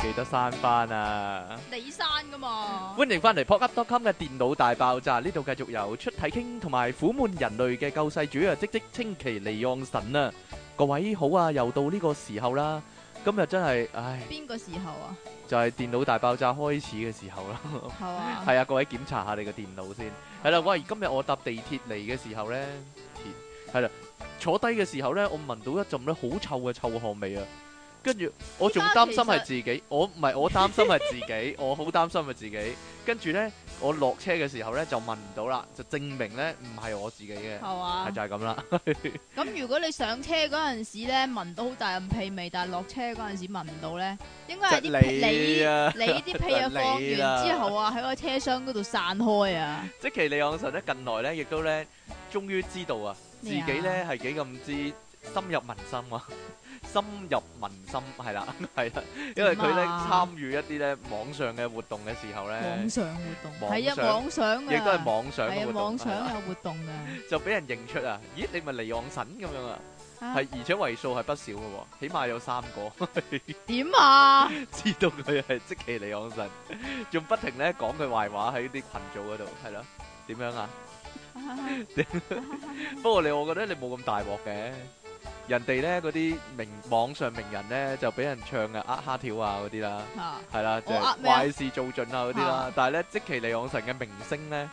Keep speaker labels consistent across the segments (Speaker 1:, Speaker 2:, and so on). Speaker 1: 記得閂翻啊！
Speaker 2: 你生噶嘛？
Speaker 1: 歡迎翻嚟 p o c u p c o m 嘅電腦大爆炸，呢度繼續有出體傾同埋苦悶人類嘅救世主啊，即即稱其離岸神啊！各位好啊，又到呢個時候啦，今日真係，唉，
Speaker 2: 邊個時候啊？
Speaker 1: 就係、電腦大爆炸開始嘅時候啦。
Speaker 2: 係啊，
Speaker 1: 係啊，各位檢查下你個電腦先。係啦，喂，今日我搭地鐵嚟嘅時候咧，鐵係啦，坐低嘅時候咧，我聞到一陣咧好臭嘅臭汗味啊！跟住我仲擔心係自己，我唔係我擔心係自己，我好擔心係自己。跟住咧，我落車嘅時候咧就聞唔到啦，就證明咧唔係我自己嘅，
Speaker 2: 係
Speaker 1: 係
Speaker 2: 啊。
Speaker 1: 就係咁啦。
Speaker 2: 咁如果你上車嗰陣時咧，聞到好大陣屁味，但係落車嗰陣時聞唔到咧，應 該係
Speaker 1: 就
Speaker 2: 啲屁
Speaker 1: 你啊
Speaker 2: 你你啲屁啊
Speaker 1: 就
Speaker 2: 放
Speaker 1: 你啦
Speaker 2: 完之後啊，喺個車廂嗰度散開啊，
Speaker 1: 即其利昂神咧近來咧亦都咧，終於知道啊，自己
Speaker 2: 咩啊
Speaker 1: 咧係幾咁之深入民心啊， 深入民心係啦， 係啦，因為佢咧
Speaker 2: 點啊
Speaker 1: 參與一啲咧網上嘅活動嘅時候咧
Speaker 2: 網，上活動
Speaker 1: 網
Speaker 2: 係啊，
Speaker 1: 上
Speaker 2: 網上啊，
Speaker 1: 亦都係網上嘅
Speaker 2: 係啊
Speaker 1: 活，動，
Speaker 2: 網
Speaker 1: 係
Speaker 2: 上
Speaker 1: 啦
Speaker 2: 有活動啊嘅，
Speaker 1: 就俾人認出啊，咦你咪利昂神咁樣啊，
Speaker 2: 啊
Speaker 1: 係而且為數係不少嘅喎，起碼有三個。
Speaker 2: 點啊？
Speaker 1: 知道佢係即其利昂神，仲不停咧講佢壞話喺啲群組嗰度，係咯？點樣啊？不過你，我覺得你冇咁大鑊嘅。人哋咧嗰啲名網上名人咧就俾人唱嘅呃蝦條啊嗰啲啦，
Speaker 2: 啊
Speaker 1: 係啦，
Speaker 2: 我
Speaker 1: 就
Speaker 2: 呃
Speaker 1: 係
Speaker 2: 咩啊
Speaker 1: 壞事做盡啊嗰啲啦
Speaker 2: 啊。
Speaker 1: 但係咧，即其利昂神嘅明星咧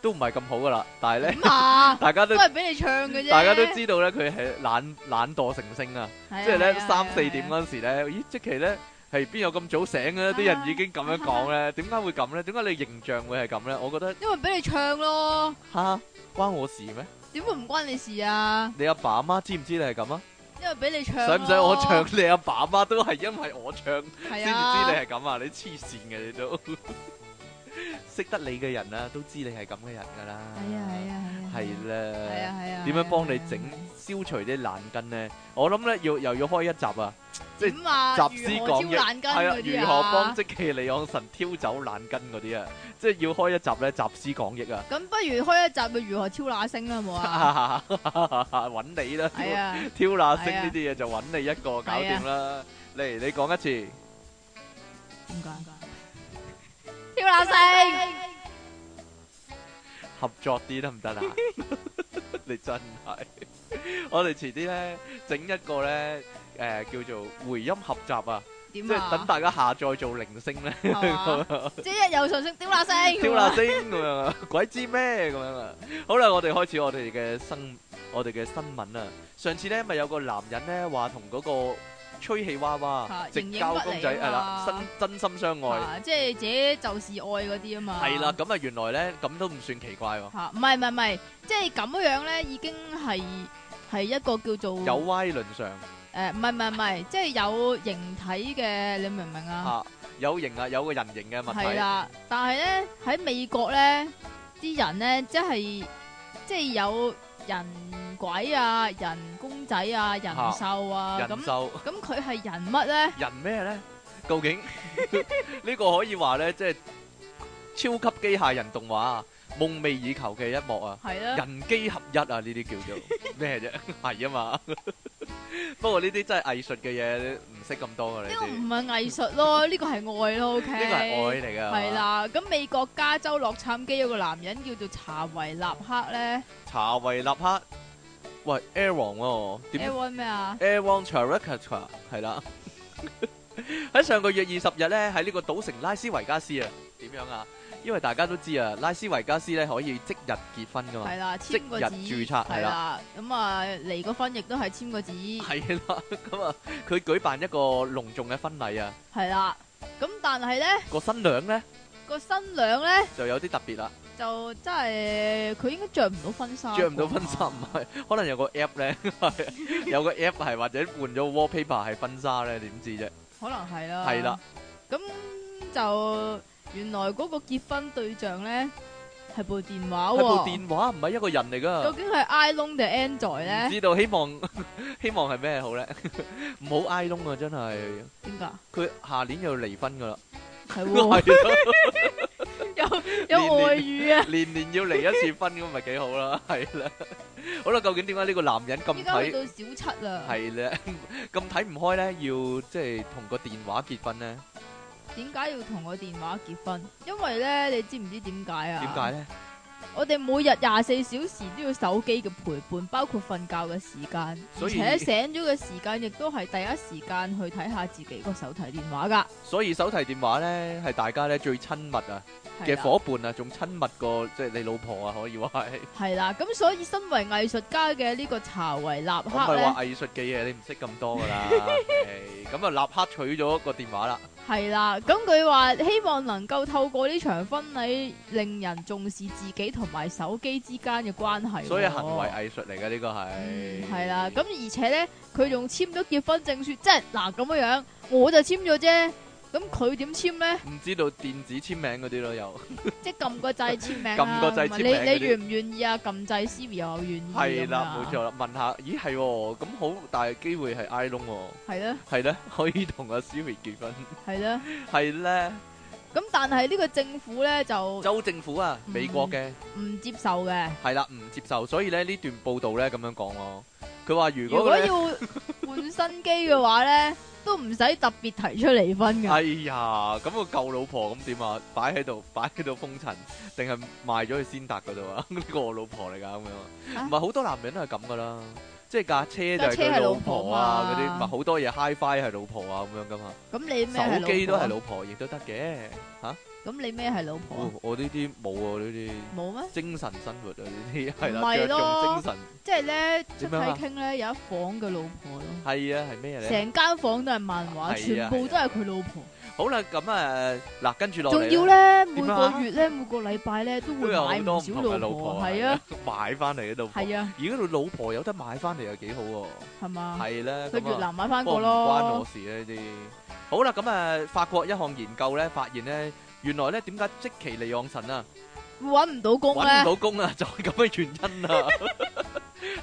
Speaker 1: 都唔係咁好噶啦。但係咧，
Speaker 2: 點啊？
Speaker 1: 大家都
Speaker 2: 都係俾你唱嘅啫，
Speaker 1: 大家都知道咧，佢係懶懶惰成性啊。
Speaker 2: 係啊，
Speaker 1: 即係咧
Speaker 2: 係啊
Speaker 1: 三
Speaker 2: 係啊
Speaker 1: 四點嗰陣時咧，咦 即期咧係邊有咁早醒嘅？啲人已經咁樣講咧，點解會咁咧？點解你形象會係咁咧？我覺得
Speaker 2: 因為俾你唱咯，
Speaker 1: 吓關我事咩？
Speaker 2: 點會唔關你事啊？
Speaker 1: 你阿爸阿媽知唔知你係咁啊？
Speaker 2: 因為俾你唱咯，
Speaker 1: 使唔使我唱？你阿爸阿媽都係因為我唱先
Speaker 2: 係
Speaker 1: 至知
Speaker 2: 啊，
Speaker 1: 你係咁啊！你黐線嘅你都 識得你嘅人啦，啊都知你係咁嘅人噶啦。
Speaker 2: 係啊係啊係啊，
Speaker 1: 係
Speaker 2: 係
Speaker 1: 啦。
Speaker 2: 啊係啊，
Speaker 1: 點樣幫你整
Speaker 2: 係啊
Speaker 1: 消除啲懶根咧？我諗咧要又要開一集啊！即係
Speaker 2: 點啊？
Speaker 1: 集思
Speaker 2: 如何
Speaker 1: 廣益
Speaker 2: 招懶根
Speaker 1: 係啊
Speaker 2: 嗰，啲
Speaker 1: 如何幫即其利昂神挑走懶根嗰啲啊？即係要開一集咧，集思廣益啊！
Speaker 2: 咁不如開一集咪如何超乸星啦，好冇啊？
Speaker 1: 揾你啦，
Speaker 2: 係啊，
Speaker 1: 挑乸星呢啲嘢就揾你一個搞掂啦。嚟，你講一次，
Speaker 2: 點解？超乸星，
Speaker 1: 合作啲得 唔得啊？你真係，我哋遲啲咧整一個咧誒叫做回音合集啊，即
Speaker 2: 點
Speaker 1: 係等
Speaker 2: 啊？
Speaker 1: 大家下載做鈴聲 咧。
Speaker 2: 係嘛即係一有信息，超乸星，
Speaker 1: 跳啦星咁樣啊，鬼知咩咁樣啊？好啦，我哋開始我哋嘅新我哋嘅新聞啊。上次咧咪有個男人咧話同嗰個吹氣娃娃
Speaker 2: 啊、
Speaker 1: 直
Speaker 2: 形影
Speaker 1: 交
Speaker 2: 不
Speaker 1: 公
Speaker 2: 離
Speaker 1: 仔
Speaker 2: 啊
Speaker 1: 係
Speaker 2: 嘛
Speaker 1: 啦，真真心相愛
Speaker 2: 啊，即係這就是愛嗰啲啊嘛。
Speaker 1: 係啦。咁啊，原來咧咁都唔算奇怪喎，
Speaker 2: 吓，唔係唔係唔係，即係咁樣咧，已經係係一個叫做
Speaker 1: 有歪論上
Speaker 2: 誒，唔係唔係唔係，即係有形體嘅，你明唔明啊？
Speaker 1: 啊，有形啊，有個人形嘅物
Speaker 2: 係
Speaker 1: 體
Speaker 2: 啦，但係咧喺美國咧，啲人咧即係即係有人鬼啊、人公仔啊、人獸啊，
Speaker 1: 人
Speaker 2: 咁
Speaker 1: 獸
Speaker 2: 咁佢係人乜咧？
Speaker 1: 人咩咧？究 竟呢個可以話咧，即係超級機械人動畫啊，夢寐以求嘅一幕啊！
Speaker 2: 係啦，
Speaker 1: 人機合一啊！呢啲叫做咩 啫？係啊嘛。 不過呢啲真係藝術嘅嘢，唔識咁多啊！呢
Speaker 2: 呢個唔係
Speaker 1: 啲
Speaker 2: 藝術咯，呢個係愛咯，OK？
Speaker 1: 呢個係愛嚟噶。
Speaker 2: 係，啦，咁美國加州洛杉磯有個男人叫做查維納克咧
Speaker 1: 查維納克，喂 Aaron 喎，點
Speaker 2: ，Aaron 咩啊？
Speaker 1: Aaron c h a r a c a t a 係啦。喺上個月二十日咧，喺呢個賭城拉斯維加斯啊，點樣啊？因為大家都知啊，拉斯維加斯咧可以即日結婚噶 嘛
Speaker 2: 係。啦，簽個紙
Speaker 1: 即日註冊係
Speaker 2: 係啦，咁啊離個婚亦都係簽個紙，
Speaker 1: 係啦，咁啊，佢舉辦一個隆重嘅婚禮啊，
Speaker 2: 係啦。咁但係咧
Speaker 1: 個新娘咧
Speaker 2: 個新娘咧
Speaker 1: 就有啲特別啦。
Speaker 2: 就真係佢應該着唔到婚紗，
Speaker 1: 着唔到婚紗唔係，可能有個 app 咧，有個 app 係或者換咗 wallpaper 係婚紗咧，點知啫？
Speaker 2: 可能係啦。
Speaker 1: 係啦，
Speaker 2: 咁就原來嗰個結婚對象咧係部電話喎，
Speaker 1: 係部電話唔係一個人嚟
Speaker 2: 究
Speaker 1: 噶，
Speaker 2: 竟係 iPhone 定 Android
Speaker 1: 唔
Speaker 2: 咧？
Speaker 1: 知道希望 希望係咩好咧？唔好 i l o n 啊，真係
Speaker 2: 點解？
Speaker 1: 佢下年又離婚噶啦，
Speaker 2: 係
Speaker 1: 係
Speaker 2: 喎，
Speaker 1: 咯
Speaker 2: 又有外遇啊！
Speaker 1: 年年要離一次婚咁咪幾好啦，係啦。好啦，究竟點解呢個男人咁
Speaker 2: 依家去
Speaker 1: 睇
Speaker 2: 到小七啦，
Speaker 1: 係咧 咁睇唔開咧？要即係同個電話結婚咧？
Speaker 2: 點解要同我電話結婚？因為咧，你知唔知點解啊？
Speaker 1: 點解？咧？
Speaker 2: 我哋每日廿四小時都要手機嘅陪伴，包括瞓覺嘅時間，
Speaker 1: 所
Speaker 2: 而
Speaker 1: 以
Speaker 2: 且醒咗嘅時間亦都係第一時間去睇下自己個手提電話噶。
Speaker 1: 所以手提電話咧係大家咧最親密啊
Speaker 2: 係
Speaker 1: 嘅
Speaker 2: 啦
Speaker 1: 伙伴啊，仲親密過即係你老婆啊，可以話係。
Speaker 2: 係啦，咁所以身為藝術家嘅呢個查維納
Speaker 1: 我唔
Speaker 2: 克啊
Speaker 1: 係
Speaker 2: 咧，
Speaker 1: 話藝術嘅嘢，你唔識咁多噶啦。係咁啊，立刻取咗個電話啦。
Speaker 2: 係啦，咁佢話希望能夠透過呢場婚禮，令人重視自己同埋手機之間嘅關係喎。
Speaker 1: 所以行為藝術嚟嘅呢個係。
Speaker 2: 嗯，係啦，咁而且咧，佢仲簽咗結婚證書，即係嗱咁樣樣，我就簽咗啫，咁佢點簽咧？
Speaker 1: 唔知道電子簽名嗰啲咯，又
Speaker 2: 即係撳個掣簽名啦啊
Speaker 1: 撳個掣簽名
Speaker 2: 你
Speaker 1: 嗰啲
Speaker 2: 你願唔願意啊？撳掣 Siri 又話願意
Speaker 1: 係啦，
Speaker 2: 咁
Speaker 1: 冇
Speaker 2: 啊
Speaker 1: 錯，啦。問下，咦係喎，咁好大機會係 I 窿喎，
Speaker 2: 係咧
Speaker 1: 係咧， 可以同阿 Siri 結 婚，
Speaker 2: 係咧。
Speaker 1: 係咧，
Speaker 2: 咁但係呢個政府咧就
Speaker 1: 州政府啊，
Speaker 2: 嗯
Speaker 1: 美國嘅
Speaker 2: 唔接受嘅。
Speaker 1: 係啦，唔接受，所以咧呢段報道咧咁樣講咯，佢話如
Speaker 2: 如
Speaker 1: 果
Speaker 2: 果
Speaker 1: 咧
Speaker 2: 要換新機嘅話咧，都唔使特別提出離婚嘅。
Speaker 1: 哎呀，咁個舊老婆咁點啊？擺喺度， 擺喺度封塵，定係賣咗去先達嗰度啊？ 呢個我老婆嚟㗎咁樣，
Speaker 2: 啊
Speaker 1: 唔係好多男人都係咁㗎啦，即係架車就
Speaker 2: 架
Speaker 1: 係
Speaker 2: 車
Speaker 1: 佢
Speaker 2: 係
Speaker 1: 老
Speaker 2: 老
Speaker 1: 婆
Speaker 2: 婆
Speaker 1: 啊，
Speaker 2: 嘛
Speaker 1: 嗰啲咪好多嘢 HiFi 係老婆啊咁樣㗎嘛，
Speaker 2: 咁你咩係
Speaker 1: 手機都
Speaker 2: 老婆啊？
Speaker 1: 係老哦婆亦都得嘅嚇。
Speaker 2: 咁你咩係老婆啊？
Speaker 1: 我我呢啲冇啊，呢
Speaker 2: 冇咩？
Speaker 1: 啲精神生活啊，呢 啲係
Speaker 2: 唔
Speaker 1: 啦，着
Speaker 2: 係
Speaker 1: 重
Speaker 2: 咯
Speaker 1: 精神
Speaker 2: 即係咧出
Speaker 1: 點
Speaker 2: 體
Speaker 1: 樣啊
Speaker 2: 傾咧有一房嘅老婆咯。
Speaker 1: 係啊，係咩
Speaker 2: 成
Speaker 1: 咧？
Speaker 2: 間房都係漫
Speaker 1: 係啊
Speaker 2: 畫，全部都係佢老婆，
Speaker 1: 好啦，咁啊嗱，跟住落
Speaker 2: 仲
Speaker 1: 嚟
Speaker 2: 要咧每
Speaker 1: 點啊
Speaker 2: 個月咧每個禮拜咧都
Speaker 1: 都
Speaker 2: 會
Speaker 1: 有好
Speaker 2: 買
Speaker 1: 多
Speaker 2: 唔
Speaker 1: 唔
Speaker 2: 少
Speaker 1: 同嘅老
Speaker 2: 婆，
Speaker 1: 婆，
Speaker 2: 係啊，，
Speaker 1: 買翻嚟嘅老婆。
Speaker 2: 係啊，
Speaker 1: 而家個老婆有得買翻嚟又幾好喎，
Speaker 2: 係嘛？
Speaker 1: 係啦，
Speaker 2: 去
Speaker 1: 咁
Speaker 2: 越
Speaker 1: 啊，
Speaker 2: 南買翻
Speaker 1: 不過
Speaker 2: 個
Speaker 1: 唔關我
Speaker 2: 咯，
Speaker 1: 事啊呢啲。好啦，咁啊，法國一項研究咧發現咧，原來咧點解即其利昂神啊
Speaker 2: 會揾唔到工
Speaker 1: 揾唔
Speaker 2: 咧，
Speaker 1: 到工啊，就 係咁嘅原因啊。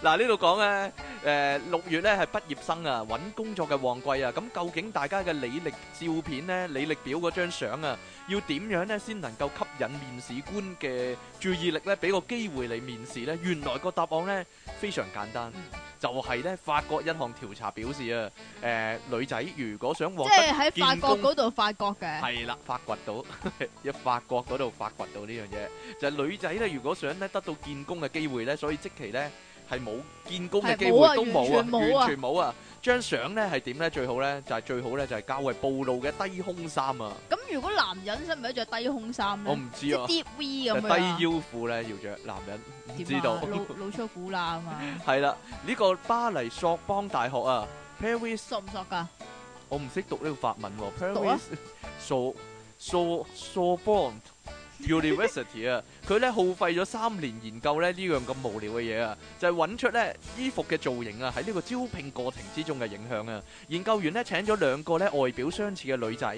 Speaker 1: 嗱呢度講咧，誒六月咧係畢業生啊揾工作嘅旺季啊，咁究竟大家嘅履歷照片咧、履歷表嗰張相啊，要點樣咧先能夠吸引面試官嘅注意力咧，俾個機會你面試咧？原來個答案咧非常簡單，就係咧法國一項調查表示啊，誒女仔如果想獲
Speaker 2: 即
Speaker 1: 得
Speaker 2: 係喺法國嗰度發覺嘅，
Speaker 1: 係啦，發掘到 一法國嗰度發掘到呢樣嘢，就係、女仔咧，如果想咧得到見工嘅機會咧，所以即期咧係冇見工嘅機會
Speaker 2: 係冇啊
Speaker 1: 都冇
Speaker 2: 完全冇
Speaker 1: 啊，
Speaker 2: 啊
Speaker 1: 完全冇啊！張相咧係點咧最好咧？就係、最好咧就係較為暴露嘅低胸衫啊！
Speaker 2: 咁如果男人使唔使着低胸衫
Speaker 1: 我
Speaker 2: 咧？
Speaker 1: 唔
Speaker 2: 即
Speaker 1: 知啊
Speaker 2: 係，deep V
Speaker 1: 就
Speaker 2: 咁
Speaker 1: 低
Speaker 2: 樣啊，
Speaker 1: 腰褲咧要着，男人唔知道。
Speaker 2: 點啊露露出股罅啊嘛，
Speaker 1: 係啦，呢、個巴黎索邦大學啊，Paris，
Speaker 2: 索唔索噶？
Speaker 1: 我唔識讀呢個法文喎、
Speaker 2: 讀
Speaker 1: p a r i
Speaker 2: 啊
Speaker 1: s 索索索邦 University 啊，佢咧耗費咗三年研究咧呢樣咁無聊嘅嘢啊，就係、揾出咧衣服嘅造型啊喺呢個招聘過程之中嘅影響啊。研究員咧請咗兩個咧外表相似嘅女仔，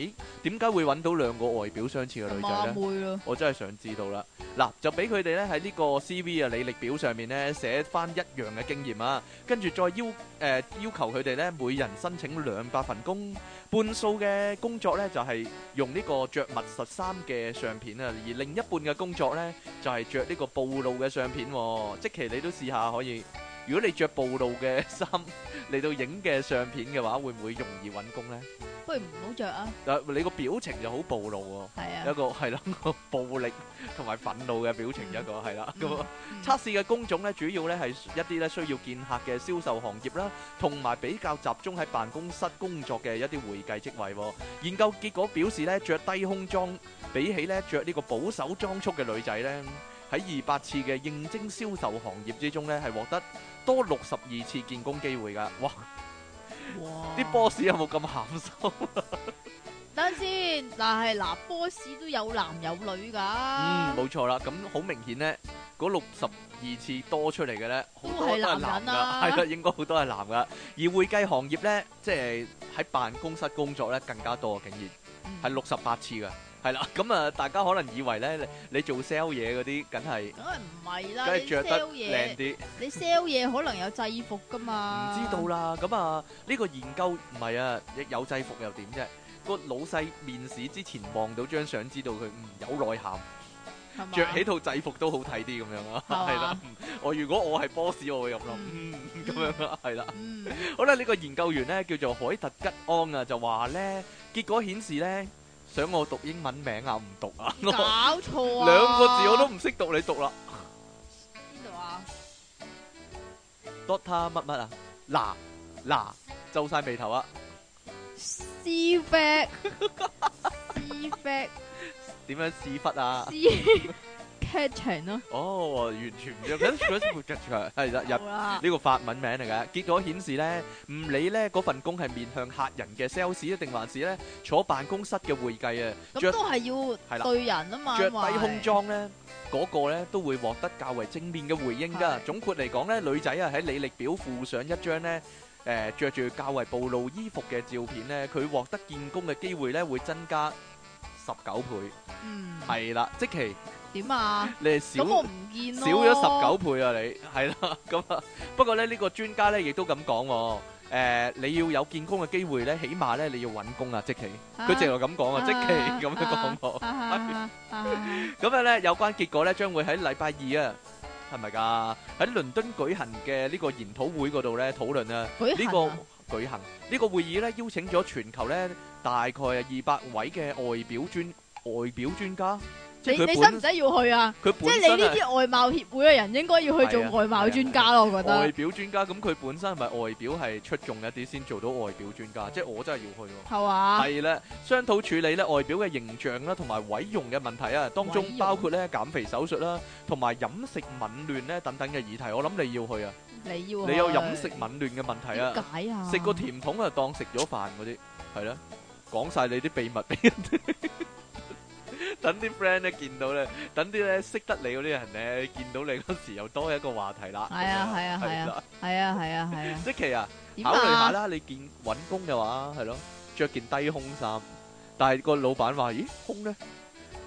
Speaker 1: 點解會揾到兩個外表相似嘅女
Speaker 2: 咁啊
Speaker 1: 仔
Speaker 2: 阿
Speaker 1: 呢？
Speaker 2: 妹咯，
Speaker 1: 我真係想知道啦。嗱，就俾佢哋咧喺呢個 CV 啊履歷表上面咧寫翻一樣嘅經驗啊，跟住再要誒、呃要求佢哋咧每人申請兩百份工，半數嘅工作咧就係、用呢個着密實衫嘅相片啊，而另一半嘅工作咧就係着呢個暴露嘅相片、喎。即其你都試下可以。如果你着暴露嘅衫嚟到影嘅相片嘅話，會唔會容易揾工呢？
Speaker 2: 不如唔好着啊，
Speaker 1: 但你個表情就好暴露喎、
Speaker 2: 係
Speaker 1: 一
Speaker 2: 啊，
Speaker 1: 個 係啦，個暴力同埋憤怒嘅表情一個係啦，咁啊
Speaker 2: 嗯
Speaker 1: 測試嘅工種咧，主要咧係一啲咧需要見客嘅銷售行業啦，同埋比較集中喺辦公室工作嘅一啲會計職位喎。研究結果表示咧，着低胸裝比起咧着呢個保守裝束嘅女仔咧，喺二百次嘅應徵銷售行業之中咧，係獲得多六十二次見工機會㗎。哇！
Speaker 2: 哇
Speaker 1: 啲 boss 有冇咁鹹濕？
Speaker 2: 等陣先，但係嗱，boss 都有男有女
Speaker 1: 嗯，
Speaker 2: 噶，
Speaker 1: 冇錯啦。咁好明顯咧，嗰六十二次多出嚟嘅咧，好
Speaker 2: 都係
Speaker 1: 多都係
Speaker 2: 男
Speaker 1: 男
Speaker 2: 人
Speaker 1: 噶，
Speaker 2: 啦
Speaker 1: 係啦，應該好多係男噶。而會計行業咧，即係喺辦公室工作咧，更加多，竟然
Speaker 2: 嗯
Speaker 1: 係六十八次噶。係啦， 咁啊，大家可能以為咧，你你做 sell 嘢嗰啲，梗係
Speaker 2: 梗係唔係
Speaker 1: 梗
Speaker 2: 啦，你
Speaker 1: 係着得
Speaker 2: sell
Speaker 1: 靚
Speaker 2: 嘢，
Speaker 1: 啲，
Speaker 2: 你 sell 嘢可能有制服噶
Speaker 1: 唔
Speaker 2: 嘛？
Speaker 1: 知道啦。咁啊，呢個研究唔係啊，有制服又點啫？個老細面試之前望到張相，知道佢唔有內涵，
Speaker 2: 係嘛
Speaker 1: 着起套制服都好睇啲咁樣啊，
Speaker 2: 係嘛
Speaker 1: 係啦。我如果我係 boss，我會咁諗，嗯
Speaker 2: 嗯
Speaker 1: 咁樣啦，係啦。
Speaker 2: 嗯，
Speaker 1: 好啦，呢、個研究員咧叫做海特吉安啊，就話咧，結果顯示咧，想我讀英文名啊，唔讀啊，
Speaker 2: 搞錯啊！
Speaker 1: 兩個字我都唔識讀，你讀啦
Speaker 2: 邊度啊？
Speaker 1: ，Doctor 乜乜啊，嗱嗱，皺晒眉頭啊
Speaker 2: C fact C fact
Speaker 1: 點樣屎忽啊？
Speaker 2: C catching 咯，
Speaker 1: 哦，完全唔知，係啦，日
Speaker 2: 好啦，
Speaker 1: 呢個法文名嚟嘅，結果顯示呢，唔理呢嗰份工係面向客人嘅 sales 啊，定還是呢坐辦公室嘅會計啊，
Speaker 2: 咁
Speaker 1: 着
Speaker 2: 都係
Speaker 1: 係
Speaker 2: 要
Speaker 1: 啦
Speaker 2: 對人啊嘛，
Speaker 1: 着
Speaker 2: 因為
Speaker 1: 低胸裝呢，嗰個呢都會獲得較為正面嘅回應㗎。
Speaker 2: 係
Speaker 1: 總括嚟講呢，女仔啊喺履歷表附上一張呢。誒著住較為暴露衣服嘅照片呢，佢獲得見工嘅機會呢會增加十九倍，
Speaker 2: 嗯，
Speaker 1: 係啦，即其
Speaker 2: 點啊？
Speaker 1: 你係少
Speaker 2: 咁我唔見咯，
Speaker 1: 少咗十九倍啊！你係啦， 咁啊，不過咧呢個專家咧亦都咁講喎，誒你要有見工嘅機會咧，起碼咧你要揾工啊，即期，
Speaker 2: 啊，
Speaker 1: 佢直頭咁講啊，即期 咁樣講
Speaker 2: 啊
Speaker 1: 喎，
Speaker 2: 啊啊啊啊
Speaker 1: 咁樣咧有關結果咧將會喺禮拜二啊，係咪㗎？喺倫敦舉行嘅呢個研討會嗰度咧討論啊。
Speaker 2: 舉
Speaker 1: 呢
Speaker 2: 行啊
Speaker 1: 個舉行呢個會議咧，邀請咗全球咧大概二百位嘅外表專外表專家，即
Speaker 2: 你
Speaker 1: 係
Speaker 2: 你
Speaker 1: 佢
Speaker 2: 使唔
Speaker 1: 本
Speaker 2: 使要去啊？
Speaker 1: 佢
Speaker 2: 即
Speaker 1: 本
Speaker 2: 係你
Speaker 1: 身
Speaker 2: 呢
Speaker 1: 啊
Speaker 2: 啲外貌協會嘅人應該要去做
Speaker 1: 係啊
Speaker 2: 外貌專家咯，我覺
Speaker 1: 外
Speaker 2: 得
Speaker 1: 表專家，咁佢本身係咪外表係出眾一啲先做到外表專家？即係我真係要去喎。
Speaker 2: 係嘛？
Speaker 1: 係啦，商討處理咧外表嘅形象啦，同埋毀容嘅問題啊，當中
Speaker 2: 毀容
Speaker 1: 包括咧減肥手術啦，同埋飲食紊亂咧等等嘅議題。我諗你要去啊，
Speaker 2: 你要
Speaker 1: 你有
Speaker 2: 去
Speaker 1: 飲食紊亂嘅問題啊
Speaker 2: 點，解啊？
Speaker 1: 食個甜筒啊當食咗飯嗰啲，係啦，講晒你啲秘密俾人哋， 等啲 friend 咧見到咧，等啲咧識得你嗰啲人咧見到你嗰時又多一個話題啦。
Speaker 2: 係啊係啊係啊
Speaker 1: 係啦。
Speaker 2: 係啊係啊係 啊，
Speaker 1: 即其啊，
Speaker 2: 點
Speaker 1: 考慮下
Speaker 2: 啊？
Speaker 1: 啦，你見揾工嘅話，係咯，着件低胸衫，但係個老闆話：咦，胸咧，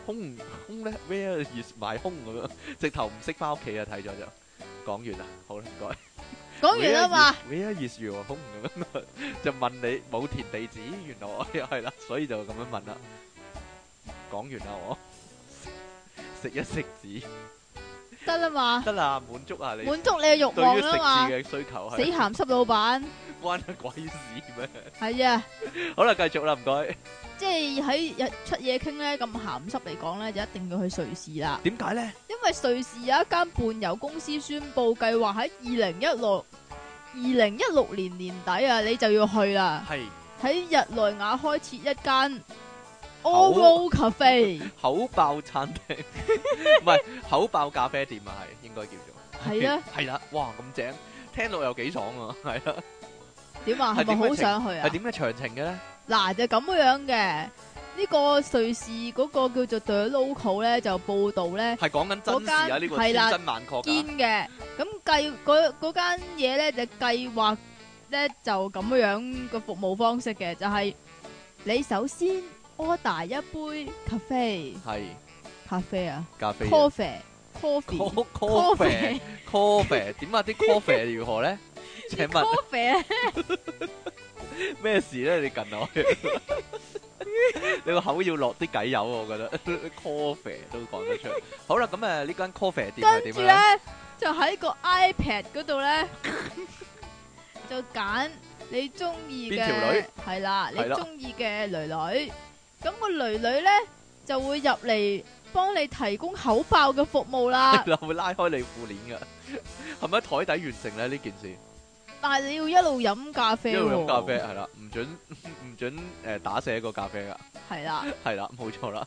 Speaker 1: 胸胸咧，where is my 胸咁樣，直頭唔識翻屋企啊！睇咗就講完啦，好啦，唔該。
Speaker 2: 講完啦嘛，
Speaker 1: ，where is your 胸咁樣， 就問你冇填地址，原來我 係啦，所以就咁樣問啦。講完啦，我 食一食紙
Speaker 2: 得啦嘛，
Speaker 1: 得啦，滿足下你對
Speaker 2: 滿足你嘅慾望
Speaker 1: 於食
Speaker 2: 啦嘛
Speaker 1: 字，嘅需求
Speaker 2: 死
Speaker 1: 係
Speaker 2: 鹹濕老闆
Speaker 1: 關鬼事咩？
Speaker 2: 係啊，
Speaker 1: 好啦，繼續啦，唔該。
Speaker 2: 即係喺日出嘢傾咧咁鹹濕嚟講咧，就一定要去瑞士啦。
Speaker 1: 點解咧？
Speaker 2: 因為瑞士有一間伴遊公司宣布計劃喺二零一六二零一六年年底啊，你就要去啦，
Speaker 1: 係
Speaker 2: 喺日內瓦開設一間
Speaker 1: 好
Speaker 2: Oro Cafe，
Speaker 1: 口爆餐廳， 唔係口爆咖啡店啊，係應該叫做。
Speaker 2: 係 啊，
Speaker 1: 係啦，哇，咁正，聽落又幾爽 啊，係啦。
Speaker 2: 點啊？
Speaker 1: 係
Speaker 2: 係咪
Speaker 1: 點嘅
Speaker 2: 好
Speaker 1: 情
Speaker 2: 想去啊
Speaker 1: 係？點嘅詳情嘅咧？
Speaker 2: 嗱就咁樣嘅，呢個瑞士嗰個叫做 The Local 咧就報道咧
Speaker 1: 係講緊真事
Speaker 2: 嗰
Speaker 1: 啊，
Speaker 2: 間
Speaker 1: 呢個
Speaker 2: 係啦
Speaker 1: 千真萬確
Speaker 2: 堅
Speaker 1: 㗎。
Speaker 2: 嘅，咁計嗰嗰間嘢咧就計劃咧就咁樣個服務方式嘅，就係、你首先 order 一杯咖啡，
Speaker 1: 係
Speaker 2: 咖啡啊
Speaker 1: 咖啡啊。
Speaker 2: ，coffee，coffee，coffee
Speaker 1: Co- coffee coffee 點啊？啲 coffee 如何咧？請問
Speaker 2: 咧
Speaker 1: 咩事咧？你近 我，你個口要落啲偈油，我覺得 coffee 都講得出。好啦，咁誒呢間 coffee 店係
Speaker 2: 跟
Speaker 1: 點
Speaker 2: 住
Speaker 1: 樣咧？
Speaker 2: 咧就喺個 iPad 嗰度咧 就揀你中意
Speaker 1: 邊條
Speaker 2: 嘅
Speaker 1: 女
Speaker 2: 係啦，你
Speaker 1: 係啦
Speaker 2: 中意嘅女女，咁、個女女咧就會入嚟幫你提供口爆嘅服務 啦，
Speaker 1: 你會拉開你褲鏈噶， 係咪喺台底完成咧呢件事？
Speaker 2: 但係你要一路飲咖啡、
Speaker 1: 因
Speaker 2: 喎，
Speaker 1: 為飲咖啡係啦，唔准唔准誒打寫個咖啡噶，
Speaker 2: 係啦。
Speaker 1: 係啦，冇錯啦。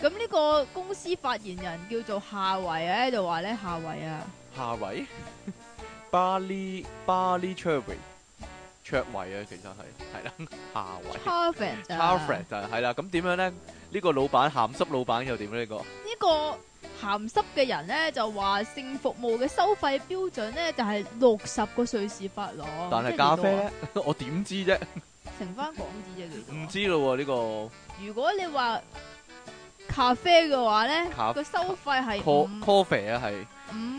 Speaker 2: 咁呢個公司發言人叫做夏維咧，就話咧夏維啊，
Speaker 1: 下位 Barley Barley Cherry 卓維啊，其實係係啦，下位
Speaker 2: c a f e
Speaker 1: c a f r e 就係係啦。咁點樣咧？呢個老闆鹹濕老闆又點咧？呢個
Speaker 2: 呢個鹹濕嘅人咧就話性服務嘅收費標準咧就係六十個瑞士法郎，
Speaker 1: 但
Speaker 2: 即係
Speaker 1: 係咖
Speaker 2: 幾
Speaker 1: 啡
Speaker 2: 多啊
Speaker 1: 咧， 我點知啫？
Speaker 2: 乘翻港紙啫，幾
Speaker 1: 唔
Speaker 2: 多？
Speaker 1: 知咯喎，呢個
Speaker 2: 如果你話咖啡嘅話咧，
Speaker 1: 咖
Speaker 2: 個收費係嗯五
Speaker 1: co- coffee 啊，係
Speaker 2: 五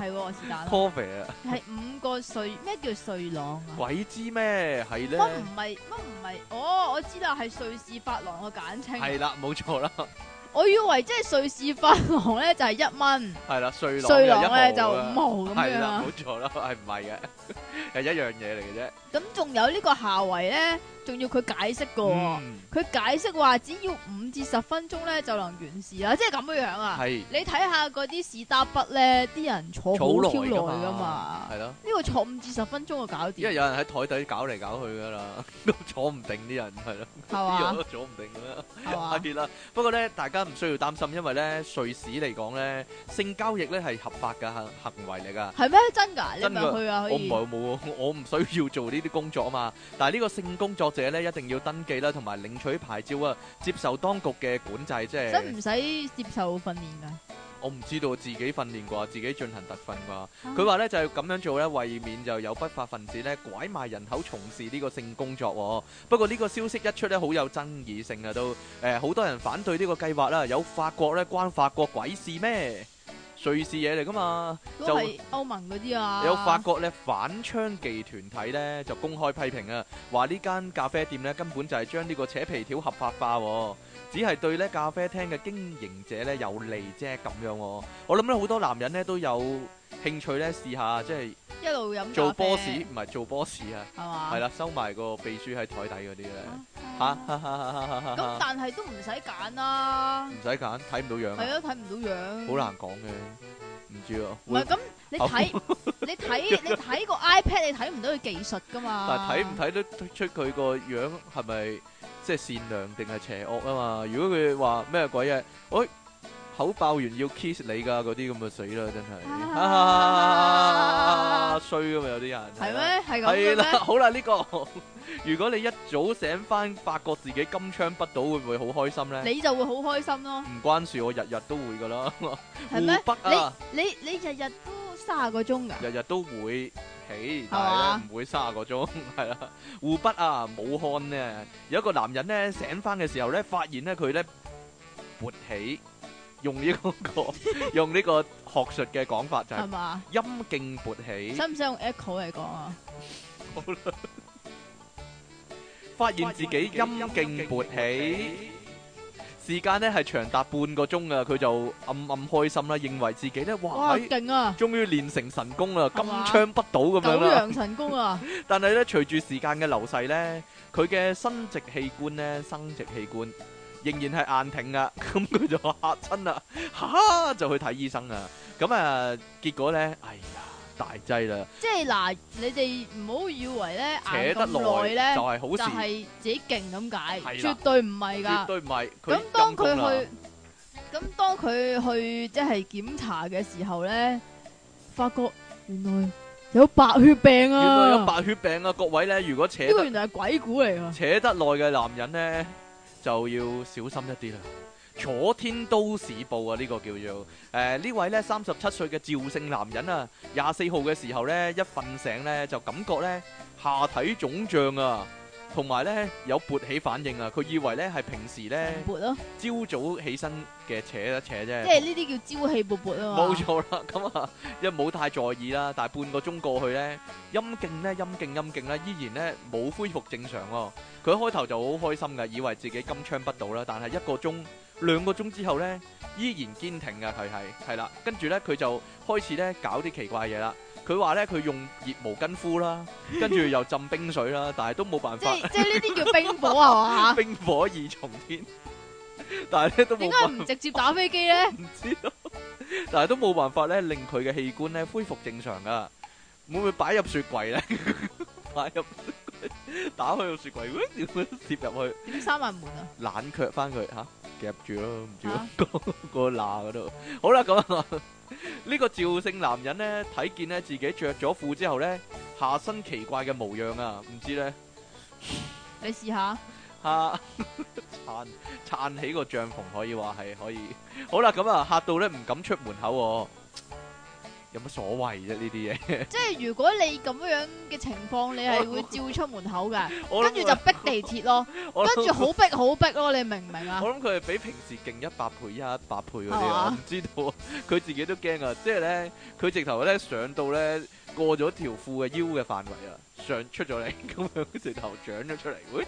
Speaker 2: 係喎，是但啦，
Speaker 1: coffee 啊，
Speaker 2: 係五個瑞咩叫瑞郎啊？
Speaker 1: 鬼知咩？係咧
Speaker 2: 乜，唔係乜唔係？哦，我知啦，係瑞士法郎嘅簡稱。
Speaker 1: 係啦，冇錯啦。
Speaker 2: 我以為即係瑞士法郎咧就係一蚊，
Speaker 1: 係啦，瑞郎
Speaker 2: 瑞
Speaker 1: 就
Speaker 2: 郎咧
Speaker 1: 一
Speaker 2: 就
Speaker 1: 毫啦
Speaker 2: 五毫咁
Speaker 1: 係
Speaker 2: 樣
Speaker 1: 啦，
Speaker 2: 啊。
Speaker 1: 冇錯啦，係唔係嘅？ 係一樣嘢嚟嘅啫。
Speaker 2: 咁仲有呢個夏維咧，仲要佢解釋噶、喎。
Speaker 1: 嗯，
Speaker 2: 佢、解釋話只要五至十分鐘咧就能完事啦，即係咁樣樣啊。
Speaker 1: 係
Speaker 2: 你睇下嗰啲士打筆咧，啲人坐
Speaker 1: 坐好
Speaker 2: 好
Speaker 1: 耐
Speaker 2: Q 耐
Speaker 1: 㗎啊嘛
Speaker 2: 噶嘛，
Speaker 1: 係咯，
Speaker 2: 呢個坐五至十分鐘就搞
Speaker 1: 因為
Speaker 2: 掂，
Speaker 1: 有人喺台底搞嚟搞去㗎啦， 都坐唔定啲人係咯，
Speaker 2: 係嘛
Speaker 1: 都坐唔定咁樣。
Speaker 2: 係 嘛。
Speaker 1: 係啦，不過咧，大家唔需要擔心，因為咧，瑞士嚟講咧，性交易咧係合法嘅行行為嚟噶。
Speaker 2: 係咩？真㗎？你
Speaker 1: 真㗎
Speaker 2: 咪去啊？可
Speaker 1: 我唔
Speaker 2: 以
Speaker 1: 係冇喎，我唔需要做呢啲工作啊嘛。但係呢個性工作者咧，一定要登記啦，同埋領取牌照啊，接受當局嘅管制，即
Speaker 2: 使唔
Speaker 1: 係
Speaker 2: 使接受訓練啊㗎？
Speaker 1: 我唔知道自己訓練啩，自己進行特訓啩。佢話咧就係咁樣做咧，為免就有不法分子咧拐賣人口從事呢個性工作、喎。不過呢個消息一出咧，好有爭議性啊，都誒好、多人反對呢個計劃啦。有法國咧關法國鬼事咩？瑞士嘢嚟噶嘛？
Speaker 2: 都
Speaker 1: 就
Speaker 2: 係歐盟嗰啲啊，
Speaker 1: 有法國咧反娼妓團體咧就公開批評啊，話呢間咖啡店咧根本就係將呢個扯皮條合法化、喎，只係對咧咖啡廳嘅經營者咧有利啫咁樣、喎。我諗咧好多男人咧都有興趣咧試下，即係。
Speaker 2: 一路飲
Speaker 1: 做
Speaker 2: 咖啡
Speaker 1: boss 唔係做 boss 啊，
Speaker 2: 係嘛？
Speaker 1: 係啦，收埋個秘書喺台底嗰啲咧，吓
Speaker 2: 啊。
Speaker 1: 哈哈哈哈哈
Speaker 2: 咁
Speaker 1: 哈
Speaker 2: 但係都唔使揀啦，
Speaker 1: 唔使揀，睇唔到
Speaker 2: 係
Speaker 1: 樣啊，
Speaker 2: 咯，睇唔到樣，
Speaker 1: 好。難講嘅，唔知啊，
Speaker 2: 唔
Speaker 1: 會
Speaker 2: 係咁，你睇你睇你睇個 iPad，你睇唔到佢技術㗎嘛？
Speaker 1: 但係睇唔睇得出佢個樣係咪即係善良定係邪惡啊嘛？如果佢話咩鬼嘢，我口爆完要 kiss 你㗎嗰啲咁就死啦，真係
Speaker 2: 啊
Speaker 1: 啊衰㗎嘛有啲人
Speaker 2: 係？咩？係
Speaker 1: 係
Speaker 2: 咁嘅
Speaker 1: 啦，
Speaker 2: 咩？
Speaker 1: 好啦，呢個如果你一早醒翻，發覺自己金槍不倒，會唔會好開心呢？
Speaker 2: 你就會好開心咯，
Speaker 1: 唔關事，我日日都會噶啦，
Speaker 2: 係咩？
Speaker 1: 湖北啊，
Speaker 2: 你你你日日都卅個鐘㗎？
Speaker 1: 日日都會起，但係
Speaker 2: 嘛
Speaker 1: 咧唔會卅個鐘，係啦。湖北啊，武漢呢，有一個男人呢，醒翻嘅時候呢，發現呢，佢呢勃起，用呢、個 個用呢個學術嘅講法就
Speaker 2: 係
Speaker 1: 係
Speaker 2: 嘛？
Speaker 1: 陰莖勃起，
Speaker 2: 使唔使用 echo à? 嚟講啊？
Speaker 1: 發現自己陰莖勃起。時間呢係長達半個鐘啊，佢就暗暗開心啦，認為自己呢，哇，
Speaker 2: 哇，
Speaker 1: 喺
Speaker 2: 勁啊！
Speaker 1: 終於練成神功啦，金
Speaker 2: 係嘛
Speaker 1: 槍不倒咁
Speaker 2: 九
Speaker 1: 樣啦。
Speaker 2: 陽神功啊！
Speaker 1: 但係咧，隨住時間嘅流逝咧，佢嘅生殖器官咧，生殖器官仍然係硬挺噶， 咁佢就嚇親啦，嚇就去睇醫生啊。咁啊，結果咧，哎呀，大劑啦，
Speaker 2: 即係嗱，你哋唔好以為咧
Speaker 1: 扯
Speaker 2: 硬咁
Speaker 1: 得耐
Speaker 2: 耐
Speaker 1: 就
Speaker 2: 咧，
Speaker 1: 係好
Speaker 2: 就
Speaker 1: 事，
Speaker 2: 係自己勁咁解，
Speaker 1: 係啦
Speaker 2: 絕對唔係
Speaker 1: 絕
Speaker 2: 㗎。
Speaker 1: 對唔係佢
Speaker 2: 咁
Speaker 1: 陰
Speaker 2: 當
Speaker 1: 公啦
Speaker 2: 佢去，，咁當佢去即係檢查嘅時候咧，發覺原來有白血病
Speaker 1: 原來有
Speaker 2: 啊！
Speaker 1: 白血病啊！各位咧，如果扯
Speaker 2: 呢個
Speaker 1: 得
Speaker 2: 原來係鬼故嚟 㗎。
Speaker 1: 扯得耐嘅男人呢，就要小心一啲啦。楚天都市報啊，呢、個叫做誒呢、位呢，三十七歲嘅趙姓男人啊，廿四號嘅時候呢，一瞓醒呢，就感覺呢下體腫脹啊，同埋呢有勃起反應啊，佢以為呢係平時呢
Speaker 2: 勃勃咯，
Speaker 1: 朝早起身嘅扯一扯啫
Speaker 2: 即。係呢啲叫朝氣勃勃啊嘛。
Speaker 1: 冇錯啦，咁啊，又冇太在意啦。但係半個鐘過去咧，陰莖咧、陰莖、陰莖咧，依然咧冇恢復正常喎。佢開頭就好開心嘅，以為自己金槍不倒啦。但係一個鐘、兩個鐘之後咧，依然堅挺嘅佢係係啦。跟住咧，佢就開始咧搞啲奇怪嘢啦。佢話咧，佢用熱毛巾敷啦，跟住又浸冰水啦，但係都冇辦
Speaker 2: 即
Speaker 1: 法，
Speaker 2: 係即係呢啲叫冰火啊嘛？
Speaker 1: 冰火二重天。但係咧都冇
Speaker 2: 點
Speaker 1: 辦
Speaker 2: 解唔直接打飛機咧？
Speaker 1: 唔知道，但係都冇辦法咧，令佢嘅器官咧恢復正常噶。會唔會 擺入雪櫃咧？擺入雪櫃，打開個雪櫃，喂點樣攝入去？
Speaker 2: 點閂埋門啊？
Speaker 1: 冷卻翻佢吓，夾住咯，唔知
Speaker 2: 啊
Speaker 1: 個個 罅嗰度。好啦，咁啊， 呢個趙姓男人咧，睇見咧自己着咗褲之後咧，下身奇怪嘅模樣啊，唔知咧。
Speaker 2: 你試下。
Speaker 1: 啊，撐撐起個帳篷可以話係可以。 好啦，咁啊嚇到咧唔敢出門口、喎，有乜所謂啫呢啲嘢？
Speaker 2: 即係如果你咁樣嘅情況，你係會照出門口噶，
Speaker 1: 我
Speaker 2: 跟
Speaker 1: 諗
Speaker 2: 住就逼地鐵咯，
Speaker 1: 我
Speaker 2: 跟住
Speaker 1: 諗
Speaker 2: 好逼好逼咯，你明唔明啊
Speaker 1: 我？諗佢係比平時勁一百倍、一百倍嗰啲
Speaker 2: 係
Speaker 1: 啊，我
Speaker 2: 嘛
Speaker 1: 唔知道啊， 佢自己都驚啊！即係咧，佢直頭咧上到咧過 咗條褲嘅腰嘅範圍啊，上出咗嚟咁樣，直頭長咗出嚟，喂，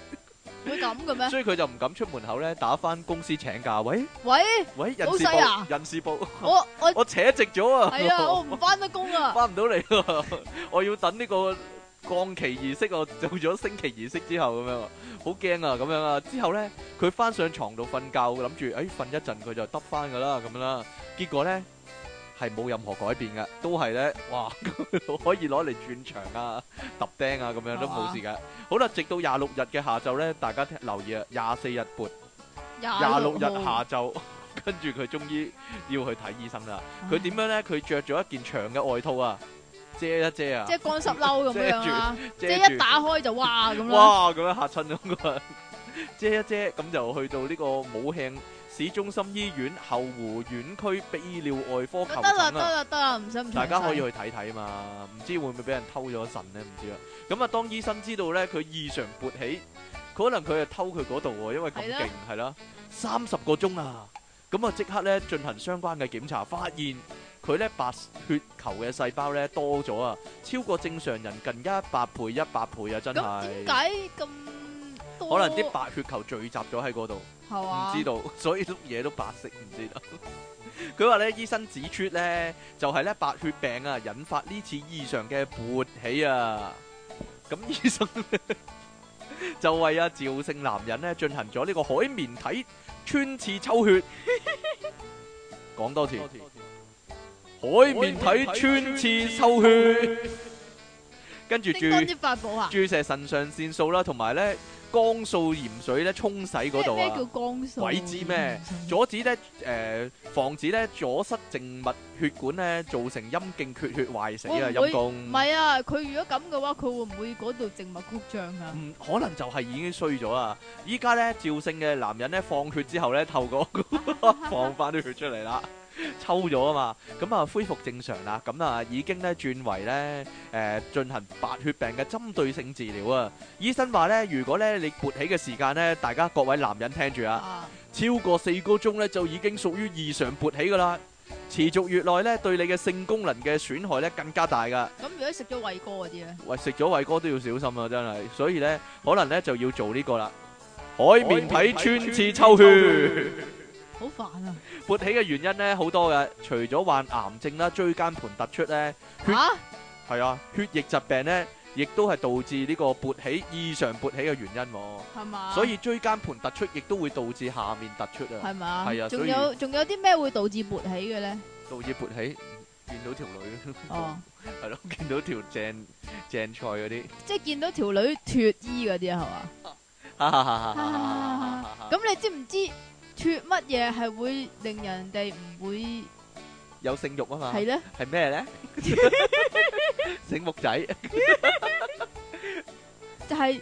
Speaker 2: 會咁嘅咩？
Speaker 1: 所以佢就唔敢出門口咧，打翻公司請假。喂
Speaker 2: 喂，
Speaker 1: 喂，人
Speaker 2: 老
Speaker 1: 事
Speaker 2: 細啊
Speaker 1: 部，人事部，
Speaker 2: 我我
Speaker 1: 我扯直咗啊！
Speaker 2: 係啊，我唔翻得工啊，
Speaker 1: 翻唔到嚟啊！ 我要等呢個降旗儀式，我做咗升旗儀式之後咁樣啊，好驚啊咁樣啊！之後咧，佢翻上床度瞓覺，諗住誒瞓一陣佢就得翻噶啦咁樣啦。結果咧係冇任何改變嘅，都係咧哇可以攞嚟轉牆啊、揼釘啊咁樣都冇事嘅。好啦，直到廿六日嘅下晝咧，大家聽留意啊，廿四日半。廿六日下晝， 跟住佢終於要去睇醫生啦。佢點樣呢？佢着咗一件長嘅外套啊，遮一遮啊
Speaker 2: 即，係乾濕褸咁樣啦，即
Speaker 1: 遮
Speaker 2: 係一
Speaker 1: 住，
Speaker 2: 打開就哇咁啦，
Speaker 1: 哇咁樣嚇親咗個人， 遮一遮，咁就去到呢個武慶市中心醫院後湖院區泌尿外科求
Speaker 2: 得啦
Speaker 1: 診
Speaker 2: 得
Speaker 1: 啊。
Speaker 2: 啦得啦，唔使咁詳細
Speaker 1: 大家可以去睇睇嘛，唔知會唔會俾人偷咗腎呢？唔知啊。咁啊，當醫生知道呢，佢異常勃起，可能佢係偷佢嗰度喎，因為咁
Speaker 2: 係啦
Speaker 1: 勁係啦，三十個鐘啊，咁啊即刻呢進行相關嘅檢查，發現佢呢白血球嘅細胞呢多咗啊，超過正常人近一百倍、一百倍啊，真
Speaker 2: 咁
Speaker 1: 係
Speaker 2: 點。解咁多？
Speaker 1: 可能啲白血球聚集咗喺嗰度。
Speaker 2: 係
Speaker 1: 唔
Speaker 2: 嘛？
Speaker 1: 知道， 所以碌嘢都白色，唔知道。 佢話咧，醫生指出咧，就係、呢咧白血病啊，引發呢次異常嘅勃起啊。咁 醫生呢就為啊趙姓男人咧進行咗呢個海綿體穿刺抽血。 講多次，海綿體穿刺抽血，跟住注
Speaker 2: 叮當啲發布啊？
Speaker 1: 注射腎上腺素啦，同埋咧光素鹽水咧沖洗嗰
Speaker 2: 咩
Speaker 1: 度
Speaker 2: 咩
Speaker 1: 啊
Speaker 2: 叫。光素？
Speaker 1: 鬼知咩？阻止咧誒、呃防止咧阻塞靜脈血管咧，造成陰莖缺血壞死啊！
Speaker 2: 會唔會
Speaker 1: 陰公
Speaker 2: 唔係啊，佢如果咁嘅話，佢會唔會嗰度靜脈曲張啊？
Speaker 1: 唔嗯可能就係已經衰咗啊！依家咧趙姓嘅男人咧放血之後咧，透過 放翻啲血出嚟啦，抽咗啊嘛，咁啊恢復正常啦，咁啊已經咧轉為咧誒進行白血病嘅針對性治療啊！醫生話咧，如果咧你勃起嘅時間咧，大家各位男人聽住啊！
Speaker 2: 啊，
Speaker 1: 超過四個鐘咧就已經屬於異常勃起噶啦。持續越耐咧，對你嘅性功能嘅損害咧更加大噶。
Speaker 2: 咁如果食咗偉哥嗰啲咧，
Speaker 1: 喂，食咗偉哥都要小心啊，真係。所以咧，可能咧就要做呢個啦。海綿體穿刺抽血，
Speaker 2: 好煩啊！
Speaker 1: 勃起嘅原因咧好多嘅，除咗患癌症啦、椎間盤突出咧，血
Speaker 2: 吓，
Speaker 1: 係啊，血液疾病咧，亦都係導致呢個勃起異常勃起嘅原因喎。
Speaker 2: 係嘛？
Speaker 1: 所以椎間盤突出亦都會導致下面突出啊。
Speaker 2: 係嘛？
Speaker 1: 係啊所
Speaker 2: 仲
Speaker 1: 以
Speaker 2: 有仲有啲咩會導致勃起嘅咧？
Speaker 1: 導致勃起，見到條女，
Speaker 2: 哦，
Speaker 1: 係咯，見到條正正菜嗰啲，
Speaker 2: 即係見到條女脫衣嗰啲係嘛？
Speaker 1: 哈哈哈哈哈哈
Speaker 2: 咁你知唔知脫乜嘢係會令人哋唔會
Speaker 1: 有性欲啊嘛，
Speaker 2: 係咧？
Speaker 1: 係咩咧？醒目仔，
Speaker 2: 就係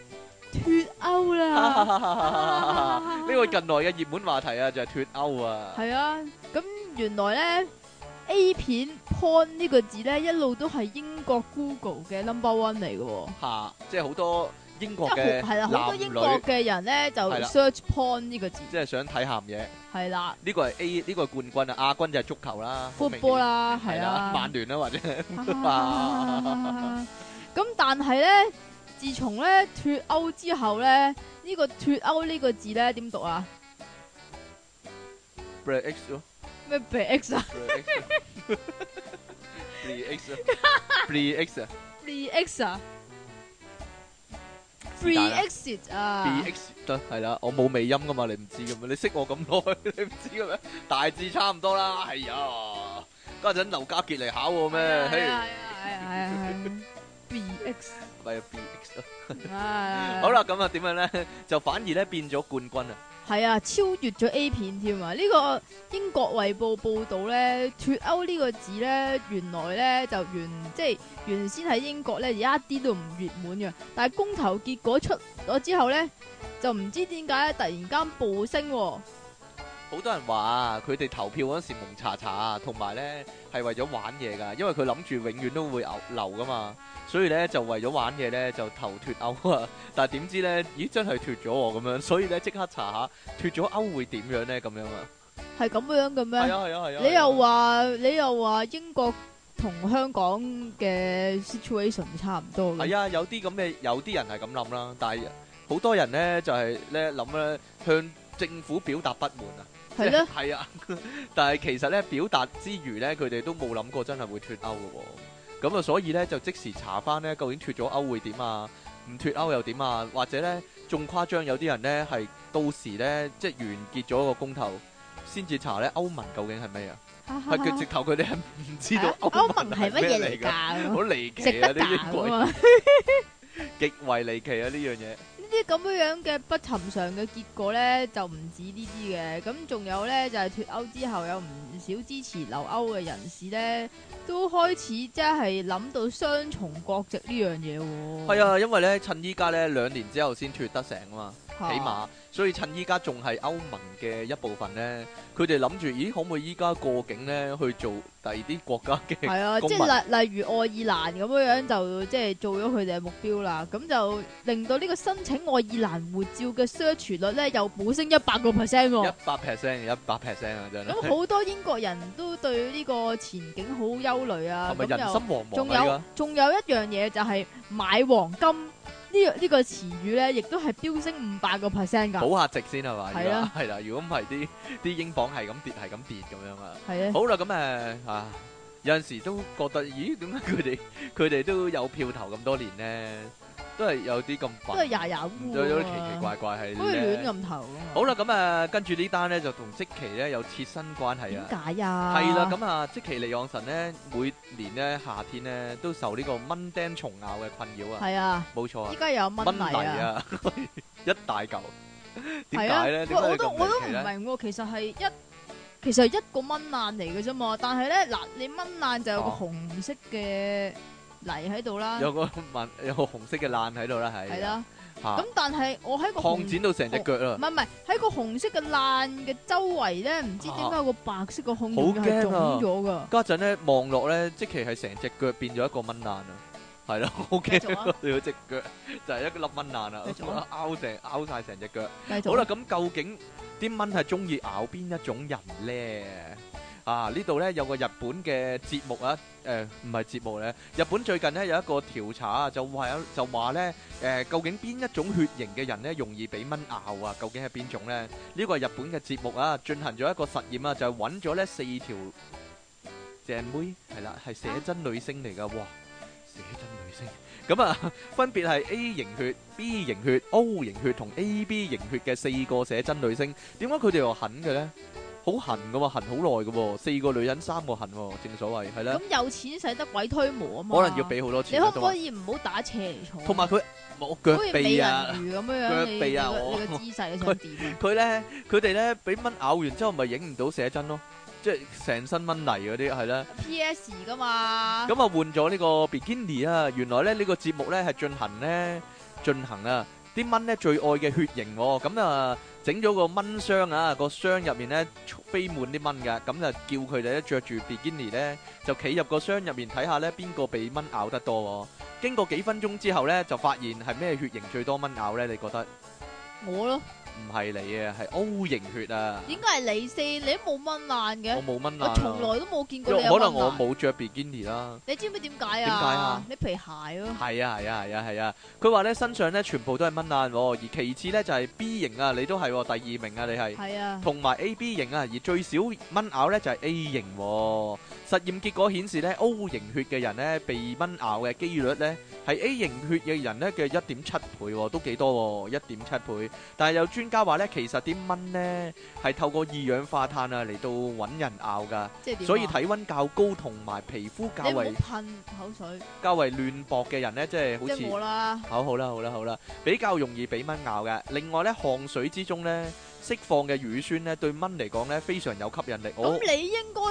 Speaker 2: 脫歐啦。
Speaker 1: 呢個近來嘅熱門話題啊，就係脱歐啊，
Speaker 2: 係啊，咁原來咧 A 片 porn 呢個字咧，一路都係英國 Google 嘅 number one 嚟嘅喎。
Speaker 1: 嚇，即係好多英
Speaker 2: 即
Speaker 1: 國嘅
Speaker 2: 係好係啦，好多英國
Speaker 1: 男女，
Speaker 2: 嘅人咧就
Speaker 1: 係啦
Speaker 2: search porn 呢個字，
Speaker 1: 即係想睇鹹嘢。
Speaker 2: 係啦
Speaker 1: 呢個係 A，呢個係冠軍啊，亞軍就係足球啦，好明顯
Speaker 2: ，football 啦，係
Speaker 1: 係啦，
Speaker 2: 啦
Speaker 1: 曼。聯啦或 者
Speaker 2: 啊 咁但係咧，自從咧脱歐之後咧，呢個脱歐呢個字咧點讀啊？
Speaker 1: Brexit 咯。
Speaker 2: 咩 Brexit 啊
Speaker 1: Brexit ，Brexit 啊
Speaker 2: ？Brexit 啊
Speaker 1: 是
Speaker 2: ？Brexit
Speaker 1: 但啦
Speaker 2: 啊
Speaker 1: Brexit 得係啦，我冇尾音噶嘛，你唔知噶嘛，你識我咁耐，你唔知嘅咩？ 大致差唔多啦，係呀，家陣劉家傑嚟考我
Speaker 2: 係啊
Speaker 1: 咩？
Speaker 2: 係
Speaker 1: 嘿，
Speaker 2: 啊係啊係啊係啊 Brexit
Speaker 1: 咪 Brexit 咯。
Speaker 2: 啊
Speaker 1: 好啦，咁啊點 樣咧？就反而咧變咗冠軍啊！
Speaker 2: 係啊，超越咗 A 片添啊！呢、個英國衛報報導咧，脱歐呢個字咧，原來咧就原即係原先喺英國咧，而家一啲都唔熱門嘅。但係公投結果出咗之後咧，就唔知點解突然間暴升喎、
Speaker 1: 好多人話啊佢哋投票嗰陣時蒙查查啊，同埋咧係為咗玩嘢㗎，因為佢諗住永遠都會牛流㗎嘛，所以咧就為咗玩嘢咧就投脱歐啊， 但係點知咧，咦真係脱咗喎咁樣，所以咧即刻查下脱咗歐會點樣咧咁樣啊，
Speaker 2: 係咁樣嘅咩？
Speaker 1: 係啊係啊係啊，
Speaker 2: 你又話你又話英國同香港嘅 situation 差唔多嘅，
Speaker 1: 係啊，有啲咁嘅有啲人係咁諗啦，但係好多人咧就係咧諗咧向政府表達不滿啊。
Speaker 2: 係咯，
Speaker 1: 即係係啊，但係其實咧表達之餘咧，佢哋都冇諗過真係會脱歐嘅喎。咁啊，所以咧就即時查翻咧，究竟脱咗歐會點啊？唔脱歐又點啊？或者咧仲誇張，有啲人咧係到時咧即係完結咗個公投。先至查咧歐盟究竟係 咩啊？係 佢直頭佢哋係唔知道
Speaker 2: 係啊
Speaker 1: 歐
Speaker 2: 盟係
Speaker 1: 係
Speaker 2: 乜
Speaker 1: 咩
Speaker 2: 嘢嚟
Speaker 1: 嚟㗎，
Speaker 2: 㗎？
Speaker 1: 好離
Speaker 2: 食
Speaker 1: 奇啊！
Speaker 2: 得
Speaker 1: 呢
Speaker 2: 㗎
Speaker 1: 啲
Speaker 2: 咁
Speaker 1: 鬼
Speaker 2: 啊！呢
Speaker 1: 極為離奇啊！呢樣嘢
Speaker 2: 啲咁樣樣嘅不尋常嘅結果咧，就唔止呢啲嘅。咁仲有咧，就係脱歐之後有唔少支持留歐嘅人士咧，都開始即係諗到雙重國籍呢樣嘢喎。
Speaker 1: 係啊，因為咧趁依家咧兩年之後先脱得成啊嘛。
Speaker 2: 嚇，
Speaker 1: 起碼，所以趁依家仲係歐盟嘅一部分呢，佢哋諗住，咦，可唔可以依家過境呢去做第二啲國家嘅？
Speaker 2: 係啊，即
Speaker 1: 公民
Speaker 2: 係例例如愛爾蘭咁樣樣就即係做咗佢哋嘅目標啦，咁就令到呢個申請愛爾蘭護照嘅 search 率咧又冇升一百個 percent 喎。
Speaker 1: 一百 percent，一百 percent 啊！真
Speaker 2: 咁
Speaker 1: 係，
Speaker 2: 好多英國人都對呢個前景好憂慮啊
Speaker 1: 係。咪
Speaker 2: 咁
Speaker 1: 人心
Speaker 2: 又
Speaker 1: 惶
Speaker 2: 仲
Speaker 1: 惶
Speaker 2: 有
Speaker 1: 啊？
Speaker 2: 仲有一樣嘢就係買黃金呢個呢個詞語咧，亦都係飆升五百個 percent
Speaker 1: 而家
Speaker 2: 㗎。
Speaker 1: 保下值先係嘛？
Speaker 2: 係啊
Speaker 1: 而家係啦，如果唔係啲啲英鎊係咁跌，係咁跌咁樣啊！
Speaker 2: 係啊，
Speaker 1: 好啦，咁誒啊，有陣時都覺得，咦，點解佢哋佢哋都有票投咁多年呢？都係有啲咁
Speaker 2: 都
Speaker 1: 笨
Speaker 2: 係牙牙烏
Speaker 1: 嗯有有啲奇奇怪怪係
Speaker 2: 好似亂
Speaker 1: 呢
Speaker 2: 咁投㗎嘛。
Speaker 1: 好啦，咁啊，跟住呢單呢，就同即期呢有切身關係啊
Speaker 2: 點。解啊？
Speaker 1: 係啦，咁啊，即其利昂神咧，每年咧夏天咧都受呢個蚊叮蟲咬嘅困擾啊，
Speaker 2: 係啊，
Speaker 1: 冇錯啊
Speaker 2: 依，家又有蚊
Speaker 1: 蚊
Speaker 2: 嚟
Speaker 1: 泥
Speaker 2: 啊。
Speaker 1: 啊， 一大嚿，點
Speaker 2: 係啊
Speaker 1: 解咧？啊
Speaker 2: 喂
Speaker 1: 點解
Speaker 2: 我
Speaker 1: 你
Speaker 2: 都
Speaker 1: 咁
Speaker 2: 我都
Speaker 1: 離
Speaker 2: 唔
Speaker 1: 奇咧？
Speaker 2: 明喎，其實係一其實係一個蚊爛嚟嘅啫嘛，但係咧嗱，你蚊爛就有個
Speaker 1: 哦
Speaker 2: 紅色嘅泥喺度啦，
Speaker 1: 有個紋，有個紅色嘅爛喺度啦，係
Speaker 2: 係，啦，
Speaker 1: 嚇
Speaker 2: 咁但係我喺個紅
Speaker 1: 啊擴展到成隻腳
Speaker 2: 唔
Speaker 1: 啦，
Speaker 2: 係唔係喺個紅色嘅爛嘅周圍咧，唔知點解有個白色嘅孔仲要係
Speaker 1: 啊好驚啊
Speaker 2: 腫咗噶。
Speaker 1: 家陣咧望落咧，即其係成隻腳變咗一個蚊爛啊！係咯，好
Speaker 2: 繼續
Speaker 1: 驚
Speaker 2: 啊
Speaker 1: 啊！你嗰隻腳就係一粒蚊
Speaker 2: 繼續
Speaker 1: 爛
Speaker 2: 啊
Speaker 1: 啊，拗成拗晒成隻腳。
Speaker 2: 繼續
Speaker 1: 好啦，，咁究竟啲蚊係中意咬邊一種人咧？啊，呢度咧有個日本嘅節目啊，誒唔係節目咧，日本最近咧有一個調查啊，就話有就話咧誒，究竟邊一種血型嘅人咧容易俾蚊咬啊？究竟係邊種咧？呢個係日本嘅節目啊，進行咗一個實驗啊，就係揾咗咧四條正妹，係啦，係寫真女星嚟噶，哇，寫真女星。咁啊， 分別係 A 型血、B 型血、O 型血同 AB 型血嘅四個寫真女星，點解佢哋又痕嘅咧？好痕噶喎，痕好耐噶喎，四個女人三個痕喎，正所謂係啦，
Speaker 2: 咁有錢使得鬼推磨啊嘛，
Speaker 1: 可能要俾好多
Speaker 2: 你
Speaker 1: 錢
Speaker 2: 可
Speaker 1: 啦
Speaker 2: 唔
Speaker 1: 都
Speaker 2: 可
Speaker 1: 話。
Speaker 2: 以唔好打斜嚟坐？啊
Speaker 1: 同埋佢冇
Speaker 2: 好
Speaker 1: 腳
Speaker 2: 似美
Speaker 1: 臂
Speaker 2: 人
Speaker 1: 啊，
Speaker 2: 魚咁樣樣，你你
Speaker 1: 腳臂啊
Speaker 2: 個
Speaker 1: 我
Speaker 2: 你個姿勢你想點 啊？
Speaker 1: 佢咧佢哋咧俾蚊咬完之後，咪影唔到寫真咯，即係成身蚊泥嗰啲係啦。
Speaker 2: P.S. 噶嘛，
Speaker 1: 咁啊換咗呢個 bikini 啊，原來咧呢個節目咧係進行咧進行啊，啲蚊咧最愛嘅血型喎，咁啊整咗個蚊箱啊，個箱入面咧飛滿啲蚊噶，咁就叫佢哋咧着住 bikini 咧就企入個箱入面睇下咧邊個被蚊咬得多喎。經過幾分鐘之後咧，就發現係咩血型最多蚊咬咧？你覺得
Speaker 2: 我咯，
Speaker 1: 唔係你啊，係 O 型血啊！
Speaker 2: 點解係你四？你都冇蚊爛
Speaker 1: 我
Speaker 2: 嘅，
Speaker 1: 冇蚊
Speaker 2: 我
Speaker 1: 啊，
Speaker 2: 從來都冇見
Speaker 1: 因
Speaker 2: 過
Speaker 1: 為
Speaker 2: 你有
Speaker 1: 可
Speaker 2: 蚊
Speaker 1: 能我
Speaker 2: 爛。
Speaker 1: 冇着 bikini 啦。
Speaker 2: 你知唔知點解
Speaker 1: 點解
Speaker 2: 啊
Speaker 1: 啊？
Speaker 2: 你皮鞋咯，
Speaker 1: 係啊係啊係啊係啊！佢話咧身上咧全部都係蚊爛喎，而其次咧就係 B 型啊，你都係喎第二名啊，你係。
Speaker 2: 係啊，
Speaker 1: 同埋 A、B 型啊，而最少蚊咬咧就係 A 型、喎。實驗結果顯示咧，O 型血嘅人咧被蚊咬嘅機率咧係 A 型血嘅人咧嘅一點七倍、喎，都幾多喎，一點七倍。但係有專家話咧，其實啲蚊咧係透過二氧化碳啊嚟到揾人咬㗎，
Speaker 2: 即係點啊？
Speaker 1: 所以體温較高同埋皮膚較
Speaker 2: 你唔好
Speaker 1: 為
Speaker 2: 噴口水，
Speaker 1: 較為嫩薄嘅人咧，即係好
Speaker 2: 即係
Speaker 1: 似。
Speaker 2: 我啦。
Speaker 1: 好好啦，好啦，好啦，比較容易俾蚊咬嘅。另外咧，汗水之中咧釋放嘅乳酸咧，對蚊嚟講咧非常有吸引力。我
Speaker 2: 咁你應該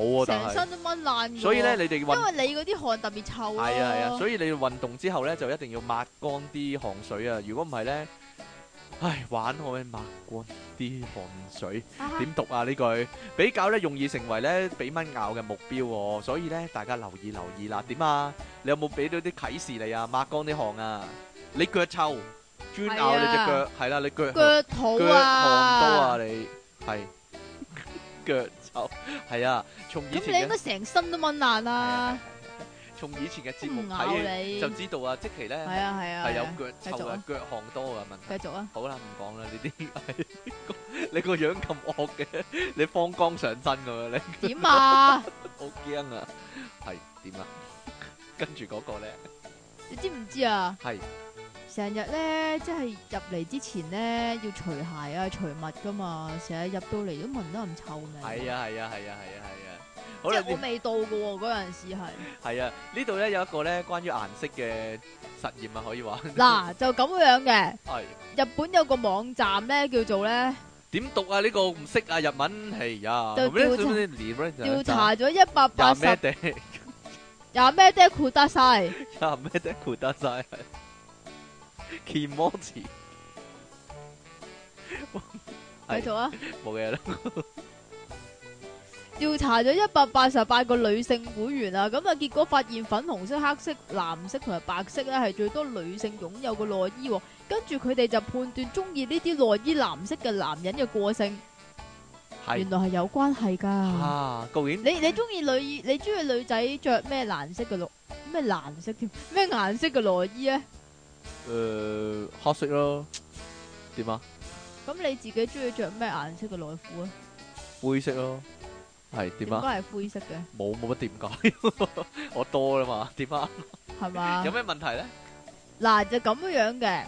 Speaker 1: 冇啊，但
Speaker 2: 成
Speaker 1: 係，
Speaker 2: 身都蚊爛嘅喎。
Speaker 1: 所以咧你哋運
Speaker 2: 因為你嗰啲汗特別臭咯。
Speaker 1: 係啊係啊，所以你運動之後咧就一定要抹乾啲汗水啊。如果唔係咧，唉，玩我咪抹乾啲汗水。
Speaker 2: 啊
Speaker 1: 點讀啊呢句？比較咧容易成為咧俾蚊咬嘅目標喎，所以咧大家留意留意啦。點啊？你有冇俾到啲啟示你啊？抹乾啲汗啊！你腳臭，專咬你隻腳，係啦，你腳腳
Speaker 2: 啊腳肚
Speaker 1: 汗多啊
Speaker 2: 啊！
Speaker 1: 你係 腳臭係啊，從以啊
Speaker 2: 咁你應
Speaker 1: 前嘅
Speaker 2: 該成身都蚊爛
Speaker 1: 係啊係啊係
Speaker 2: 啦
Speaker 1: 啊。從以前嘅節
Speaker 2: 唔
Speaker 1: 目
Speaker 2: 咬
Speaker 1: 睇
Speaker 2: 你，
Speaker 1: 就知道啊，即期
Speaker 2: 係
Speaker 1: 咧
Speaker 2: 啊係啊，
Speaker 1: 係
Speaker 2: 係啊
Speaker 1: 有
Speaker 2: 繼
Speaker 1: 腳臭
Speaker 2: 續
Speaker 1: 啊
Speaker 2: 啊，
Speaker 1: 腳汗多嘅問題。
Speaker 2: 繼續啊，
Speaker 1: 好啦，唔講啦，呢啲 你個樣咁惡嘅，你方剛上身咁樣，你
Speaker 2: 點 啊？
Speaker 1: 好驚啊！係點 啊？跟住嗰個咧
Speaker 2: 你知唔知啊？
Speaker 1: 係
Speaker 2: 成日咧，即係入嚟之前咧，要除鞋啊、除襪噶嘛，成日入到嚟都聞得咁臭味。
Speaker 1: 係啊係啊係啊係啊係啊！好
Speaker 2: 即
Speaker 1: 啦
Speaker 2: 係，我未到噶喎，嗰陣時係
Speaker 1: 係啊，呢度咧有一個咧關於顏色嘅實驗啊，可以話
Speaker 2: 嗱就咁樣嘅。
Speaker 1: 係
Speaker 2: 日本有個網站咧，叫做咧
Speaker 1: 點讀啊？呢個唔識啊日文係呀，
Speaker 2: 就調查調
Speaker 1: 調
Speaker 2: 查咗一百八
Speaker 1: 廿
Speaker 2: 十
Speaker 1: 咩地
Speaker 2: 廿咩爹酷得晒，
Speaker 1: 廿咩地攰得晒係 Kimochi
Speaker 2: 繼
Speaker 1: 係
Speaker 2: 續啊！
Speaker 1: 冇嘢啦，
Speaker 2: 調查咗一百八十八個女性會員啊，咁啊結果發現粉紅色、黑色、藍色同埋白色咧係最多女性擁有嘅內衣、喎。跟住佢哋就判斷中意呢啲內衣藍色嘅男人嘅個性，
Speaker 1: 係
Speaker 2: 原來係有關係㗎。
Speaker 1: 啊，究竟
Speaker 2: 你你中意女你中意女仔着咩藍色嘅內咩藍色添咩顏色嘅內衣咧？
Speaker 1: 誒黑色咯？點啊？
Speaker 2: 咁你自己中意着咩顏色嘅內褲啊？
Speaker 1: 灰色咯？係
Speaker 2: 點
Speaker 1: 點
Speaker 2: 解
Speaker 1: 啊？
Speaker 2: 係灰色嘅？
Speaker 1: 冇冇乜點解？我多啦嘛？點啊？
Speaker 2: 係嘛
Speaker 1: 有？咩問題咧？
Speaker 2: 嗱就咁樣嘅，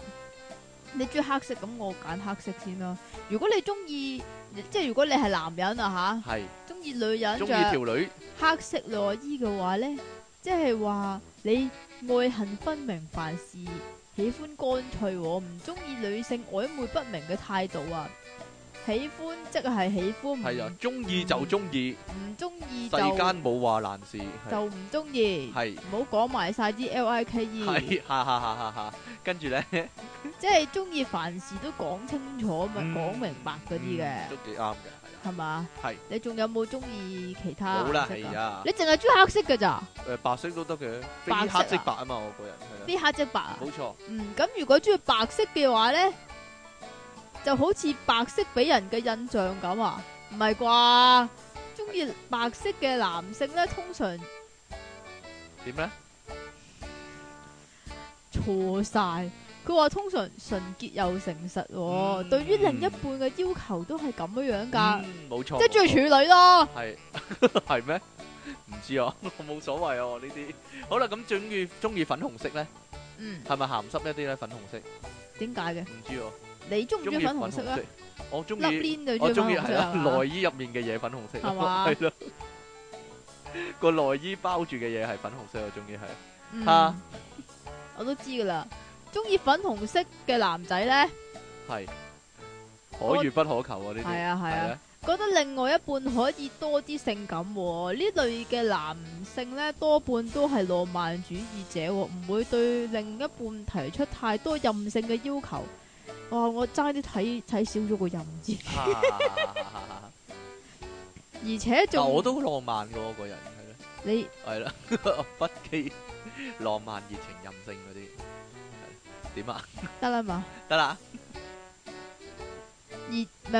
Speaker 2: 你中意黑色咁，我揀黑色先啦。如果你中意，即係如果你係男人啊
Speaker 1: 係
Speaker 2: 吓，中意女人
Speaker 1: 中意
Speaker 2: 着
Speaker 1: 條女
Speaker 2: 黑色內衣嘅話咧，即係話你愛恨分明，凡事喜歡乾脆喎，唔中意女性曖昧不明嘅態度啊。喜歡即係喜
Speaker 1: 係
Speaker 2: 歡
Speaker 1: 啊，，中意就中意，
Speaker 2: 唔唔中意
Speaker 1: 世
Speaker 2: 就
Speaker 1: 間冇話難事，係
Speaker 2: 就唔中意，
Speaker 1: 係
Speaker 2: 唔好講埋晒啲 L I K E。
Speaker 1: 係，哈哈哈哈哈！跟住咧，
Speaker 2: 即係中意凡事都講清楚咪
Speaker 1: 嗯
Speaker 2: 講明白嗰啲
Speaker 1: 嗯
Speaker 2: 嘅
Speaker 1: 都，幾啱嘅，係啊。
Speaker 2: 係嘛？
Speaker 1: 係
Speaker 2: 你仲有冇中意其他
Speaker 1: 冇
Speaker 2: 顏
Speaker 1: 啦，
Speaker 2: 色㗎
Speaker 1: 係啊
Speaker 2: 你，淨係中意黑色㗎咋？
Speaker 1: 誒白色都得嘅，非
Speaker 2: 白色啊
Speaker 1: 黑即白啊嘛，我個人係
Speaker 2: 非黑即白啊
Speaker 1: 啊，？冇錯，
Speaker 2: 嗯，咁如果中意白色嘅話咧，就好似白色俾人嘅印象咁啊？唔係啩？中意白色嘅男性咧，通常
Speaker 1: 點咧？
Speaker 2: 錯晒。佢話通常純潔又誠實喎，
Speaker 1: 嗯
Speaker 2: 對於另一半嘅要求都係咁樣樣㗎，
Speaker 1: 嗯，冇錯，
Speaker 2: 即係中意
Speaker 1: 冇錯
Speaker 2: 處女咯。
Speaker 1: 係 係咩？唔知啊， 我冇所謂啊，我呢啲。好啦，咁中意中意粉紅色咧，
Speaker 2: 嗯，
Speaker 1: 係咪鹹濕一啲咧？粉紅色唔
Speaker 2: 點解嘅？
Speaker 1: 知喎，
Speaker 2: 你中唔
Speaker 1: 中
Speaker 2: 中意
Speaker 1: 意
Speaker 2: 粉
Speaker 1: 粉
Speaker 2: 紅
Speaker 1: 紅
Speaker 2: 色咧
Speaker 1: 色？，我中
Speaker 2: 粒
Speaker 1: 意。
Speaker 2: 黏就
Speaker 1: 我
Speaker 2: 中
Speaker 1: 中
Speaker 2: 意
Speaker 1: 意
Speaker 2: 粉紅
Speaker 1: 係
Speaker 2: 色
Speaker 1: 啦，
Speaker 2: 啊嘛
Speaker 1: 內衣入面嘅嘢粉紅色
Speaker 2: 係嘛
Speaker 1: 咯， 係咯，個內衣包住嘅嘢係粉紅色，我中意係。啊
Speaker 2: 嗯， 我都知噶啦。中意粉紅色嘅男仔咧，
Speaker 1: 係可遇不可求啊！呢啲
Speaker 2: 係啊係
Speaker 1: 係
Speaker 2: 啊，
Speaker 1: 啊，
Speaker 2: 覺得另外一半可以多啲性感喎。呢類嘅男性咧，多半都係浪漫主義者喎，唔會對另一半提出太多任性嘅要求。哇！我爭啲睇睇少咗個任字，
Speaker 1: 啊
Speaker 2: 而且
Speaker 1: 但
Speaker 2: 仲
Speaker 1: 我都浪漫嘅我個人 係
Speaker 2: 你
Speaker 1: 咯，係啦，不羈、浪漫、熱情、任性嗰啲係點啊？
Speaker 2: 得啦嘛。
Speaker 1: 得啦，
Speaker 2: 而唔係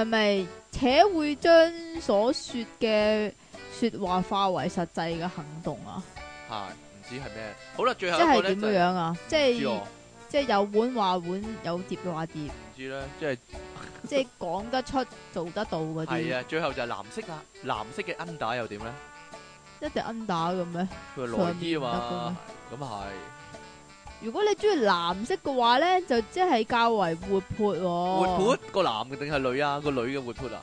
Speaker 2: 唔係，且會將所說嘅說話化為實際嘅行動啊！
Speaker 1: 嚇唔知係咩？好啦，最
Speaker 2: 即
Speaker 1: 後一個
Speaker 2: 係
Speaker 1: 咧
Speaker 2: 點
Speaker 1: 就
Speaker 2: 樣樣啊？即
Speaker 1: 唔知我
Speaker 2: 係
Speaker 1: 唔
Speaker 2: 即係有碗話碗，有碟嘅話碟，
Speaker 1: 知啦，即係
Speaker 2: 即係講得出做得到嗰
Speaker 1: 係
Speaker 2: 啲，
Speaker 1: 啊，最後就係藍色啦，藍色嘅 under 又點咧？
Speaker 2: 一定 under 嘅咩？
Speaker 1: 佢話內衣
Speaker 2: 上
Speaker 1: 啊嘛，咁係。
Speaker 2: 如果你中意藍色嘅話咧，就即係較為活潑喎。
Speaker 1: 活潑個男嘅定係女啊？個女嘅活潑啊，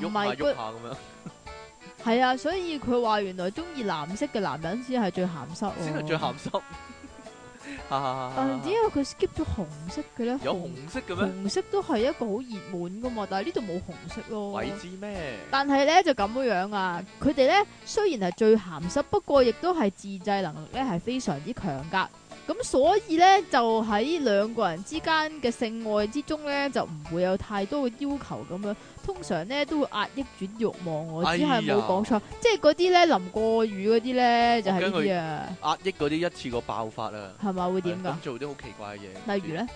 Speaker 2: 唔
Speaker 1: 喐下
Speaker 2: 係哦
Speaker 1: 喐
Speaker 2: 個
Speaker 1: 下咁樣，
Speaker 2: 係啊，所以佢話原來中意藍色嘅男人先係最鹹濕喎。
Speaker 1: 先係最鹹濕。 哈哈哈
Speaker 2: 但係
Speaker 1: 哈！
Speaker 2: 點解佢 skip 咗紅色嘅咧？
Speaker 1: 有
Speaker 2: 紅
Speaker 1: 紅色嘅咩？
Speaker 2: 紅色都係一個好熱門噶嘛，但係呢度冇紅色咯
Speaker 1: 鬼。知咩？
Speaker 2: 但係咧就咁樣啊，佢哋咧雖然係最鹹濕，不過亦都係自制能力咧係非常之強噶。咁所以咧就喺兩個人之間嘅性愛之中咧，就唔會有太多嘅要求咁樣。通常咧都會壓抑住啲慾望，我
Speaker 1: 哎
Speaker 2: 只
Speaker 1: 呀
Speaker 2: 係冇講錯，即係嗰啲咧淋過雨嗰啲咧就係呢
Speaker 1: 我驚
Speaker 2: 啲啊，
Speaker 1: 壓抑嗰啲一次過爆發啊！
Speaker 2: 係咪會點
Speaker 1: 係啊
Speaker 2: 噶
Speaker 1: 咁？做啲好奇怪嘅嘢，
Speaker 2: 例如咧，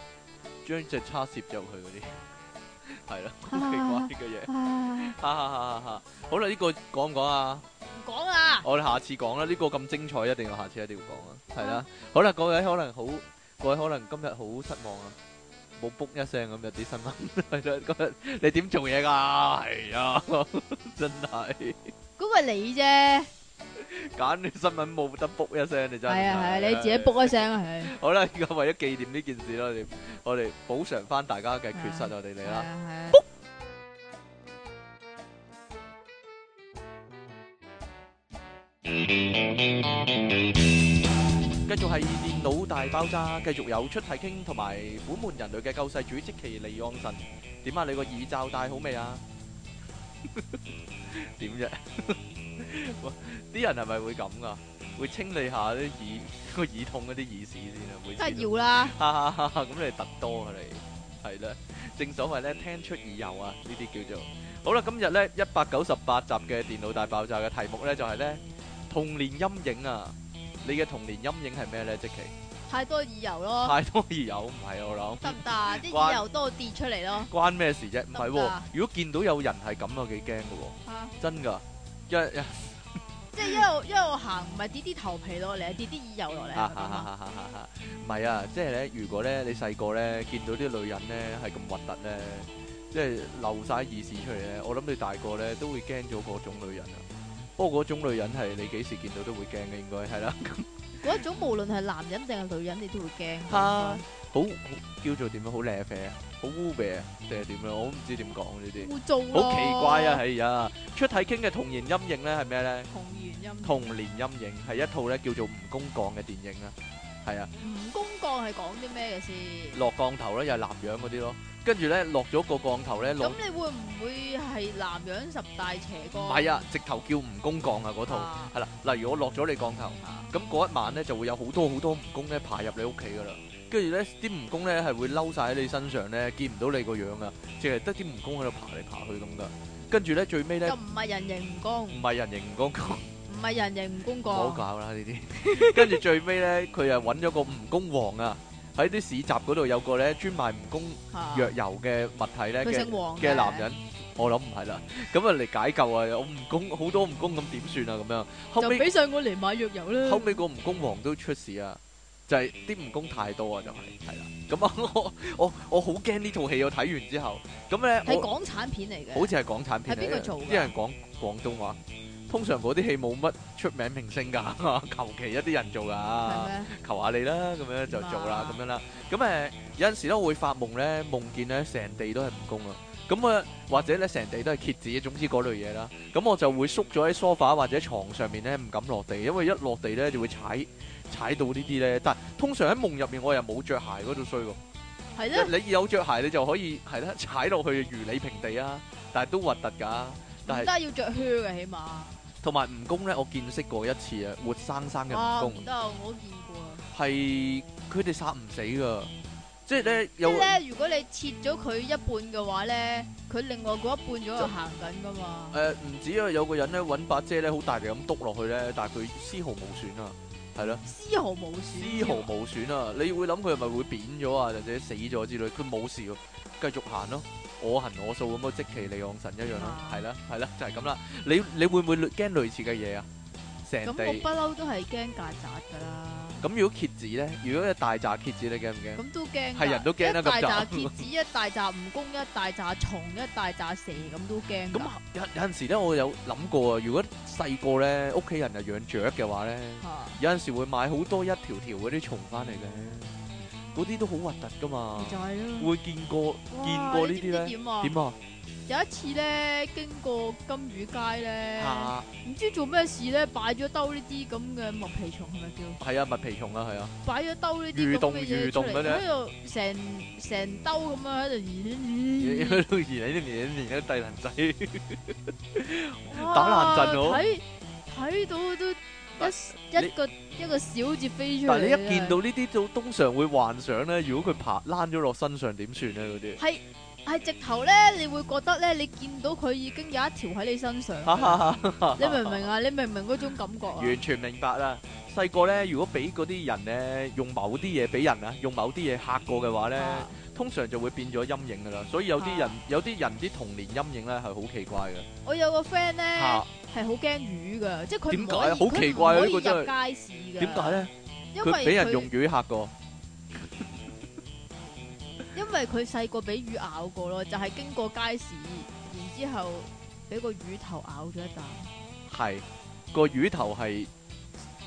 Speaker 1: 將隻叉攝入去嗰啲， 係啦，好奇怪呢個嘢，
Speaker 2: 啊，
Speaker 1: 哈哈哈哈哈！好啦，呢個講唔講啊？
Speaker 2: 唔講啊啦，
Speaker 1: 我哋下次講啦，呢個咁精彩，一定要下次一定要講啊，係啦，
Speaker 2: 嗯
Speaker 1: 好啦，各位可能好，各位可能今日好失望啊，冇卜一聲咁有啲新聞， 係啦，今日你點做嘢㗎？係啊， 真係
Speaker 2: 嗰個係你啫，
Speaker 1: 揀啲新聞冇得卜一聲，你真係哎
Speaker 2: 係啊係啊，你自己 book 一 聲啊，係，
Speaker 1: 好啦，而家為咗紀念呢件事啦，我哋我哋補償翻大家嘅缺失，我哋嚟
Speaker 2: 係
Speaker 1: 啦。
Speaker 2: 啊係啊。
Speaker 1: 繼續係電腦大爆炸，繼續有出體傾同埋本門人類嘅救世主即其利昂神。點啊？你個耳罩戴好未啊？ 點啫？ 哇啲人係咪會咁噶？會清理下啲耳個耳筒嗰啲耳屎先啊？每次
Speaker 2: 梗係
Speaker 1: 都
Speaker 2: 要啦，
Speaker 1: 哈哈 哈！咁你特多啊你，係啦，正所謂咧聽出耳油啊，呢啲叫做。好啦，今日咧一百九十八集嘅電腦大爆炸嘅題目咧就係咧童年陰影啊！你嘅童年陰影係咩咧？即其
Speaker 2: 太多耳油咯，
Speaker 1: 太多耳油唔係我諗
Speaker 2: 得，唔得 啊？啲
Speaker 1: 關
Speaker 2: 耳油多跌出嚟咯，
Speaker 1: 關咩事啫？唔係
Speaker 2: 得唔得
Speaker 1: 喎
Speaker 2: 啊，
Speaker 1: 如果見到有人係咁啊，幾驚嘅喎，
Speaker 2: 啊
Speaker 1: 真㗎，一
Speaker 2: 即係一路一路行，唔係跌啲頭皮落嚟，係跌啲耳油落嚟，
Speaker 1: 哈
Speaker 2: 係咪
Speaker 1: 哈
Speaker 2: 咁啊
Speaker 1: 哈哈哈哈 唔係啊，即係咧，如果咧你細個咧見到啲女人咧係咁核突咧，即係流晒耳屎出嚟咧，我諗你大個咧都會驚咗嗰種女人啊。不過嗰種女人係你幾時見到都會驚嘅，應該係啦。
Speaker 2: 嗰一種無論係男人定係女人，你都會驚。
Speaker 1: 啊好好叫做點樣？好靚啡啊，好污味啊，定係點樣？我唔知點講呢啲，
Speaker 2: 污糟咯
Speaker 1: 好奇怪啊！！係啊，出體傾嘅童年陰影咧係咩咧？
Speaker 2: 同原音
Speaker 1: 童年陰影係一套咧叫做《蜈蚣降》嘅電影啊，係啊。
Speaker 2: 蜈蚣降係講啲咩嘅先？
Speaker 1: 落降頭咧，又係南洋嗰啲咯。跟住咧落咗個降頭咧，落
Speaker 2: 咁
Speaker 1: 唔
Speaker 2: 你會唔會係南洋十大邪降？
Speaker 1: 係啊，直頭叫蜈蚣降啊嗰套
Speaker 2: 啊，
Speaker 1: 係啦。例如我落咗你降頭，
Speaker 2: 啊
Speaker 1: 咁嗰一晚咧就會有好多好多蜈蚣咧爬入你屋企噶啦。跟住咧啲蜈蚣咧係會嬲晒喺你身上咧，見唔到你個樣噶，淨係得啲蜈蚣喺度爬嚟爬去咁噶。跟住咧最尾咧
Speaker 2: 就唔係人形蜈蚣，
Speaker 1: 唔係人形蜈蚣降，
Speaker 2: 唔係人形蜈蚣
Speaker 1: 唔好
Speaker 2: 降，
Speaker 1: 搞啦呢啲。跟住最尾咧佢又揾咗個蜈蚣王啊，喺啲市集嗰度有個咧專賣蜈蚣
Speaker 2: 嚇
Speaker 1: 藥油嘅物體咧
Speaker 2: 佢
Speaker 1: 嘅
Speaker 2: 姓。黃
Speaker 1: 嘅男人，我諗唔係啦。咁啊嚟解救啊，有蜈蚣好多蜈蚣咁點算啊？咁樣後
Speaker 2: 就
Speaker 1: 尾
Speaker 2: 俾上我嚟買藥油啦。
Speaker 1: 後尾個蜈蚣王都出事啊，就係啲蜈蚣太多啊，就係係啦。咁啊， 我我我好驚呢套戲，我睇完之後，咁咧
Speaker 2: 係
Speaker 1: 我
Speaker 2: 港產片嚟
Speaker 1: 好
Speaker 2: 嘅，
Speaker 1: 似係港產片嚟
Speaker 2: 係邊個
Speaker 1: 嘅，
Speaker 2: 做㗎
Speaker 1: 啲人講廣東話。通常嗰啲戲冇乜出名明星㗎， 求其一啲人做㗎
Speaker 2: 係。
Speaker 1: 啊
Speaker 2: 啊咩？
Speaker 1: 求下你啦，咁樣就做啦，咁樣啦。咁誒有陣時咧，我會發夢咧，夢見咧成地都係蜈蚣啊。咁啊，或者咧成地都係蠍子，總之嗰類嘢啦。咁我就會縮咗喺 sofa 或者床上面咧，唔敢落地，因為一落地咧就會踩踩到呢啲咧。但係通常喺夢入面，我又冇着鞋嗰度衰喎。
Speaker 2: 係咧，
Speaker 1: 你有着鞋，你就可以係啦，踩落去如履平地啊。但係都核突㗎。但
Speaker 2: 唔
Speaker 1: 係
Speaker 2: 得要着靴嘅起碼。
Speaker 1: 同埋蜈蚣咧，我見識過一次啊，活生生嘅
Speaker 2: 啊，
Speaker 1: 蜈蚣
Speaker 2: 唔得啊，我都見過啊。
Speaker 1: 係佢哋殺唔死㗎，即係咧
Speaker 2: 嗯即
Speaker 1: 有
Speaker 2: 係。咧，如果你切咗佢一半嘅話咧，佢另外嗰一半仲喺度行緊噶嘛。
Speaker 1: 誒唔止啊，有個人咧揾把遮咧，好大力咁篤落去咧，但係佢絲毫冇損啊，係咯，
Speaker 2: 絲毫冇損，
Speaker 1: 絲毫冇損啊！你會諗佢係咪會扁咗啊，或者死咗之類？佢冇事喎，繼續行咯，我行我素咁啊，即其利昂神一樣咯
Speaker 2: 啊，
Speaker 1: 係啦，係啦，就係咁啦。你你會唔會驚類似嘅嘢啊？成
Speaker 2: 咁
Speaker 1: 地
Speaker 2: 我不嬲都係驚曱甴噶啦，
Speaker 1: 咁，如果蝎子咧，如果有大扎蝎子，你驚唔啊驚？
Speaker 2: 咁都驚㗎。
Speaker 1: 係人都驚啦啊
Speaker 2: 一大扎
Speaker 1: 咁就
Speaker 2: 蝎子，一大扎蜈蚣，一大扎蟲，一大扎蛇，咁都驚㗎。
Speaker 1: 咁有有陣時咧，我有諗過啊，如果細個咧，屋企人係養雀嘅話咧。
Speaker 2: 嚇
Speaker 1: 有陣時會買好多一條條嗰啲蟲翻嚟嘅，嗰啲都好核突噶嘛。
Speaker 2: 就係咯。
Speaker 1: 會見過
Speaker 2: 哇
Speaker 1: 見過呢啲咧
Speaker 2: 你知唔知點啊？
Speaker 1: 點啊？
Speaker 2: 有一次咧，經過金魚街咧，
Speaker 1: 嚇
Speaker 2: 唔知做咩事咧，擺咗兜呢啲咁嘅麥皮蟲係咪叫？
Speaker 1: 係啊，麥皮蟲啊，係啊，
Speaker 2: 擺咗兜呢啲咁嘅嘢出嚟，
Speaker 1: 魚洞魚洞嗰隻
Speaker 2: 咁喺度成成兜咁樣喺度咦咦咦
Speaker 1: 而你年年都低能仔，
Speaker 2: 哇
Speaker 1: 打冷震喎
Speaker 2: 睇睇到都
Speaker 1: 但
Speaker 2: 一一個一個小字飛出嚟。
Speaker 1: 但係你一見到呢啲就通常會幻想咧，如果佢爬躝咗落身上點算咧？嗰啲
Speaker 2: 係係直頭咧，你會覺得咧，你見到佢已經有一條喺你身上。
Speaker 1: 哈哈哈哈
Speaker 2: 你明唔明啊？你明唔明嗰種感覺啊？
Speaker 1: 完全明白啦。細個咧，如果俾嗰啲人咧用某啲嘢俾人啊，用某啲嘢嚇過嘅話咧，
Speaker 2: 啊
Speaker 1: 通常就會變咗陰影噶啦。所以有啲人有啲人啲童年陰影咧係好奇怪嘅。
Speaker 2: 我有個 friend 咧
Speaker 1: 嚇
Speaker 2: 係好驚魚噶，即係佢
Speaker 1: 點
Speaker 2: 唔
Speaker 1: 解
Speaker 2: 可以
Speaker 1: 好奇怪啊
Speaker 2: 佢
Speaker 1: 呢個真
Speaker 2: 唔可以入街市㗎。
Speaker 1: 點解咧？
Speaker 2: 啊因為
Speaker 1: 佢俾人用魚嚇過，
Speaker 2: 因為佢細個俾魚咬過咯，就係、經過街市，然之後俾個魚頭咬咗一啖，
Speaker 1: 係個魚頭係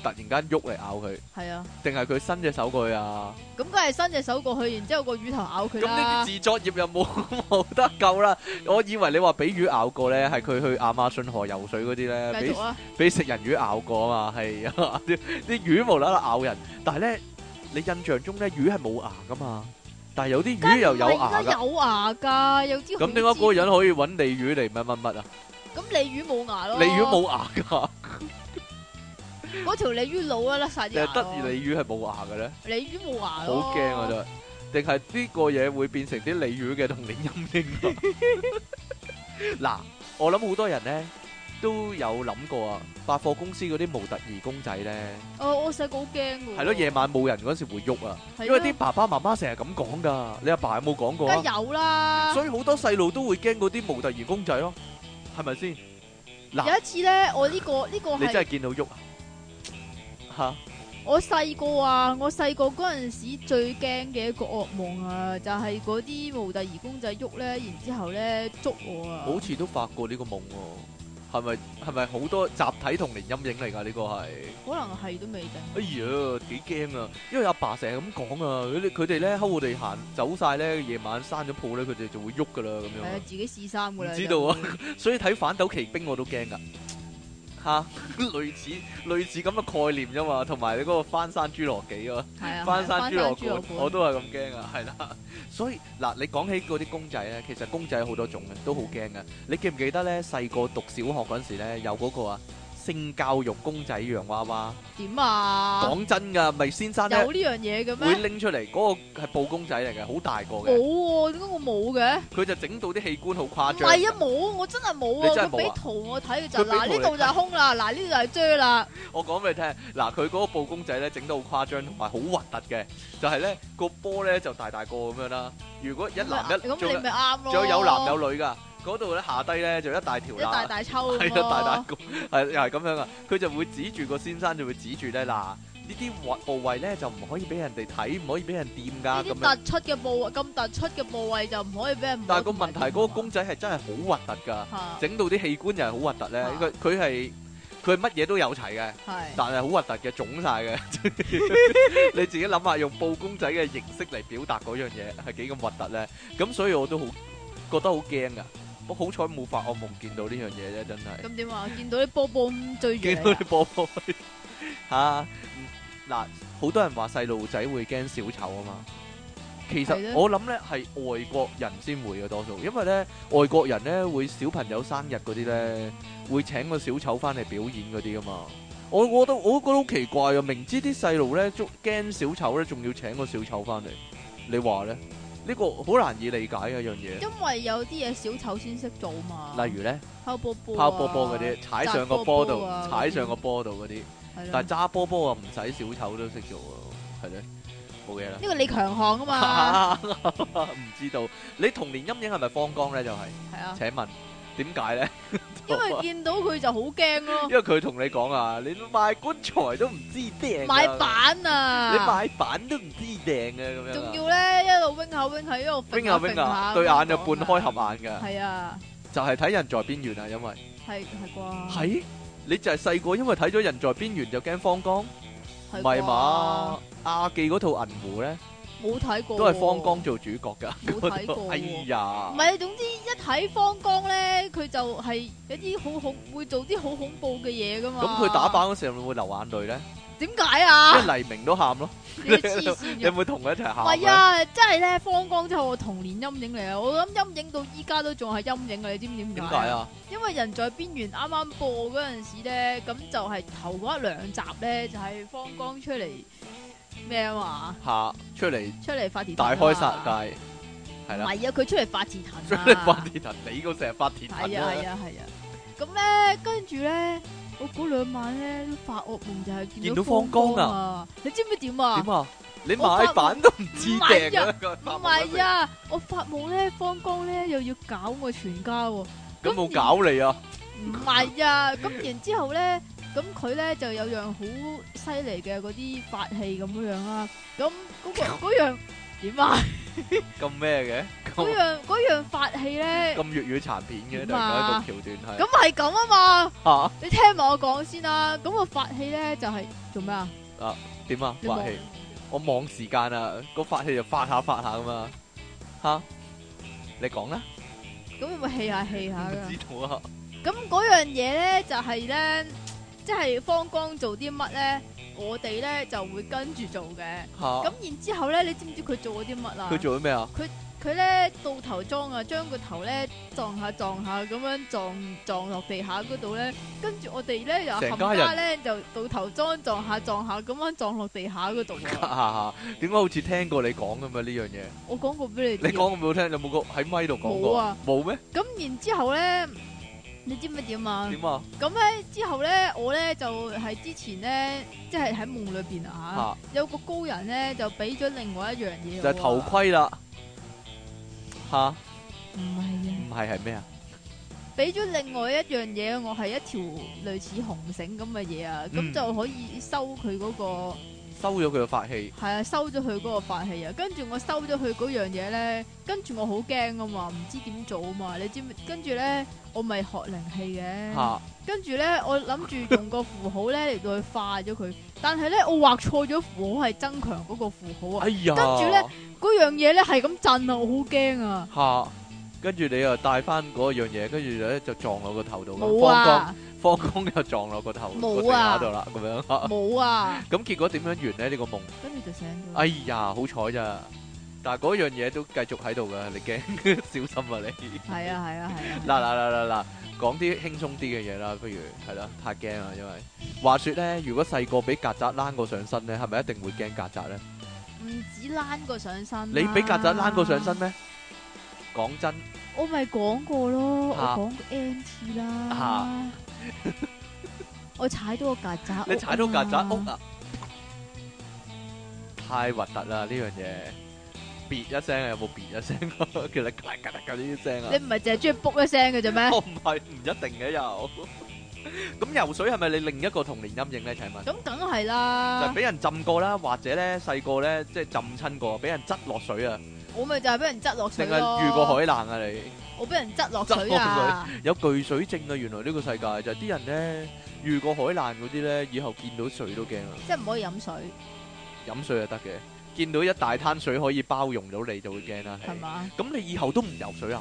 Speaker 1: 突然間喐嚟咬佢，
Speaker 2: 係啊，
Speaker 1: 定係佢伸隻手過去啊？
Speaker 2: 咁梗係伸隻手過去，然之後個魚頭咬佢
Speaker 1: 咁呢啲
Speaker 2: 啦。
Speaker 1: 自作業又冇 冇得救啦！我以為你話俾魚咬過咧，係佢去亞馬遜河游水嗰啲
Speaker 2: 繼
Speaker 1: 咧，俾
Speaker 2: 續啊，
Speaker 1: 俾食人魚咬過啊嘛，係 啊，啲啲魚無啦啦咬人，但係咧，你印象中咧魚係冇牙噶嘛，但係有啲魚又有
Speaker 2: 梗
Speaker 1: 牙
Speaker 2: 係
Speaker 1: 噶，
Speaker 2: 有牙㗎，有啲
Speaker 1: 咁點解嗰個人可以揾鯉魚嚟乜乜乜啊？
Speaker 2: 咁鯉魚冇牙咯，
Speaker 1: 鯉魚冇牙噶，
Speaker 2: 嗰條鯉魚佬啦，甩晒啲
Speaker 1: 定
Speaker 2: 牙
Speaker 1: 係
Speaker 2: 咯。
Speaker 1: 得鯉魚係冇牙嘅咧？
Speaker 2: 鯉魚冇牙咯，
Speaker 1: 好驚啊！真係，定係呢個嘢會變成啲鯉魚嘅童年陰影啊嗱，我諗好多人咧都有諗過啊，百貨公司嗰啲模特兒公仔咧，
Speaker 2: 哦，我細個好驚㗎喎。
Speaker 1: 係咯，夜晚冇人嗰時會喐啊，
Speaker 2: 係
Speaker 1: 因為啲
Speaker 2: 啊
Speaker 1: 爸爸媽媽成日咁講噶，你阿爸有冇講過
Speaker 2: 梗
Speaker 1: 啊？
Speaker 2: 係有啦。
Speaker 1: 所以好多細路都會驚嗰啲模特兒公仔咯，係咪先？嗱
Speaker 2: 有一次咧，我呢、個呢、個
Speaker 1: 你
Speaker 2: 係。
Speaker 1: 真係見到喐啊？嚇！
Speaker 2: 我細個啊，我細個嗰陣時最驚嘅一個噩夢啊，就係嗰啲模特兒公仔喐咧，然之後咧捉我啊，
Speaker 1: 好似都發過呢個夢喎，係咪係咪好多集體童年陰影嚟㗎？呢個係，
Speaker 2: 可能係都未定。
Speaker 1: 哎呀幾驚啊！因為阿爸成日咁講啊，佢哋佢哋咧喺我哋行走晒咧，夜晚閂咗鋪咧，佢哋就會喐㗎啦咁
Speaker 2: 係
Speaker 1: 樣
Speaker 2: 啊，。自己試衫噶啦。
Speaker 1: 唔知道啊
Speaker 2: 就 會，
Speaker 1: 所以睇反斗奇兵我都驚 噶，吓、類似類似咁嘅概念啫嘛，同埋你嗰個翻山侏羅紀啊，
Speaker 2: 係啊，
Speaker 1: 翻
Speaker 2: 係啊
Speaker 1: 山侏羅
Speaker 2: 羅
Speaker 1: 館我都係咁驚啊，係啦。 所以嗱，你講起嗰啲公仔咧，其實公仔好多種嘅，都好驚嘅。你記唔記得咧？細個讀小學嗰陣時咧，有嗰個啊性教育公仔洋娃娃。
Speaker 2: 點啊？
Speaker 1: 講真噶，咪先生咧
Speaker 2: 有呢樣嘢嘅
Speaker 1: 會
Speaker 2: 咩？
Speaker 1: 拎出嚟，嗰、個係布公仔嚟嘅，好大個嘅，
Speaker 2: 冇喎，點解我冇嘅？
Speaker 1: 佢就整到啲器官好
Speaker 2: 唔
Speaker 1: 誇張。
Speaker 2: 係啊，冇，我真係冇
Speaker 1: 你
Speaker 2: 啊！
Speaker 1: 真係
Speaker 2: 佢俾
Speaker 1: 冇啊
Speaker 2: 圖我睇嘅就
Speaker 1: 佢俾圖
Speaker 2: 嗱，呢度
Speaker 1: 你
Speaker 2: 就係空啦，嗱呢度就係遮啦，
Speaker 1: 我講俾你聽，嗱，佢嗰個布公仔咧整得好誇張，同埋好核突嘅，就係咧個波咧就大大個咁樣啦。如果一男一，
Speaker 2: 咁
Speaker 1: 仲
Speaker 2: 你
Speaker 1: 有
Speaker 2: 咪啱咯。
Speaker 1: 仲有有男有女噶，嗰度咧下低咧就一大條
Speaker 2: 一大
Speaker 1: 啦，
Speaker 2: 大抽
Speaker 1: 係
Speaker 2: 咁
Speaker 1: 啊大大
Speaker 2: 咯，
Speaker 1: 個，係又係咁樣啊。佢就會指住個先生就會指住咧嗱，呢啲位部位咧就唔可以俾人哋睇，唔可以俾人掂噶
Speaker 2: 呢
Speaker 1: 咁
Speaker 2: 啲
Speaker 1: 樣。
Speaker 2: 突出嘅部位咁突出嘅部位就唔可以俾人摸
Speaker 1: 但係個
Speaker 2: 同埋
Speaker 1: 問題，嗰個
Speaker 2: 掂啊
Speaker 1: 公仔係真係好核突噶，
Speaker 2: 嚇
Speaker 1: 整到啲器官又係好核突咧。
Speaker 2: 啊
Speaker 1: 佢佢係佢係乜嘢都有齊嘅。
Speaker 2: 係
Speaker 1: 但係好核突嘅，腫晒嘅。你自己諗下，用布公仔嘅形式嚟表達嗰樣嘢係幾咁核突咧？咁所以我都好覺得好驚噶。不過好彩冇發惡夢見到呢樣嘢啫，真係。
Speaker 2: 咁點啊？見到啲波波咁追住你
Speaker 1: 見
Speaker 2: 啊
Speaker 1: 到啲波波 嚇嗯嗱，好多人話細路仔會驚小丑啊嘛。其
Speaker 2: 係咧
Speaker 1: 實我諗咧係外國人先會嘅多數，因為咧外國人咧會小朋友生日嗰啲咧會請個小丑翻嚟表演嗰啲噶嘛。我我都我覺得好奇怪啊！明知啲細路咧捉驚小丑咧，仲要請個小丑翻嚟，你話咧？呢個好難以理解嘅一樣嘢。
Speaker 2: 因為有啲嘢小丑先識做嘛，
Speaker 1: 例如咧
Speaker 2: 拋波波、
Speaker 1: 拋波波嗰啲，踩上個波度，踩上個波度嗰啲。
Speaker 2: 係啦
Speaker 1: 但係揸波波啊，唔使小丑都識做喎，係咧，冇嘢啦。
Speaker 2: 呢個你強項啊嘛，
Speaker 1: 唔知道你童年陰影係咪方剛咧？就係、
Speaker 2: 係啊，
Speaker 1: 請問點解咧？
Speaker 2: 因為見到佢就好驚咯
Speaker 1: 因，為佢同你講啊，你都買棺材都唔知掟啊，
Speaker 2: 買板
Speaker 1: 你
Speaker 2: 啊，
Speaker 1: 買板都唔知掟嘅咁樣啊。
Speaker 2: 仲要咧一路 wing 下 wing 下，一路揈
Speaker 1: wing 下 wing 下，對眼就半開，合眼嘅，
Speaker 2: 係啊，
Speaker 1: 就係睇人在邊緣啊，因為
Speaker 2: 係係啩，
Speaker 1: 係你就係細個，因為睇咗人在邊緣就驚方剛，唔
Speaker 2: 係
Speaker 1: 係
Speaker 2: 啩
Speaker 1: 嘛？？阿記嗰套銀狐咧，
Speaker 2: 冇睇過喎，
Speaker 1: 都係方剛做主角㗎。
Speaker 2: 冇睇過喎，
Speaker 1: 哎呀
Speaker 2: 唔，係，總之一睇方剛咧，佢就係有啲好恐，會做啲好恐怖嘅嘢噶嘛。
Speaker 1: 咁佢打板嗰時會唔會流眼淚咧？
Speaker 2: 點解
Speaker 1: 即
Speaker 2: 啊？
Speaker 1: 係黎明都喊咯，
Speaker 2: 你黐線
Speaker 1: 你有
Speaker 2: 嘅！
Speaker 1: 冇同佢一齊
Speaker 2: 唔
Speaker 1: 喊？
Speaker 2: 係，啊，真係咧，方剛真係我童年陰影嚟啊！我諗陰影到依家都仲係陰影啊！你知唔知
Speaker 1: 點
Speaker 2: 點
Speaker 1: 解？啊？
Speaker 2: 因為人在邊緣啱啱播嗰陣時咧，咁就係頭嗰一兩集咧，就係方剛出嚟咩啊嘛，
Speaker 1: 嚇出嚟
Speaker 2: 出嚟發電
Speaker 1: 大開殺
Speaker 2: 戒，
Speaker 1: 戒，係
Speaker 2: 唔
Speaker 1: 啦，
Speaker 2: 係啊，佢出嚟發鐵
Speaker 1: 出
Speaker 2: 藤
Speaker 1: 嚟發
Speaker 2: 啊！
Speaker 1: 鐵騰，你個成日發鐵騰
Speaker 2: 係啊係
Speaker 1: 啊！
Speaker 2: 啊係啊，咁咧跟住咧我嗰兩晚咧都發惡夢，就係見
Speaker 1: 見到方
Speaker 2: 光
Speaker 1: 剛
Speaker 2: 啊！你知唔知點啊？
Speaker 1: 點啊？你
Speaker 2: 我
Speaker 1: 買
Speaker 2: 發
Speaker 1: 版都唔知
Speaker 2: 唔
Speaker 1: 訂
Speaker 2: 係
Speaker 1: 㗎
Speaker 2: 啊
Speaker 1: 啦，個
Speaker 2: 唔
Speaker 1: 發夢嗰時
Speaker 2: 係啊，我發夢咧，方剛咧又要搞我全家喎、
Speaker 1: 咁冇
Speaker 2: 咁
Speaker 1: 搞你啊！
Speaker 2: 唔係啊，咁然之後咧，咁佢咧就有樣好犀利嘅嗰啲法器咁樣樣啦。咁嗰、個嗰樣點 啊？
Speaker 1: 咁咩嘅？
Speaker 2: 嗰
Speaker 1: 咁
Speaker 2: 樣嗰樣法器咧，
Speaker 1: 咁粵語殘片嘅，突
Speaker 2: 點啊
Speaker 1: 然間一個橋段係
Speaker 2: 咁係咁啊嘛。
Speaker 1: 嚇
Speaker 2: 你聽埋我講先啦。咁、個法器咧就係、做咩啊？
Speaker 1: 點啊？
Speaker 2: 你
Speaker 1: 發
Speaker 2: 望
Speaker 1: 氣，我望時間啊，個發氣就發下發下咁啊！吓，你講啦，
Speaker 2: 咁會唔會氣下氣下
Speaker 1: 唔
Speaker 2: 㗎？
Speaker 1: 知道啊，
Speaker 2: 咁嗰樣嘢咧就係、咧，即係方剛做啲乜咧，我哋咧就會跟住做嘅。咁
Speaker 1: 嚇
Speaker 2: 然之後咧，你知唔知佢做咗啲乜啊？
Speaker 1: 啊佢做咗咩啊？
Speaker 2: 佢咧倒頭裝啊，將個頭咧撞下撞下咁樣撞撞落地下嗰度咧，跟住我哋咧又
Speaker 1: 成
Speaker 2: 冚
Speaker 1: 家
Speaker 2: 家咧就倒頭裝撞下撞下咁樣撞落地下嗰度啊。
Speaker 1: 點解好似聽過你講咁啊？呢樣嘢
Speaker 2: 我講過俾你
Speaker 1: 你
Speaker 2: 知。
Speaker 1: 講咁好聽，有冇個喺咪度講
Speaker 2: 冇
Speaker 1: 過
Speaker 2: 啊？
Speaker 1: 冇咩？
Speaker 2: 咁然之後咧，你知唔知點啊？
Speaker 1: 點啊？
Speaker 2: 咁咧之後咧，我咧就係之前咧，即係喺夢裏邊啊，
Speaker 1: 嚇
Speaker 2: 有個高人咧就俾咗另外一樣嘢，啊
Speaker 1: 就係頭，盔啦，吓唔
Speaker 2: 唔係啊，
Speaker 1: 係係咩啊？
Speaker 2: 俾咗另外一樣嘢，我係一條類似紅繩咁嘅嘢啊，咁、
Speaker 1: 嗯
Speaker 2: 就可以收佢嗰、個
Speaker 1: 收咗佢嘅法器，
Speaker 2: 係啊，收咗佢嗰個法器啊，跟住我收咗佢嗰樣嘢咧，跟住我好驚啊嘛，唔知點做啊嘛，你知唔知？跟住咧，我咪學靈氣嘅。
Speaker 1: 吓
Speaker 2: 跟住咧，我諗住用個符號咧嚟到去化咗佢，但係咧我畫錯咗符號係增強嗰個符號啊！
Speaker 1: 哎呀，
Speaker 2: 跟住呢嗰樣嘢咧係咁震啊，我好驚啊！
Speaker 1: 吓，跟住你又帶翻嗰樣嘢，跟住咧就撞落個頭度，
Speaker 2: 冇啊，
Speaker 1: 方剛，方剛又撞落個頭個地
Speaker 2: 冇
Speaker 1: 下
Speaker 2: 啊
Speaker 1: 度啦，咁樣，
Speaker 2: 冇啊，
Speaker 1: 咁結果點樣完咧？呢個夢，
Speaker 2: 跟住就醒咗。
Speaker 1: 哎呀，好彩咋，但係嗰樣嘢都繼續喺度噶，你驚 小心啊你。
Speaker 2: 係啊係啊係啊！
Speaker 1: 嗱嗱嗱嗱嗱，講啲輕鬆啲嘅嘢啦，不如係啦，太驚啦，因為話說咧，如果細個俾曱甴躝過上身咧，係咪一定會驚曱甴咧？
Speaker 2: 唔止躝過上身，
Speaker 1: 你俾曱甴躝過上身？咩？講真，
Speaker 2: 我咪講過咯，我
Speaker 1: 啊
Speaker 2: 講過 N 次啦
Speaker 1: 啊。
Speaker 2: 我踩到個曱甴屋啊嘛，
Speaker 1: 你踩到曱甴屋啊，太核突啦呢樣嘢！別一聲啊，有冇別一聲啊？ 叫你咔啦咔啦咔啦呢啲聲啊
Speaker 2: 你？唔係淨係中意卜一聲嘅啫咩？
Speaker 1: 我唔係唔一定嘅 又。咁游水係咪你另一個童年陰影咧？請問？
Speaker 2: 咁梗係啦
Speaker 1: 就，俾人浸過啦，或者咧細個咧即係浸親過，俾人執落水啊，
Speaker 2: 我咪就係俾人執落水
Speaker 1: 定
Speaker 2: 咯。
Speaker 1: 係遇過海難啊你？
Speaker 2: 我俾人執落
Speaker 1: 執
Speaker 2: 水
Speaker 1: 落
Speaker 2: 啊！
Speaker 1: 有巨水症啊！原來呢個世界就係啲人咧遇過海難嗰啲咧，以後見到水都驚啊！
Speaker 2: 即係唔可以飲水，
Speaker 1: 飲水就得嘅，見到一大灘水可以包容到你就會驚啦。係
Speaker 2: 係嘛？
Speaker 1: 咁你以後都唔游水啊？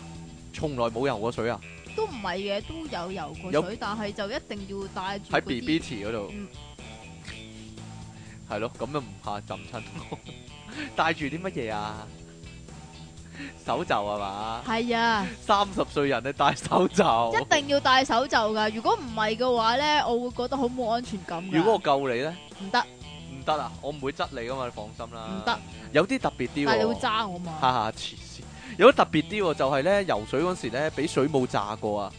Speaker 1: 從來冇游過水啊？
Speaker 2: 都唔係嘅，都有游
Speaker 1: 有
Speaker 2: 過水，但係就一定要帶住
Speaker 1: 喺
Speaker 2: 嗰
Speaker 1: B
Speaker 2: 啲
Speaker 1: B 池嗰度
Speaker 2: 嗯，
Speaker 1: 係咯，咁又唔怕浸親。 帶住啲乜嘢啊？手袖係嘛？
Speaker 2: 係啊，
Speaker 1: 三十歲人你戴手罩，
Speaker 2: 一啊定要帶手袖噶。如果唔係嘅話咧，我會覺得好冇安全感㗎。
Speaker 1: 如果我救你咧，
Speaker 2: 唔得
Speaker 1: 唔得啊！我唔會質你噶嘛，你放心啦。
Speaker 2: 唔得，
Speaker 1: 有啲特別啲
Speaker 2: 但係你會
Speaker 1: 喎，
Speaker 2: 揸我嘛？
Speaker 1: 哈哈黐線。有啲特別啲喎，就係咧游水嗰時咧，俾水母炸過啊。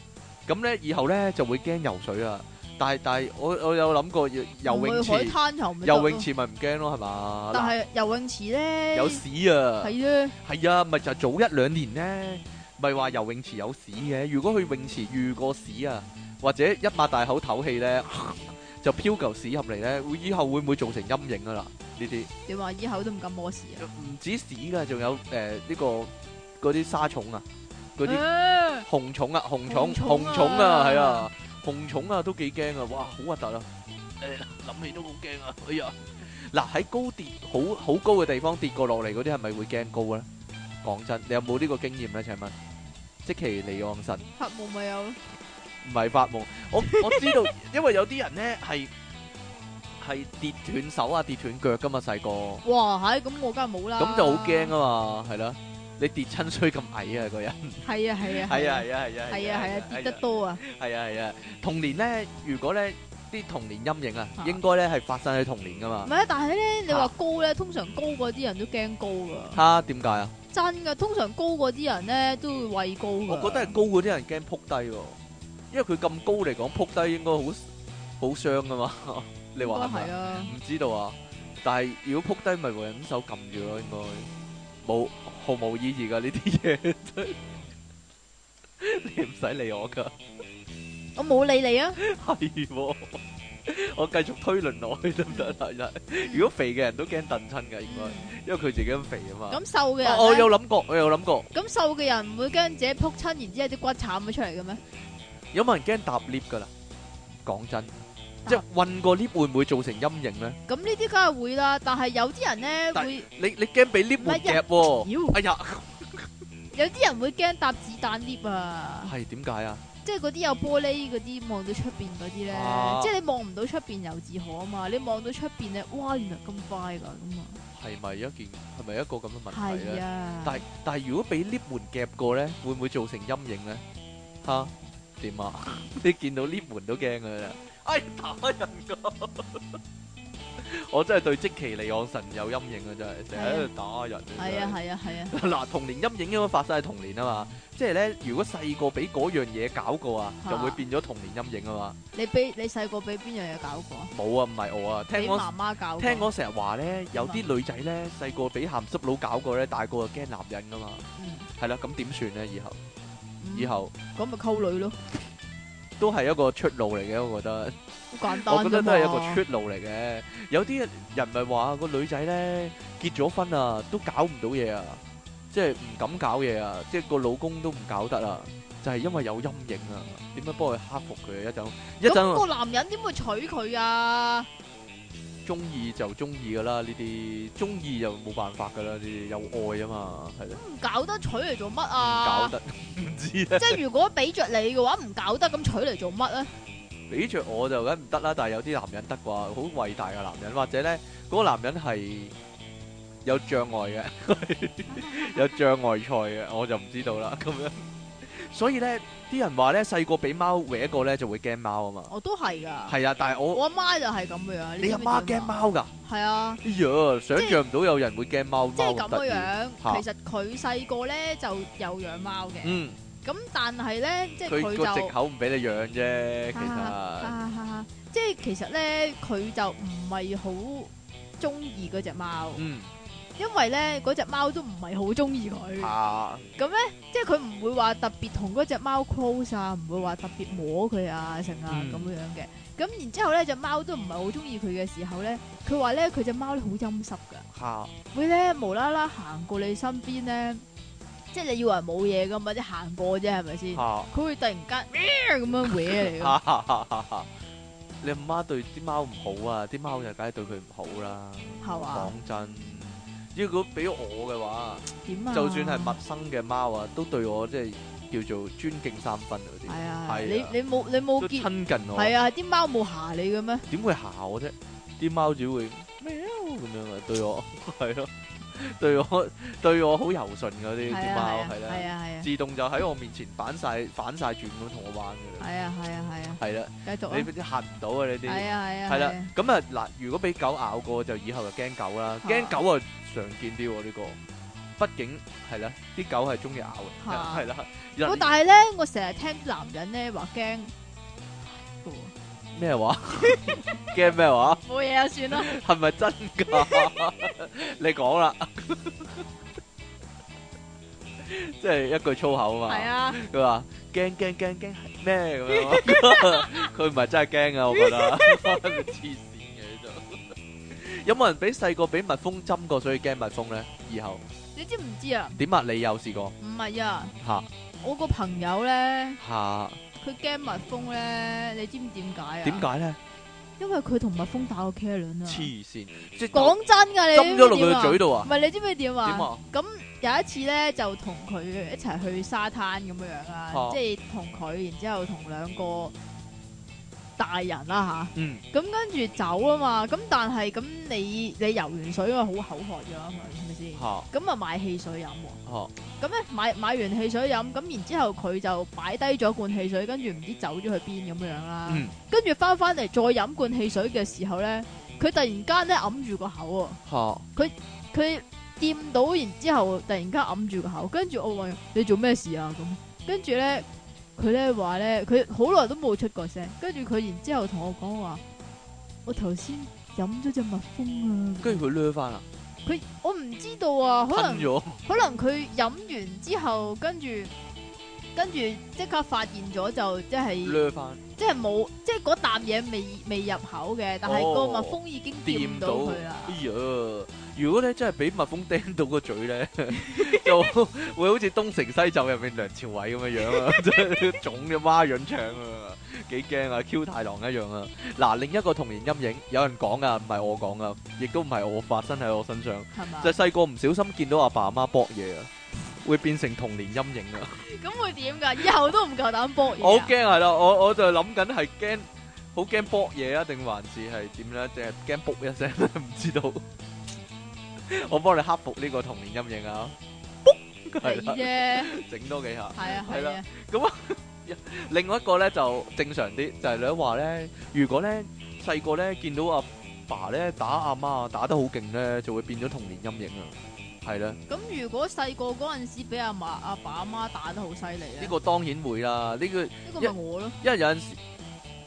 Speaker 1: 咁咧以後咧就會驚游水啊。但係但係我我有諗過游游泳
Speaker 2: 唔去海
Speaker 1: 池，
Speaker 2: 灘又唔得咯
Speaker 1: 游泳，池咪唔驚咯，係嘛？
Speaker 2: 但係游泳池咧
Speaker 1: 嗱有屎啊！
Speaker 2: 係咧，
Speaker 1: 係啊，咪就係早一兩年呢，咪話游泳池有屎嘅。如果去泳池遇過屎啊，或者一擘大口唞氣呢， 就飄嚿屎入嚟呢，會以後會唔會造成陰影啊啦？呢啲
Speaker 2: 點話以後都唔敢屙屎啊？
Speaker 1: 唔止屎噶，仲有誒呢、個嗰啲沙蟲啊，嗰啲
Speaker 2: 啲
Speaker 1: 紅蟲啊，紅
Speaker 2: 紅蟲
Speaker 1: 蟲紅
Speaker 2: 啊
Speaker 1: 蟲啊，係啊，紅蟲啊都幾驚啊！哇，好核突啊！誒諗起都好驚啊！ 哎呀，嗱喺高跌好 好高嘅地方跌過落嚟嗰啲係咪會驚高咧？講真，你有冇呢個經驗咧？請問，即其離岸神
Speaker 2: 黑毛咪有咯，
Speaker 1: 唔係發夢，我我知道，因為有啲人咧係係跌斷手啊、跌斷腳噶嘛，細個
Speaker 2: 哇！係咁我梗係冇啦，
Speaker 1: 咁就好驚啊嘛，係啦，你跌親衰咁矮 啊個人，
Speaker 2: 係啊係啊
Speaker 1: 係啊係啊係啊
Speaker 2: 係啊係啊跌得
Speaker 1: 哎呀
Speaker 2: 多啊，
Speaker 1: 係啊係啊，童年咧，如果咧啲童年陰影啊，
Speaker 2: 啊
Speaker 1: 應該咧係發生喺童年噶嘛
Speaker 2: 唔。係啊！但係咧你話高咧，通常高嗰啲人都驚高㗎。
Speaker 1: 嚇點解啊？
Speaker 2: 真噶，通常高嗰啲人咧都會畏高噶。
Speaker 1: 我覺得係高嗰啲人驚撲低喎，因為佢咁高嚟講，撲低應該好好傷噶嘛？ 你話係咪
Speaker 2: 係？啊，
Speaker 1: 唔知道啊，但係如果撲低咪揾手撳住咯，應該冇毫無意義噶呢啲嘢， 真係你唔使理我噶，
Speaker 2: 我冇理你啊，
Speaker 1: 係喎，我繼續推論落去得唔得？係啦，
Speaker 2: 嗯
Speaker 1: 如果肥嘅人都驚蹬親噶，應該，因為佢自己咁肥啊嘛。
Speaker 2: 咁瘦嘅
Speaker 1: 我我
Speaker 2: 人
Speaker 1: 有
Speaker 2: 呢，
Speaker 1: 諗過，我有諗過，
Speaker 2: 咁瘦嘅人唔會驚自己撲親，然之後啲骨慘咗出嚟嘅咩？
Speaker 1: 有冇人驚搭 lift 噶啦？講真，即
Speaker 2: 啊
Speaker 1: 係運個 lift 會唔會造成陰影咧？
Speaker 2: 咁呢啲梗係會啦，但係有啲人咧
Speaker 1: 但
Speaker 2: 會，
Speaker 1: 你你驚俾 lift
Speaker 2: 唔係
Speaker 1: 門
Speaker 2: 一
Speaker 1: 夾喎？
Speaker 2: 妖，
Speaker 1: 哎呀，
Speaker 2: 有啲人會驚搭子彈 lift 啊，
Speaker 1: 係點解啊？
Speaker 2: 即係嗰啲有玻璃嗰啲望到出邊嗰啲咧
Speaker 1: 啊，
Speaker 2: 即係你望唔到出邊由自可啊嘛，你望到出邊咧，哇，原來咁快㗎咁啊，
Speaker 1: 係咪一件係咪一個咁嘅問題咧
Speaker 2: 係？啊，
Speaker 1: 但但係如果俾 lift 門夾過咧，會唔會造成陰影咧？嚇點啊？ 你見到 lift 門都驚㗎啦！哎，打人㗎！ 我真係對積淇離岸神有陰影啊！真係成日喺度打人。
Speaker 2: 係啊係啊係啊，
Speaker 1: 嗱，童年陰影應該發生喺童年啊嘛，即係咧，如果細個俾嗰樣嘢搞過啊，
Speaker 2: 嚇
Speaker 1: 就會變咗童年陰影啊嘛。
Speaker 2: 你俾你細個俾邊樣嘢搞過啊？
Speaker 1: 冇啊，唔係我啊，聽
Speaker 2: 俾
Speaker 1: 講
Speaker 2: 媽媽搞過，
Speaker 1: 聽講成日話咧，有
Speaker 2: 點
Speaker 1: 啲女仔咧細個俾鹹濕佬搞過咧，大個就驚男人噶嘛。
Speaker 2: 嗯，
Speaker 1: 係啦，咁點算咧？以後
Speaker 2: 嗯
Speaker 1: 以後。
Speaker 2: 咁咪溝女咯，
Speaker 1: 都係一個出路嚟嘅，我覺得，
Speaker 2: 好簡單
Speaker 1: 我覺得
Speaker 2: 啫
Speaker 1: 都係
Speaker 2: 嘛
Speaker 1: 一個出路嚟嘅。有啲人咪話個女仔咧結咗婚啊，都搞唔到嘢啊，即係唔敢搞嘢啊，即係個老公都唔搞得啊，就係因為有陰影啊。點樣幫佢克服佢啊？一陣一
Speaker 2: 咁
Speaker 1: 陣
Speaker 2: 個男人點會娶佢啊？
Speaker 1: 中意就中意噶啦，呢啲中意就冇辦法噶啦，呢啲有愛啊嘛，係咯，
Speaker 2: 唔搞得娶嚟做乜
Speaker 1: 唔搞
Speaker 2: 啊？
Speaker 1: 得 唔知啊。
Speaker 2: 即係如果俾着你嘅話，唔搞得咁娶嚟做乜咧？
Speaker 1: 俾着我就梗唔得啦，但係有啲男人得啩，好偉大嘅男人，或者咧嗰、個男人係 有障礙嘅，有障礙賽嘅，我就唔知道啦咁樣。所以咧，啲人話咧細個俾貓搲過咧就會驚貓啊嘛，
Speaker 2: 我都係噶，
Speaker 1: 係啊，但係我
Speaker 2: 我阿媽就係咁樣。啊
Speaker 1: 你阿媽驚
Speaker 2: 嘛？
Speaker 1: 貓㗎，
Speaker 2: 係啊，
Speaker 1: 哎呀，想像唔到有人會驚貓，
Speaker 2: 即
Speaker 1: 貓
Speaker 2: 係
Speaker 1: 咁
Speaker 2: 咁
Speaker 1: 得意，
Speaker 2: 樣
Speaker 1: 嚇
Speaker 2: 樣。其實佢細個咧就有養貓嘅，
Speaker 1: 嗯，
Speaker 2: 咁但係咧即係
Speaker 1: 佢
Speaker 2: 佢
Speaker 1: 個藉
Speaker 2: 就。
Speaker 1: 口唔俾你養啫，其實
Speaker 2: 啊哈哈哈！即係其實咧，佢就唔係好中意嗰只貓，
Speaker 1: 嗯
Speaker 2: 因為咧嗰只貓都唔係好中意佢，
Speaker 1: 嚇
Speaker 2: 即係佢唔會話特別同嗰只貓 close 啊，唔會話特別摸佢啊，成啊
Speaker 1: 嗯
Speaker 2: 咁樣嘅。咁然之後咧，只貓都唔係好中意佢嘅時候咧，佢話咧佢只貓咧好陰濕噶，
Speaker 1: 嚇
Speaker 2: 會咧無啦啦行過你身邊咧，即係你以為冇嘢噶嘛，即係行過啫，係咪先？
Speaker 1: 嚇。
Speaker 2: 佢會突然間咩咁樣搲你㗎。
Speaker 1: 哈哈哈哈哈！你阿媽對啲貓唔好啊，啲貓就梗係對佢唔好啦。
Speaker 2: 係嘛？
Speaker 1: 講真，如果俾我嘅話，
Speaker 2: 點啊？
Speaker 1: 就算係陌生嘅貓啊，都對我即係叫做尊敬三分啊嗰
Speaker 2: 係啊，
Speaker 1: 係啊
Speaker 2: 你你冇你冇
Speaker 1: 啲，都
Speaker 2: 見
Speaker 1: 親近我。
Speaker 2: 係啊？啲貓冇嚇你嘅咩？
Speaker 1: 點會嚇我啫？啲貓只會喵咁樣啊，對我 係咯，對我對我好柔順嗰
Speaker 2: 係
Speaker 1: 啲啲
Speaker 2: 啊
Speaker 1: 貓
Speaker 2: 係
Speaker 1: 係
Speaker 2: 啊係
Speaker 1: 啦，
Speaker 2: 啊係啊
Speaker 1: 自動就喺我面前反晒反晒轉咁同我玩嘅啦。
Speaker 2: 係啊係啊係啊，
Speaker 1: 係啦，
Speaker 2: 繼續
Speaker 1: 你
Speaker 2: 啊！
Speaker 1: 啲嚇唔到啊呢啲。
Speaker 2: 係啊係啊
Speaker 1: 係啦
Speaker 2: 係啊，
Speaker 1: 咁啊嗱，如果俾狗咬過就以後就驚狗啦，
Speaker 2: 嚇
Speaker 1: 驚狗啊常見啲喎呢個，畢竟係啦，啲狗係中意咬嘅，
Speaker 2: 嚇
Speaker 1: 係啦，
Speaker 2: 喂
Speaker 1: 人
Speaker 2: 但係咧，我成日聽啲男人咧話驚，
Speaker 1: 咩話？驚咩話？
Speaker 2: 冇嘢啊，算啦。
Speaker 1: 係咪真 㗎？你講啦，即係一句粗口 啊
Speaker 2: 係
Speaker 1: 嘛，
Speaker 2: 啊，
Speaker 1: 佢話驚驚驚驚咩咁樣啊，佢唔係真係驚啊，我覺得黐線嘅呢度。有冇人俾細個俾蜜蜂針過，所以驚蜜蜂咧？以後？
Speaker 2: 你知唔知啊？
Speaker 1: 點啊？你有試過
Speaker 2: 唔係啊，
Speaker 1: 嚇
Speaker 2: 我個朋友咧，
Speaker 1: 嚇？
Speaker 2: 佢驚蜜蜂咧，你知唔知點解啊？
Speaker 1: 點？解咧？
Speaker 2: 因為佢同蜜蜂打過 K 輪啊。
Speaker 1: 黐線，即係
Speaker 2: 講真㗎，你
Speaker 1: 針咗落
Speaker 2: 知唔知點
Speaker 1: 佢個
Speaker 2: 啊
Speaker 1: 嘴度
Speaker 2: 唔
Speaker 1: 啊？
Speaker 2: 係你知唔知點
Speaker 1: 點
Speaker 2: 啊？
Speaker 1: 啊？
Speaker 2: 咁有一次咧，就同佢一齊去沙灘咁樣樣啦，
Speaker 1: 哦
Speaker 2: 即係同佢，然之後同兩個大人啦
Speaker 1: 嗯
Speaker 2: 吓，咁跟住走啊嘛，咁但係咁你你游完水啊，好口渴咗啊嘛，係咪先？
Speaker 1: 嚇
Speaker 2: 咁啊買汽水飲喎，
Speaker 1: 嚇
Speaker 2: 咁咧買買完汽水飲，咁然之後佢就擺低咗罐汽水，跟住唔知走咗去邊咁樣樣啦，
Speaker 1: 嗯
Speaker 2: 跟住翻翻嚟再飲罐汽水嘅時候咧，佢突然間咧揞住個口喎。
Speaker 1: 嚇
Speaker 2: 佢掂到，然之後突然間揞住個口，跟住我話你做咩事啊咁，跟住咧佢咧話咧，佢好耐都冇出過聲，跟住佢然之後同我講話，我頭先飲咗只蜜蜂啊！
Speaker 1: 跟住佢掠翻啦，
Speaker 2: 佢我唔知道啊，可
Speaker 1: 吞
Speaker 2: 能
Speaker 1: 咗，
Speaker 2: 可能佢飲完之後，跟住跟住即刻發現咗就即係
Speaker 1: 掠翻
Speaker 2: 即係冇即係嗰啖嘢未未入口嘅，但係
Speaker 1: 哦
Speaker 2: 個蜜蜂已經
Speaker 1: 掂
Speaker 2: 掂
Speaker 1: 到
Speaker 2: 到佢啦。。
Speaker 1: 哎呀，如果咧真係俾蜜蜂叮到個嘴咧，就會好似東成西就入面梁朝偉咁嘅樣啊， 即係腫咗孖潤腸啊，幾驚啊！Q 太郎一樣啊。嗱，另一個童年陰影，有人講啊，唔係我講啊，亦都唔係我發生喺我身上，
Speaker 2: 係嘛
Speaker 1: 就？係細個唔小心見到阿爸阿媽搏嘢啊，會變成童年陰影啊。
Speaker 2: 咁會點㗎？以後都唔夠膽搏
Speaker 1: 我
Speaker 2: 嘢
Speaker 1: 好
Speaker 2: 啊！
Speaker 1: 驚係啦，我我就諗緊係驚，好驚卜嘢啊，定還是係點咧？定係驚卜一聲 唔知道。我幫你克服呢個童年陰影啊！係
Speaker 2: 你
Speaker 1: 啦，
Speaker 2: 啫，
Speaker 1: 整多幾下。
Speaker 2: 係啊
Speaker 1: 係
Speaker 2: 係
Speaker 1: 啦
Speaker 2: 啊，
Speaker 1: 另外一個咧就正常啲，就係你話咧，如果咧細個咧見到阿爸咧打阿媽啊打得好勁咧，就會變咗童年陰影啊。係啦，呢
Speaker 2: 咁如果細個嗰陣時俾阿嫲阿爸阿媽打得好犀利咧，呢
Speaker 1: 個當然會啦。呢個
Speaker 2: 個咪我咯？
Speaker 1: 因為有陣時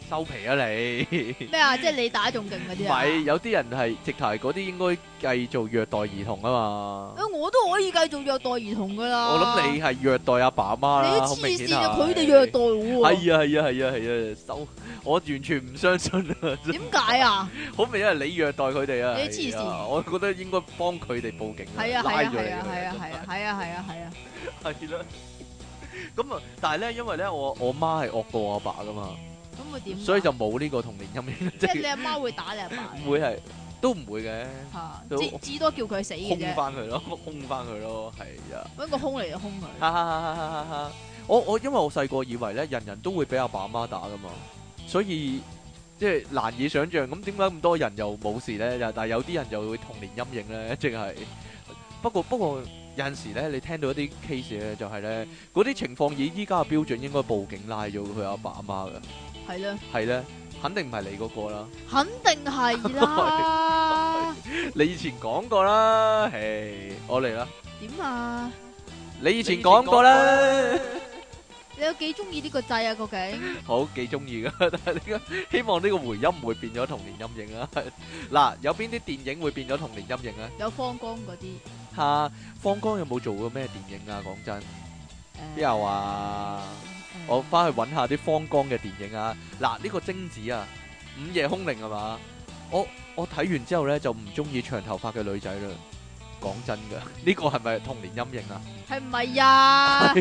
Speaker 1: 收皮啊你。
Speaker 2: 咩啊？即係你打仲勁嗰
Speaker 1: 唔
Speaker 2: 啲啊？
Speaker 1: 係，有啲人係直頭係嗰啲應該計做虐待兒童啊嘛。
Speaker 2: 啊我都可以繼續虐待兒童㗎啦。
Speaker 1: 我諗你係虐待阿爸阿媽
Speaker 2: 你
Speaker 1: 啦，
Speaker 2: 都
Speaker 1: 好明
Speaker 2: 黐
Speaker 1: 顯
Speaker 2: 線啊！
Speaker 1: 啊。
Speaker 2: 佢哋虐待我喎，
Speaker 1: 係啊係啊係啊係啊，收我完全唔相信啊！真
Speaker 2: 點解啊？
Speaker 1: 好明顯係你虐待佢哋啊！
Speaker 2: 你黐線
Speaker 1: 係啊我覺得應該幫佢哋報警啊，
Speaker 2: 係啊
Speaker 1: 拉
Speaker 2: 係
Speaker 1: 咗
Speaker 2: 啊
Speaker 1: 你
Speaker 2: 係啊係
Speaker 1: 啊
Speaker 2: 啊係啊係啊係啊係啊！
Speaker 1: 係啦。咁啊，但係咧，因為咧，我我媽係惡過我阿爸噶嘛，
Speaker 2: 咁會點啊？
Speaker 1: 所以就冇呢個童年陰影，
Speaker 2: 即
Speaker 1: 即
Speaker 2: 係你
Speaker 1: 係
Speaker 2: 阿媽會打你阿 爸
Speaker 1: 唔會係都唔會嘅，
Speaker 2: 嚇，
Speaker 1: 都
Speaker 2: 至至多叫佢死嘅
Speaker 1: 空
Speaker 2: 啫，
Speaker 1: 翻佢咯，空翻佢咯，係啊。
Speaker 2: 揾個空嚟就空佢。
Speaker 1: 哈哈哈哈哈哈！我我因為我細個以為咧，人人都會俾阿爸阿媽打噶嘛，所以即係難以想像。咁點解咁多人又冇事咧？又但係有啲人又會童年陰影咧，即係不過不過有陣時咧，你聽到一啲 case 啊咧，就係咧嗰啲情況以依家嘅標準應該報警拉咗佢阿爸阿媽嘅，
Speaker 2: 係啦，
Speaker 1: 係咧。肯定唔係你嗰個啦，
Speaker 2: 肯定係 啦。
Speaker 1: 你以前講過啦，誒，我嚟啦，
Speaker 2: 點啊？
Speaker 1: 你以前講過啦。
Speaker 2: 你有幾中意呢個掣啊？究竟
Speaker 1: 好幾中意噶， 但係呢個希望呢個回音唔會變咗童年陰影啦。 嗱，有邊啲電影會變咗童年陰影咧？
Speaker 2: 有方光嗰啲？
Speaker 1: 嚇、方剛有冇做過咩電影啊？講真，
Speaker 2: 誒
Speaker 1: 邊有啊？
Speaker 2: 誒
Speaker 1: 我翻去揾下啲方剛嘅電影啊。嗱，呢、個貞子啊，《午夜凶鈴》係嘛？我我睇完之後呢，就唔中意長頭髮嘅女仔啦。講真噶，呢、個係咪童年陰影啊？
Speaker 2: 係唔係 呀？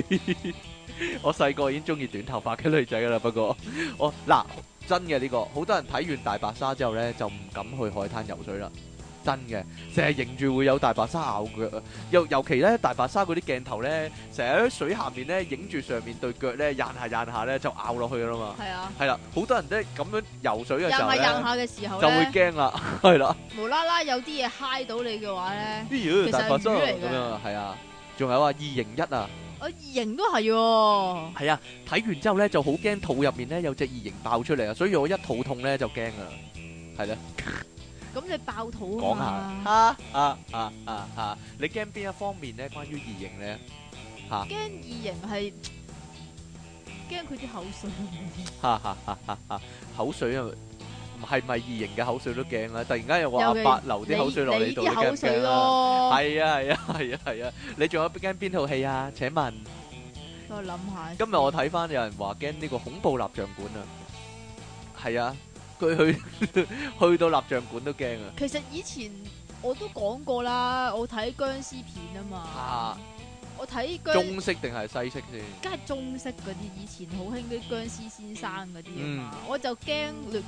Speaker 1: 我細個已經中意短頭髮嘅女仔噶啦，不過 我嗱真嘅呢、個，好多人睇完大白鯊之後呢，就唔敢去海灘游水啦，真嘅，成日認住會有大白鯊咬腳啊，尤尤其呢，大白鯊嗰啲鏡頭呢，成日喺水下面呢，影住上面對腳呢，掗下掗下呢，就咬落去噶啦嘛，
Speaker 2: 係啊，
Speaker 1: 係啦，好多人呢，咁樣游水
Speaker 2: 印
Speaker 1: 嘅時候
Speaker 2: 下印
Speaker 1: 呢，
Speaker 2: 下嘅時候
Speaker 1: 就會
Speaker 2: 咧，
Speaker 1: 驚啦， 係啦，
Speaker 2: 無啦啦有啲嘢嗨到你嘅話咧，
Speaker 1: 哎呀
Speaker 2: 其實係
Speaker 1: 大白鯊
Speaker 2: 魚嚟
Speaker 1: 咁
Speaker 2: 嘅
Speaker 1: 樣啊係啊，仲有啊二型一啊。
Speaker 2: 我異形哦都係喎。
Speaker 1: 係啊，睇完之後咧就好驚，肚入面咧有隻異形爆出嚟啊，所以我一肚痛咧就驚啊，係啦，
Speaker 2: 咁你爆肚
Speaker 1: 講下
Speaker 2: 啊嘛？
Speaker 1: 啊啊啊啊啊！你驚邊一方面咧？關於異形咧，
Speaker 2: 驚異形係驚佢啲口水。
Speaker 1: 哈哈哈哈哈！口水啊，唔係咪異形嘅口水都驚啦？突然間又話阿
Speaker 2: 尤其
Speaker 1: 伯流
Speaker 2: 你
Speaker 1: 啲口水落
Speaker 2: 你
Speaker 1: 度，
Speaker 2: 啲
Speaker 1: 你驚
Speaker 2: 口
Speaker 1: 唔
Speaker 2: 水
Speaker 1: 驚啊？
Speaker 2: 咯，
Speaker 1: 係啊係啊係啊係啊！你仲有驚邊套戲啊？請問
Speaker 2: 俾我諗下。
Speaker 1: 今日我睇翻有人話驚呢個恐怖蠟像館啊，係啊，佢去 去到蠟像館都驚啊！
Speaker 2: 其實以前我都講過啦，我睇僵屍片啊
Speaker 1: 啊
Speaker 2: 嘛，我睇僵
Speaker 1: 中式定係西式先？
Speaker 2: 梗係中式嗰啲，以前好興啲僵屍先生嗰啲啊
Speaker 1: 嗯
Speaker 2: 嘛，我就驚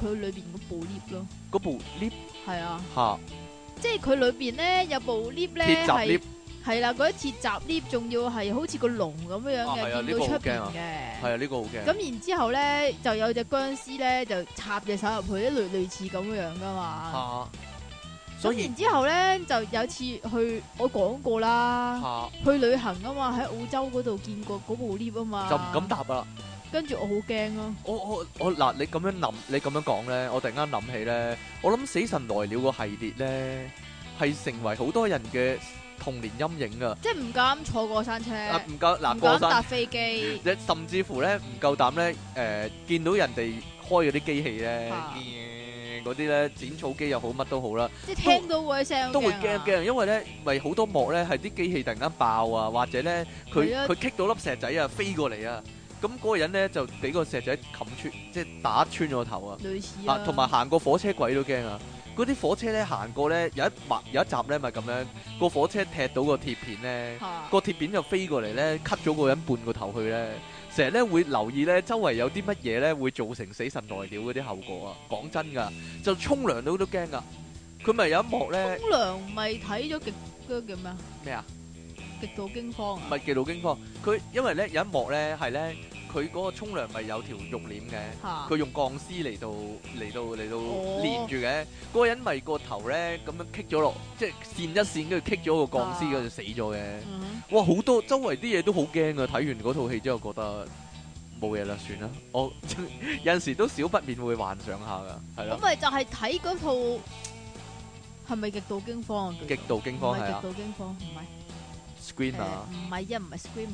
Speaker 2: 佢裏邊嗰部 lift 咯，
Speaker 1: 嗰部 lift
Speaker 2: 係啊，
Speaker 1: 吓
Speaker 2: 即係佢裏邊咧有部 lift
Speaker 1: 鐵
Speaker 2: 咧
Speaker 1: 閘
Speaker 2: 係
Speaker 1: lift
Speaker 2: 係啦，嗰啲鐵閘 lift 仲要係好似個籠咁樣
Speaker 1: 啊
Speaker 2: 樣
Speaker 1: 係啊
Speaker 2: 嘅，
Speaker 1: 呢
Speaker 2: 見
Speaker 1: 個
Speaker 2: 到
Speaker 1: 好
Speaker 2: 出
Speaker 1: 驚啊
Speaker 2: 邊嘅。
Speaker 1: 係啊，呢個好驚。
Speaker 2: 咁然之後咧，就有隻僵屍咧就插隻手入去，啲類類似咁樣噶嘛。
Speaker 1: 吓，所
Speaker 2: 咁
Speaker 1: 以
Speaker 2: 然之後咧，就有次去我講過啦，
Speaker 1: 吓
Speaker 2: 去旅行啊嘛，喺澳洲嗰度見過嗰部 lift 啊嘛，
Speaker 1: 就唔敢。答啦。
Speaker 2: 跟住我好驚咯，
Speaker 1: 我我我嗱，你咁樣諗，你咁樣講咧，我突然間諗起咧，我諗《死神來了》個系列咧，係成為好多人嘅童年陰影啊！
Speaker 2: 即係唔敢坐過山車，
Speaker 1: 啊，唔夠嗱
Speaker 2: 唔
Speaker 1: 過
Speaker 2: 敢
Speaker 1: 山
Speaker 2: 搭飛機，
Speaker 1: 你甚至乎咧唔夠膽咧，誒、見到人哋開嗰啲機器咧，
Speaker 2: 啊
Speaker 1: 嗰啲咧剪草機又好，乜都好啦，
Speaker 2: 即係聽到嗰啲聲
Speaker 1: 都會
Speaker 2: 驚
Speaker 1: 驚
Speaker 2: 啊
Speaker 1: 驚，因為咧咪好多幕咧係啲機器突然間爆啊，或者咧佢
Speaker 2: 係啊
Speaker 1: 佢棘到粒石仔啊飛過嚟啊，咁嗰個人咧就俾個石仔冚穿，即係打穿咗個頭啊！
Speaker 2: 類似
Speaker 1: 啊
Speaker 2: 啦，，
Speaker 1: 同埋行過火車軌都驚啊！嗰啲火車咧行過咧，有一幕有一集咧咪咁樣，個火車踢到個鐵片咧，
Speaker 2: 嚇
Speaker 1: 個鐵片就飛過嚟咧，cut 咗個人半個頭去咧，成日咧會留意咧周圍有啲乜嘢咧會造成死神來了嗰啲後果啊！講真噶，就沖涼都都驚噶。佢咪有一幕咧
Speaker 2: 沖涼咪睇咗極嗰個叫咩啊？
Speaker 1: 咩啊？
Speaker 2: 極度驚慌啊！
Speaker 1: 咪極度驚慌。佢因為咧有一幕咧係咧，佢嗰個沖涼咪有條浴簾嘅。
Speaker 2: 嚇
Speaker 1: 佢用鋼絲嚟到嚟到嚟到
Speaker 2: 哦
Speaker 1: 連住嘅，嗰個人咪個頭咧咁樣棘咗落，即係線一線，跟住棘咗個鋼絲，
Speaker 2: 啊
Speaker 1: 跟住死咗嘅。
Speaker 2: 嗯
Speaker 1: 哇！好多周圍啲嘢都好驚啊！睇完嗰套戲之後覺得冇嘢啦，算啦。我 有陣時都少不免會幻想下噶，係
Speaker 2: 咁
Speaker 1: 咯，
Speaker 2: 咪就係睇嗰套係咪極度驚慌啊？
Speaker 1: 極度驚
Speaker 2: 唔
Speaker 1: 慌係
Speaker 2: 係極
Speaker 1: 啊
Speaker 2: 度驚慌，唔係
Speaker 1: ，scream
Speaker 2: 誒
Speaker 1: 啊，
Speaker 2: 唔係啊，唔係 scream 誒誒。
Speaker 1: 誒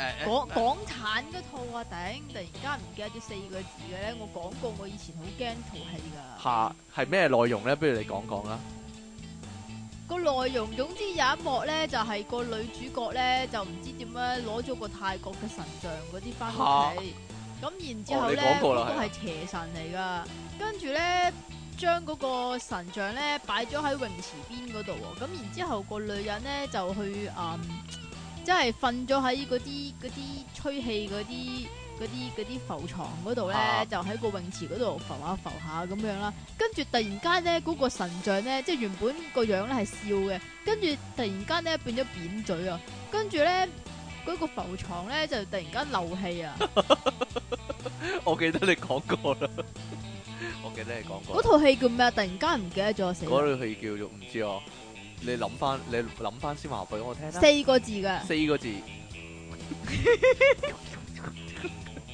Speaker 1: 誒
Speaker 2: 港港產嗰套啊，頂！突然間唔記得咗四個字嘅咧，我講過我以前好驚套戲㗎。
Speaker 1: 下係咩內容咧？不如你講講啦。
Speaker 2: 個內容總之有一幕咧，就係、個女主角咧就唔知點樣攞咗個泰國嘅神像嗰啲翻屋企，咁然之後咧
Speaker 1: 哦你講過啦
Speaker 2: 嗰個係邪神嚟噶，跟住咧將嗰個神像咧擺咗喺泳池邊嗰度喎，咁然之後個女人咧就去嗯，即係瞓咗喺嗰啲嗰啲吹氣嗰啲。嗰啲嗰啲浮床嗰度咧，
Speaker 1: 啊
Speaker 2: 就喺個泳池嗰度浮下浮下咁樣啦。跟住突然間咧，嗰、個神像咧，即係原本個樣咧係笑嘅，跟住突然間咧變咗扁嘴啊！跟住咧嗰個浮床咧就突然間漏氣 啊！
Speaker 1: 我記得你講過啦， 我記得你講
Speaker 2: 嗰。
Speaker 1: 過
Speaker 2: 套戲叫咩啊？突然間唔記得咗死啦，
Speaker 1: 嗰套戲叫做唔知啊，你諗翻你諗翻先話俾我聽啦。
Speaker 2: 四個字嘅，
Speaker 1: 四個字，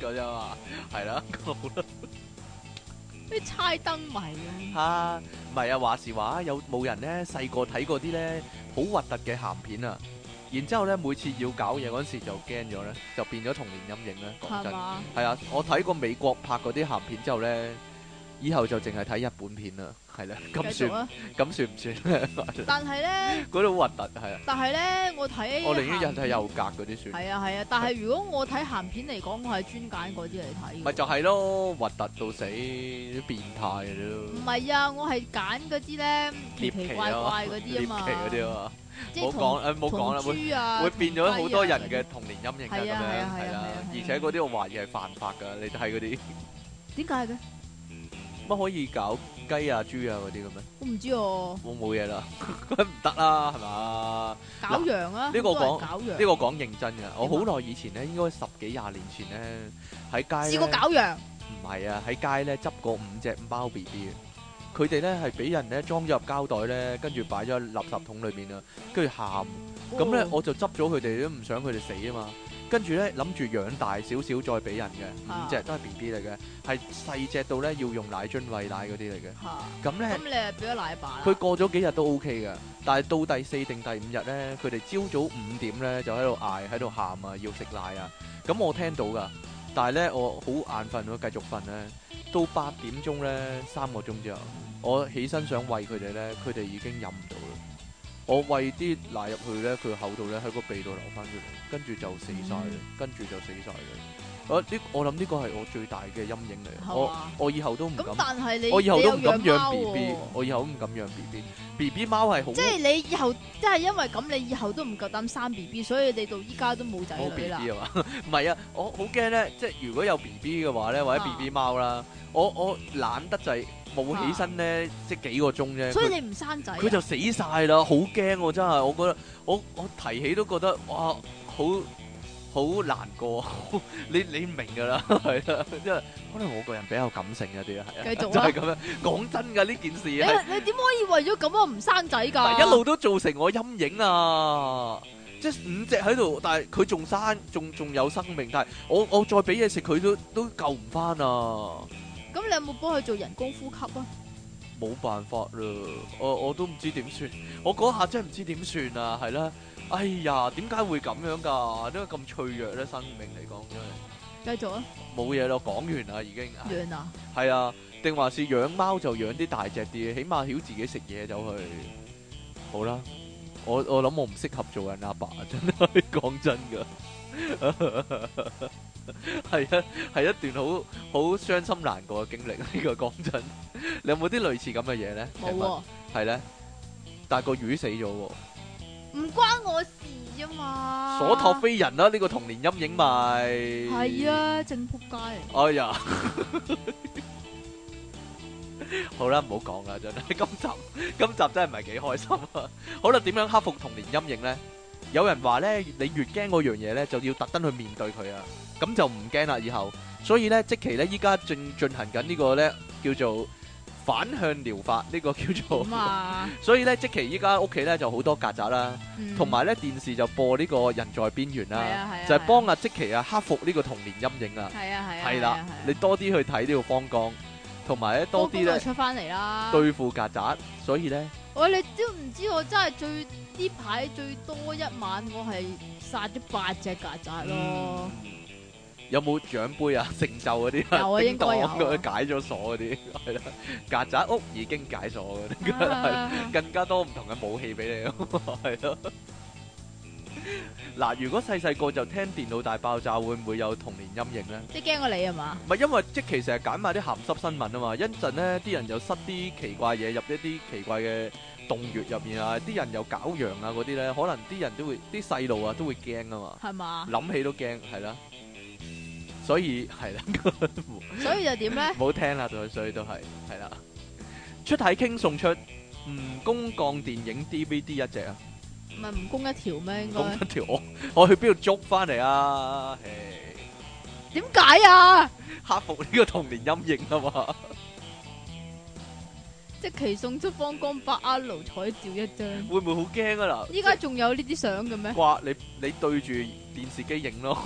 Speaker 1: 咁樣啊，係啦，好啦
Speaker 2: 啲猜燈謎咁。
Speaker 1: 嚇，唔係啊，話時話有冇人咧細個睇嗰啲咧好核突嘅鹹片啊，然之後咧每次要搞嘢嗰陣時就驚咗咧，就變咗童年陰影咧，講
Speaker 2: 係
Speaker 1: 真，
Speaker 2: 嘛？
Speaker 1: 係啊，我睇過美國拍嗰啲鹹片之後咧，以後就淨係睇日本片啦，係啦，
Speaker 2: 繼
Speaker 1: 咁
Speaker 2: 續
Speaker 1: 算
Speaker 2: 啊！
Speaker 1: 咁算唔算 咧？
Speaker 2: 但係咧，
Speaker 1: 嗰啲好核突係啊，
Speaker 2: 但係咧，我睇
Speaker 1: 我寧願
Speaker 2: 鹹
Speaker 1: 人
Speaker 2: 片
Speaker 1: 睇右格嗰啲算。
Speaker 2: 係啊係啊，但係如果我睇鹹片嚟講，我係專揀嗰啲嚟睇嘅。
Speaker 1: 咪就係咯，核突到死，變態嘅
Speaker 2: 唔
Speaker 1: 都，
Speaker 2: 係啊，我係揀嗰啲咧奇
Speaker 1: 獵
Speaker 2: 奇
Speaker 1: 奇
Speaker 2: 怪
Speaker 1: 啊
Speaker 2: 怪嗰
Speaker 1: 獵
Speaker 2: 啲
Speaker 1: 奇
Speaker 2: 啊嘛，
Speaker 1: 嗰啲啊嘛，
Speaker 2: 即係
Speaker 1: 冇
Speaker 2: 同
Speaker 1: 講誒冇講啦，
Speaker 2: 同
Speaker 1: 會
Speaker 2: 豬啊，
Speaker 1: 會變咗好多人
Speaker 2: 同雞啊
Speaker 1: 嘅童年陰影啊咁
Speaker 2: 係啊係啊係啊
Speaker 1: 樣，係
Speaker 2: 係
Speaker 1: 啦
Speaker 2: 啊，
Speaker 1: 而
Speaker 2: 係啊
Speaker 1: 且嗰啲我懷疑係犯法㗎，你睇嗰啲
Speaker 2: 嗰啲，點解嘅？
Speaker 1: 乜可以搞雞啊豬啊嗰啲咁咩？
Speaker 2: 我唔知喎，
Speaker 1: 我冇嘢啦，梗唔得啦，係嘛？
Speaker 2: 搞羊啊，
Speaker 1: 呢
Speaker 2: 好
Speaker 1: 個
Speaker 2: 多人
Speaker 1: 講
Speaker 2: 搞羊，
Speaker 1: 呢個講認真嘅，我好耐以前咧，應該十幾廿年前咧喺街
Speaker 2: 試
Speaker 1: 呢
Speaker 2: 過搞羊，
Speaker 1: 唔係啊，喺街咧執過五隻貓 B B 嘅，佢哋咧係俾人咧裝咗入膠袋咧，跟住擺咗喺垃圾桶裏面啊，跟住喊。咁咧
Speaker 2: 哦
Speaker 1: 我就執咗佢哋，都唔想佢哋死啊嘛。跟住咧諗住養大少少再俾人嘅，
Speaker 2: 啊
Speaker 1: 五隻都係 B B 嚟嘅，係細只到咧要用奶樽喂奶嗰啲嚟嘅。
Speaker 2: 嚇，
Speaker 1: 咁咧
Speaker 2: 咁你係俾咗奶爸啦
Speaker 1: 佢過咗幾日都 O K 嘅，但係到第四定第五日咧，佢哋朝早五點咧就喺度嗌，喺度喊啊，要食奶啊。咁我聽到噶，但係咧我好眼瞓咯，繼續瞓咧。到八點鐘咧，三個鐘之後，我起身想喂佢哋咧，佢哋已經飲唔到啦。我喂啲奶入去咧，佢口度咧喺個鼻度流翻出嚟，跟住就死晒啦，
Speaker 2: 嗯
Speaker 1: 跟住就死晒啦。我呢，我諗呢個係我最大嘅陰影嚟，
Speaker 2: 係
Speaker 1: 我
Speaker 2: 嘛？
Speaker 1: 我以後都唔
Speaker 2: 啊咁
Speaker 1: 敢。
Speaker 2: 但係你
Speaker 1: 我以後都唔敢
Speaker 2: 你有
Speaker 1: 養
Speaker 2: 貓
Speaker 1: B
Speaker 2: 喎
Speaker 1: B，我以後都唔敢養 B B。B B 貓係好
Speaker 2: 即係你以後，即係因為咁，你以後都唔夠膽生 B B，所以你到依家都冇仔
Speaker 1: 冇 B
Speaker 2: 女啦。
Speaker 1: B 啊嘛， 唔係啊，我好驚咧，即係如果有 B B 嘅話咧，或者 B
Speaker 2: 啊
Speaker 1: B 貓啦，我我懶得滯，冇起身咧，即係幾個鐘啫。
Speaker 2: 所
Speaker 1: 佢
Speaker 2: 以你唔生仔啊，
Speaker 1: 佢就死晒啦，好驚我真係，我覺得我我提起都覺得哇，好好難過， 你你明㗎啦， 係啦，因為可能我個人比較感性一啲啊，係啊，
Speaker 2: 繼續
Speaker 1: 就
Speaker 2: 啦
Speaker 1: 係 咁樣。講真㗎，呢件事係。
Speaker 2: 你你點可以為咗咁啊我唔生仔
Speaker 1: 但
Speaker 2: 㗎？
Speaker 1: 一路都造成我陰影啊！即係五隻喺度，但係佢仲生，仲仲有生命，但係我我再俾嘢食佢都都救唔翻啊！
Speaker 2: 咁你有冇幫佢做人工呼吸啊？
Speaker 1: 冇辦法啦，我我都唔知點算，我嗰下真係唔知點算啊，係啦，哎呀，點解會咁樣㗎？點解咁脆弱咧？生命嚟講真係
Speaker 2: 繼續啊，
Speaker 1: 冇嘢咯，講完啦已經，唉
Speaker 2: 完啊，
Speaker 1: 係啊，定還是養貓就養啲大隻啲，起碼曉自己食嘢走去。好啦，我我諗我唔適合做人阿爸，真係 講真噶。 係啊，係一段好好傷心難過嘅經歷。呢個講真，你有冇啲類似咁嘅嘢咧？
Speaker 2: 冇
Speaker 1: 請問
Speaker 2: 喎，
Speaker 1: 係咧，但係個魚死咗喎，
Speaker 2: 唔關我事啫嘛。
Speaker 1: 所託非人啦！呢個童年陰影咪
Speaker 2: 係啊，正仆街嚟。
Speaker 1: 哎 呀，好啦，唔好講啦，真係 今集今集真係唔係幾開心啊！好啦，點樣克服童年陰影呢？有人話呢，你越驚嗰樣嘢呢，就要特登去面對佢啊，咁就唔驚啦以後。所以呢，即期呢，依家正進行緊呢個呢，叫做反向療法，呢、個叫做。
Speaker 2: 咁啊，
Speaker 1: 所以呢，即期依家屋企呢，就好多曱甴啦，
Speaker 2: 嗯
Speaker 1: 同埋呢，電視就播呢個人在邊緣
Speaker 2: 係
Speaker 1: 啦，
Speaker 2: 啊係啊，
Speaker 1: 就係幫阿即期啊克服呢個童年陰影啊。
Speaker 2: 係啊係啊，
Speaker 1: 係
Speaker 2: 係
Speaker 1: 啦
Speaker 2: 啊，
Speaker 1: 你多啲去睇呢個方剛，同埋咧多啲
Speaker 2: 幫佢
Speaker 1: 咧
Speaker 2: 出翻嚟啦。
Speaker 1: 對付曱甴，所以咧
Speaker 2: 喂，你知唔知我真係最呢排最多一晚，我係殺咗八隻曱甴咯。
Speaker 1: 嗯有冇獎杯啊、成就嗰啲
Speaker 2: 有啊應
Speaker 1: 叮噹
Speaker 2: 該有啊
Speaker 1: 嗰啲解咗鎖嗰啲，係啦，曱甴屋已經解鎖嗰啲，
Speaker 2: 啊
Speaker 1: 更加多唔同嘅武器俾你咯， 係咯。嗱，如果細細個就聽電腦大爆炸，會唔會有童年陰影咧？
Speaker 2: 即係驚過你啊嘛？
Speaker 1: 唔係因為即其成日揀埋啲鹹濕新聞啊嘛，一陣咧啲人又塞啲奇怪嘢入一啲奇怪嘅洞穴入面啊，啲人又搞羊啊嗰啲咧，可能啲人都會啲細路啊都會驚啊
Speaker 2: 係嘛
Speaker 1: 嘛，？諗起都驚係啦，所以係啦，
Speaker 2: 所以就點咧？
Speaker 1: 唔好聽啦，對，所以都係係啦。出體傾送出蜈蚣降電影 DVD 一隻啊，
Speaker 2: 唔係蜈蚣一條咩？應
Speaker 1: 咁
Speaker 2: 該
Speaker 1: 一條我我去邊度捉翻嚟啊？唉
Speaker 2: 點解啊？
Speaker 1: 克服呢個童年陰影啊嘛〜
Speaker 2: 即期送出方剛八 R 彩照一張。
Speaker 1: 會唔會好驚啊嗱？
Speaker 2: 依家仲有呢啲相嘅 咩？
Speaker 1: 掛你你對住電視機影咯，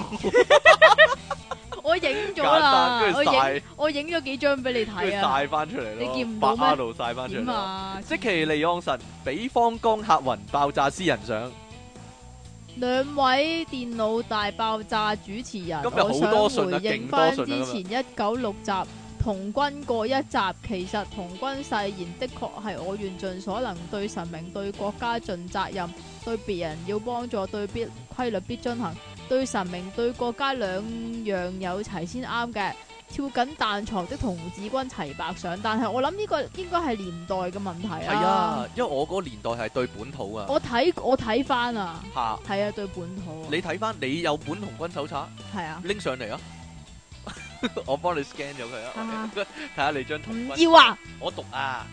Speaker 2: 我影咗
Speaker 1: 簡單
Speaker 2: 啦，
Speaker 1: 跟住
Speaker 2: 我
Speaker 1: 晒
Speaker 2: 影我影咗幾張俾你
Speaker 1: 跟住
Speaker 2: 睇啊。
Speaker 1: 晒翻出嚟咯，
Speaker 2: 你見唔到咩
Speaker 1: 白路晒翻出嚟
Speaker 2: 點
Speaker 1: 咯。
Speaker 2: 啊？
Speaker 1: 即其利昂神比方江客雲爆炸私人相，
Speaker 2: 兩位電腦大爆炸主持人，
Speaker 1: 今日好多
Speaker 2: 我
Speaker 1: 信
Speaker 2: 想
Speaker 1: 啊
Speaker 2: 回
Speaker 1: 勁
Speaker 2: 應
Speaker 1: 多
Speaker 2: 翻
Speaker 1: 信
Speaker 2: 之
Speaker 1: 啊今日
Speaker 2: 前一九六集童軍嗰一集，其實童軍誓言的確係我願盡所能，對神明、對國家盡責任，對別人要幫助，對必規律必遵行，對神明、對國家兩樣有齊先啱嘅。跳緊彈床的童子軍齊白上，但係我諗呢個應該係哦年代嘅問題
Speaker 1: 係啊，因為我嗰個年代係對本土啊，
Speaker 2: 我睇我睇翻啊，
Speaker 1: 嚇
Speaker 2: 係啊，對本土啊，
Speaker 1: 你睇翻你有本紅軍手冊
Speaker 2: 係啊。
Speaker 1: 拎上嚟啊， 我幫你 scan 咗佢啊， 睇下你張童
Speaker 2: 唔
Speaker 1: 軍。
Speaker 2: 要啊！
Speaker 1: 我讀啊！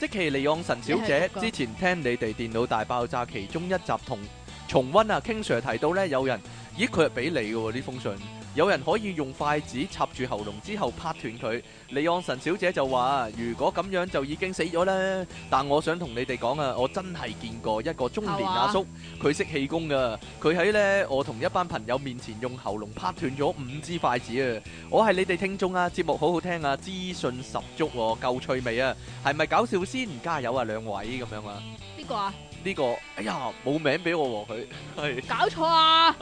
Speaker 1: 即其利昂神小姐
Speaker 2: 你係讀㗎
Speaker 1: 之前聽你哋電腦大爆炸其中一集同重温啊，King Sir 提到呢，有人，咦佢係俾你嘅喎呢封信，有人可以用筷子插住喉嚨之後拍斷佢。利昂神小姐就話：如果咁樣就已經死咗啦。但我想同你哋講啊，我真係見過一個中年阿叔，佢識氣功噶，佢喺呢，我同一班朋友面前用喉嚨拍斷咗五支筷子啊！我係你哋聽眾啊，節目好好聽啊，資訊十足喎、夠趣味啊！係咪搞笑先？加油啊，兩位咁樣啊！
Speaker 2: 呢個啊，
Speaker 1: 呢、個哎呀冇名俾我喎、佢係
Speaker 2: 搞錯 啊！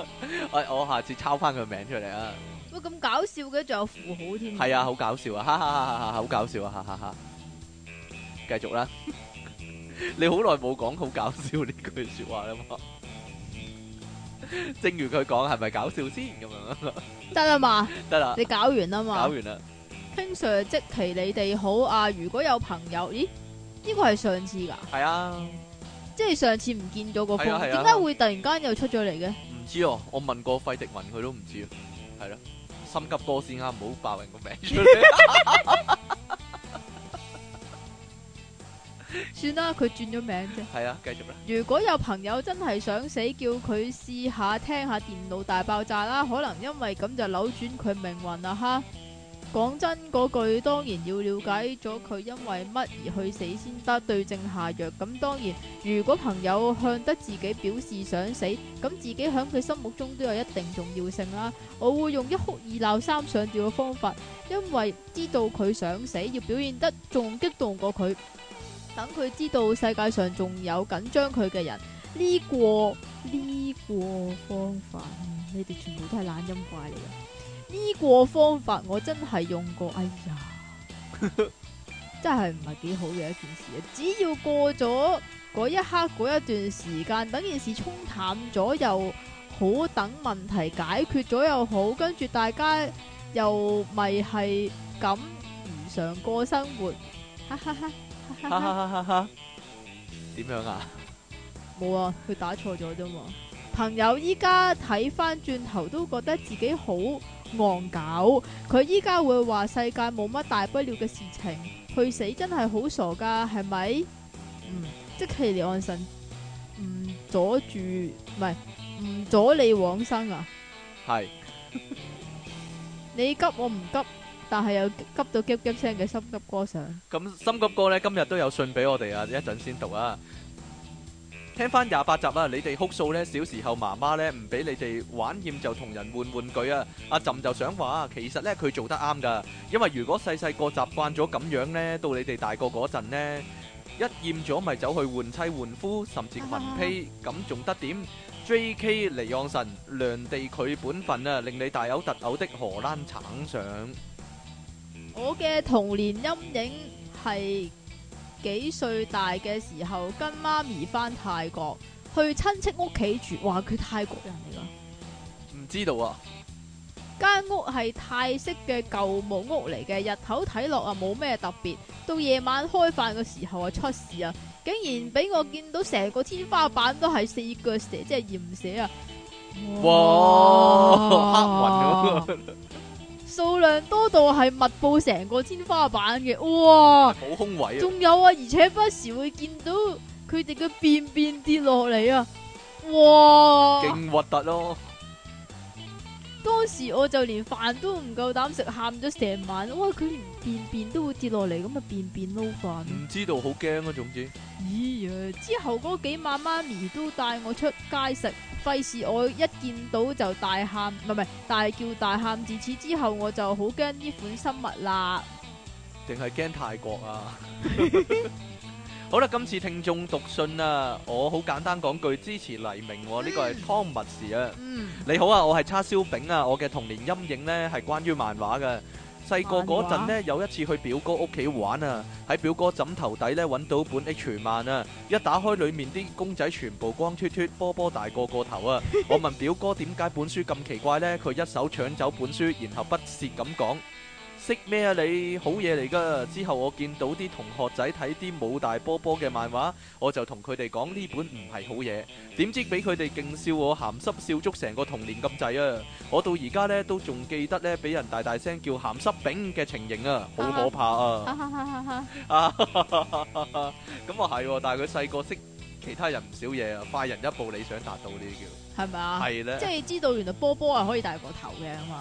Speaker 1: 哎我下次抄翻佢名出嚟啊！
Speaker 2: 喂，咁搞笑嘅，仲有符號添。
Speaker 1: 係啊，好搞笑啊！哈哈哈哈，好搞笑啊！哈哈哈！繼續啦， 你好耐冇講好搞笑呢句説話啦嘛？正如佢講，係咪搞笑先咁樣 啊？
Speaker 2: 得啦嘛，
Speaker 1: 得啦，
Speaker 2: 你搞完啦
Speaker 1: 搞
Speaker 2: 嘛。
Speaker 1: 完啦，
Speaker 2: King Sir 即期你哋好啊！如果有朋友，咦？呢個係上次㗎，
Speaker 1: 係啊。
Speaker 2: 即係上次唔見咗個風
Speaker 1: 係啊，係啊
Speaker 2: 點解會突然間又出咗嚟嘅？
Speaker 1: 唔知哦，我問過費迪雲，佢都唔知啊，係咯，心急哥先啱，啊唔好爆人個名出嚟。
Speaker 2: 算啦，佢轉咗名啫。
Speaker 1: 係啊，繼續啦，
Speaker 2: 如果有朋友真係想死，叫佢試下聽下電腦大爆炸啦，可能因為咁就扭轉佢命運啦哈。講真嗰句，當然要了解咗佢因為乜而去死先得，對症下藥。咁當然，如果朋友向得自己表示想死，咁自己喺佢心目中都有一定重要性啦。我會用一哭二鬧三上吊嘅方法，因為知道佢想死，要表現得仲激動過佢，等佢知道世界上仲有緊張佢嘅人。呢、個呢、個方法，嗯你哋全部都係懶音怪嚟嘅。呢個方法我真係用過，哎呀，真係唔係幾好嘅一件事啊！只要過咗嗰一刻嗰一段時間，等件事沖淡咗又好，等問題解決咗又好，跟住大家又咪係咁如常過生活，哈哈哈哈哈哈！
Speaker 1: 啊
Speaker 2: 冇啊，佢打錯咗啫嘛。朋友依家睇翻轉頭都覺得自己好戇搞，佢依家會話世界冇乜大不了嘅事情，去死真係好傻㗎，係咪？嗯，即其離岸神唔阻住，唔係唔阻你往生啊！
Speaker 1: 點樣啊？係，係，
Speaker 2: 你急我唔急，但係又急到急急聲嘅心急歌上。
Speaker 1: 咁心急哥呢，今日都有信俾我哋啊，一陣先讀啊。聽返28集啊，你哋哭訴呢，小時候媽媽呢，唔俾你哋玩厭就同人換玩具啊。阿朕就想話，其實呢，佢做得啱㗎，因為如果細細個習慣咗咁樣呢，到你哋大個嗰陣呢，一厭咗咪走去換妻換夫，甚至群披，咁仲得點？J.K. 離岸神量地佢本分啊，令你大有特有的荷蘭橙上。
Speaker 2: 我嘅童年陰影係幾歲大嘅時候，跟媽咪翻泰國，去親戚屋企住。哇，佢泰國人嚟噶，
Speaker 1: 唔知道啊，
Speaker 2: 間屋係泰式嘅舊木屋嚟嘅，日頭睇落啊冇咩特別，到夜晚開飯嘅時候啊出事啊，竟然俾我見到成個天花板都係四腳蛇，即係鹽蛇啊！
Speaker 1: 哇，黑雲咁啊，
Speaker 2: 數量多到係密布成個天花板嘅，哇！
Speaker 1: 冇空位啊，
Speaker 2: 仲有啊，而且不時會見到佢哋嘅便便跌落嚟啊！哇！
Speaker 1: 勁核突咯。
Speaker 2: 當時我就連飯都唔夠膽食，喊咗成晚。哇！佢連便便都會跌落嚟，咁咪便便撈飯。
Speaker 1: 唔知道好驚啊，總之
Speaker 2: 咦呀！之後嗰幾晚媽咪都帶我出街食，費事我一見到就大喊，唔係唔係大叫大喊。自此之後我就好驚呢款生物啦。
Speaker 1: 定係驚泰國啊。好啦，今次聽眾讀信啊，我好簡單講句支持黎明喎，呢個係湯密士啊。
Speaker 2: 嗯，
Speaker 1: 你好啊，我係叉燒餅啊，我嘅童年陰影呢係關於漫畫嘅。細個嗰陣呢，有一次去表哥屋企玩啊，喺表哥枕頭底呢揾到本 H 漫啊，一打開裡面啲公仔全部光脱脱，波波大個個頭啊！我問表哥點解本書咁奇怪呢？佢一手搶走本書，然後不屑咁講。識咩啊你？好嘢嚟噶！之後我見到啲同學仔睇啲冇大波波嘅漫畫，我就同佢哋講呢本唔係好嘢。點知俾佢哋勁笑我鹹濕笑足成個童年咁滯啊！我到而家呢都仲記得呢俾人大大聲叫鹹濕餅嘅情形啊，好可怕啊！
Speaker 2: 哈哈哈哈哈！
Speaker 1: 啊，咁啊係喎，但係佢細個識其他人唔少嘢啊，快人一步，理想達到呢啲
Speaker 2: 係咪
Speaker 1: 叫
Speaker 2: 啊？
Speaker 1: 係咧
Speaker 2: 即，係知道原來波波係可以大過頭嘅嘛。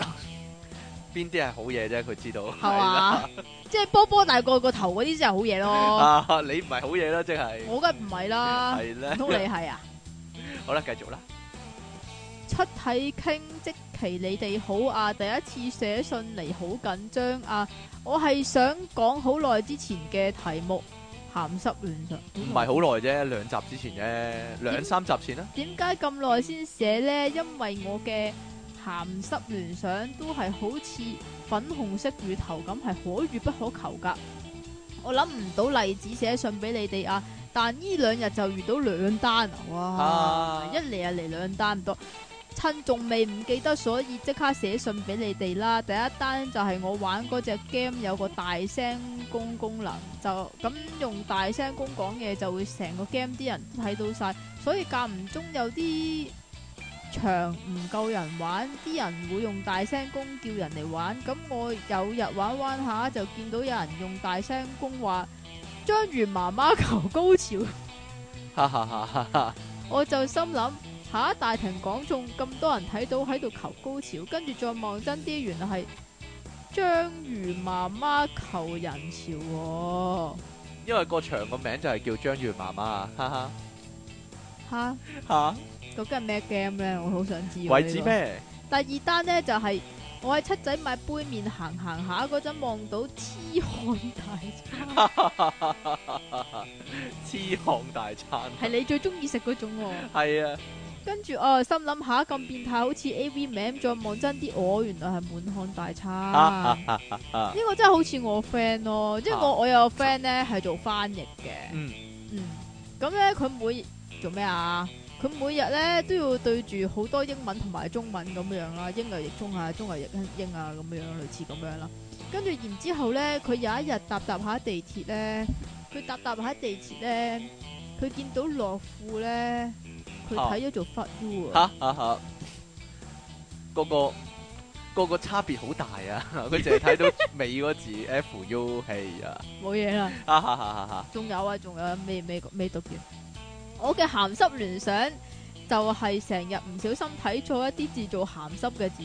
Speaker 1: 邊啲係好嘢啫？佢知道
Speaker 2: 系
Speaker 1: 係啦，
Speaker 2: 嘛？即系波波大个個頭嗰啲先係好嘢咯，
Speaker 1: 啊你唔係好嘢啦，即係
Speaker 2: 我梗係唔係啦，
Speaker 1: 係
Speaker 2: 唔
Speaker 1: 咧，
Speaker 2: 通你係啊？
Speaker 1: 好啦，繼續啦，
Speaker 2: 出體傾即期你哋好啊！第一次寫信嚟好緊張啊！我係想講好耐之前嘅題目鹹濕亂上，
Speaker 1: 唔係好耐啫，兩集之前啫，兩三集前啦，
Speaker 2: 點解咁耐先寫呢？因為我嘅鹹濕聯想都係好似粉紅色乳頭咁，係可遇不可求噶。我諗唔到例子寫信俾你哋啊，但呢兩日就遇到兩單啊，哇！
Speaker 1: 啊
Speaker 2: 一嚟啊嚟兩單唔多，趁仲未唔記得，所以即刻寫信俾你哋啦。第一單就係我玩嗰只 game 有個大聲公功能，就咁用大聲公講嘢就會成個 game 啲人都睇到晒，所以間唔中有啲場唔夠人玩，啲人會用大聲公叫人嚟玩。咁我有日玩玩下就見到有人用大聲公話章魚媽媽求高潮。
Speaker 1: 哈哈哈哈哈，
Speaker 2: 我就心諗吓、大庭廣眾咁多人睇到喺度求高潮，跟住再望真啲，原來係章魚媽媽求人潮喎、
Speaker 1: 因為個場個名就係叫章魚媽媽啊，哈哈
Speaker 2: 吓，
Speaker 1: 吓，
Speaker 2: 究竟係咩 game 咧？我好想知喎。
Speaker 1: 鬼
Speaker 2: 呢
Speaker 1: 知
Speaker 2: 個
Speaker 1: 咩？
Speaker 2: 第二單咧就係我喺七仔買杯麵行行下嗰陣望到痴漢大餐，
Speaker 1: 痴漢大餐
Speaker 2: 係你最中意食嗰種喎、
Speaker 1: 係啊，
Speaker 2: 跟住我又心諗下咁變態，好似 A V 名，再望真啲，我原來係滿漢大餐。呢個真係好似我 friend 咯，即係
Speaker 1: 啊
Speaker 2: 我我有個 friend 咧係做翻譯嘅，
Speaker 1: 嗯，
Speaker 2: 嗯，咁咧佢每做咩啊？佢每日咧都要對住好多英文同埋中文咁樣啦，英又譯中啊，中又譯英啊咁樣，類似咁樣啦。跟住然之後咧，佢有一日搭搭下地鐵咧，佢搭搭下地鐵咧，佢見到樂富咧，佢
Speaker 1: 啊
Speaker 2: 睇咗做 fuck you 啊！
Speaker 1: 吓吓吓，個個個個差別好大啊！ 佢淨係 睇到尾嗰字 F U 係啊，
Speaker 2: 冇嘢啦，
Speaker 1: 哈哈哈哈！
Speaker 2: 仲有啊，仲有啊未未未讀完。我嘅鹹濕聯想就係成日唔小心睇錯一啲字做鹹濕嘅字，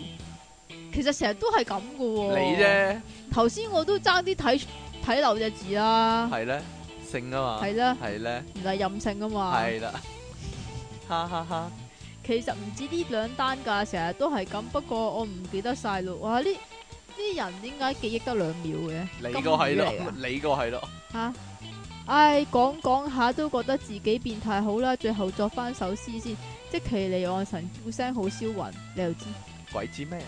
Speaker 2: 其實成日都係咁噶
Speaker 1: 你
Speaker 2: 喎。
Speaker 1: 啫，
Speaker 2: 頭先我都爭啲睇睇漏隻字啦，
Speaker 1: 係咧性啊嘛，
Speaker 2: 係啦，
Speaker 1: 係咧，
Speaker 2: 原來任性啊嘛。
Speaker 1: 係啦，哈哈哈！
Speaker 2: 其實唔止呢兩單㗎，成日都係咁，不過我唔記得晒咯。哇！呢呢人點解記憶得兩秒嘅？
Speaker 1: 你個係
Speaker 2: 金魚嚟
Speaker 1: 咯
Speaker 2: 㗎，
Speaker 1: 你個係咯，
Speaker 2: 吓，唉，講講下都覺得自己變態好啦，最後作翻首詩先，即其離岸神叫聲好銷魂，你又知，
Speaker 1: 鬼知咩？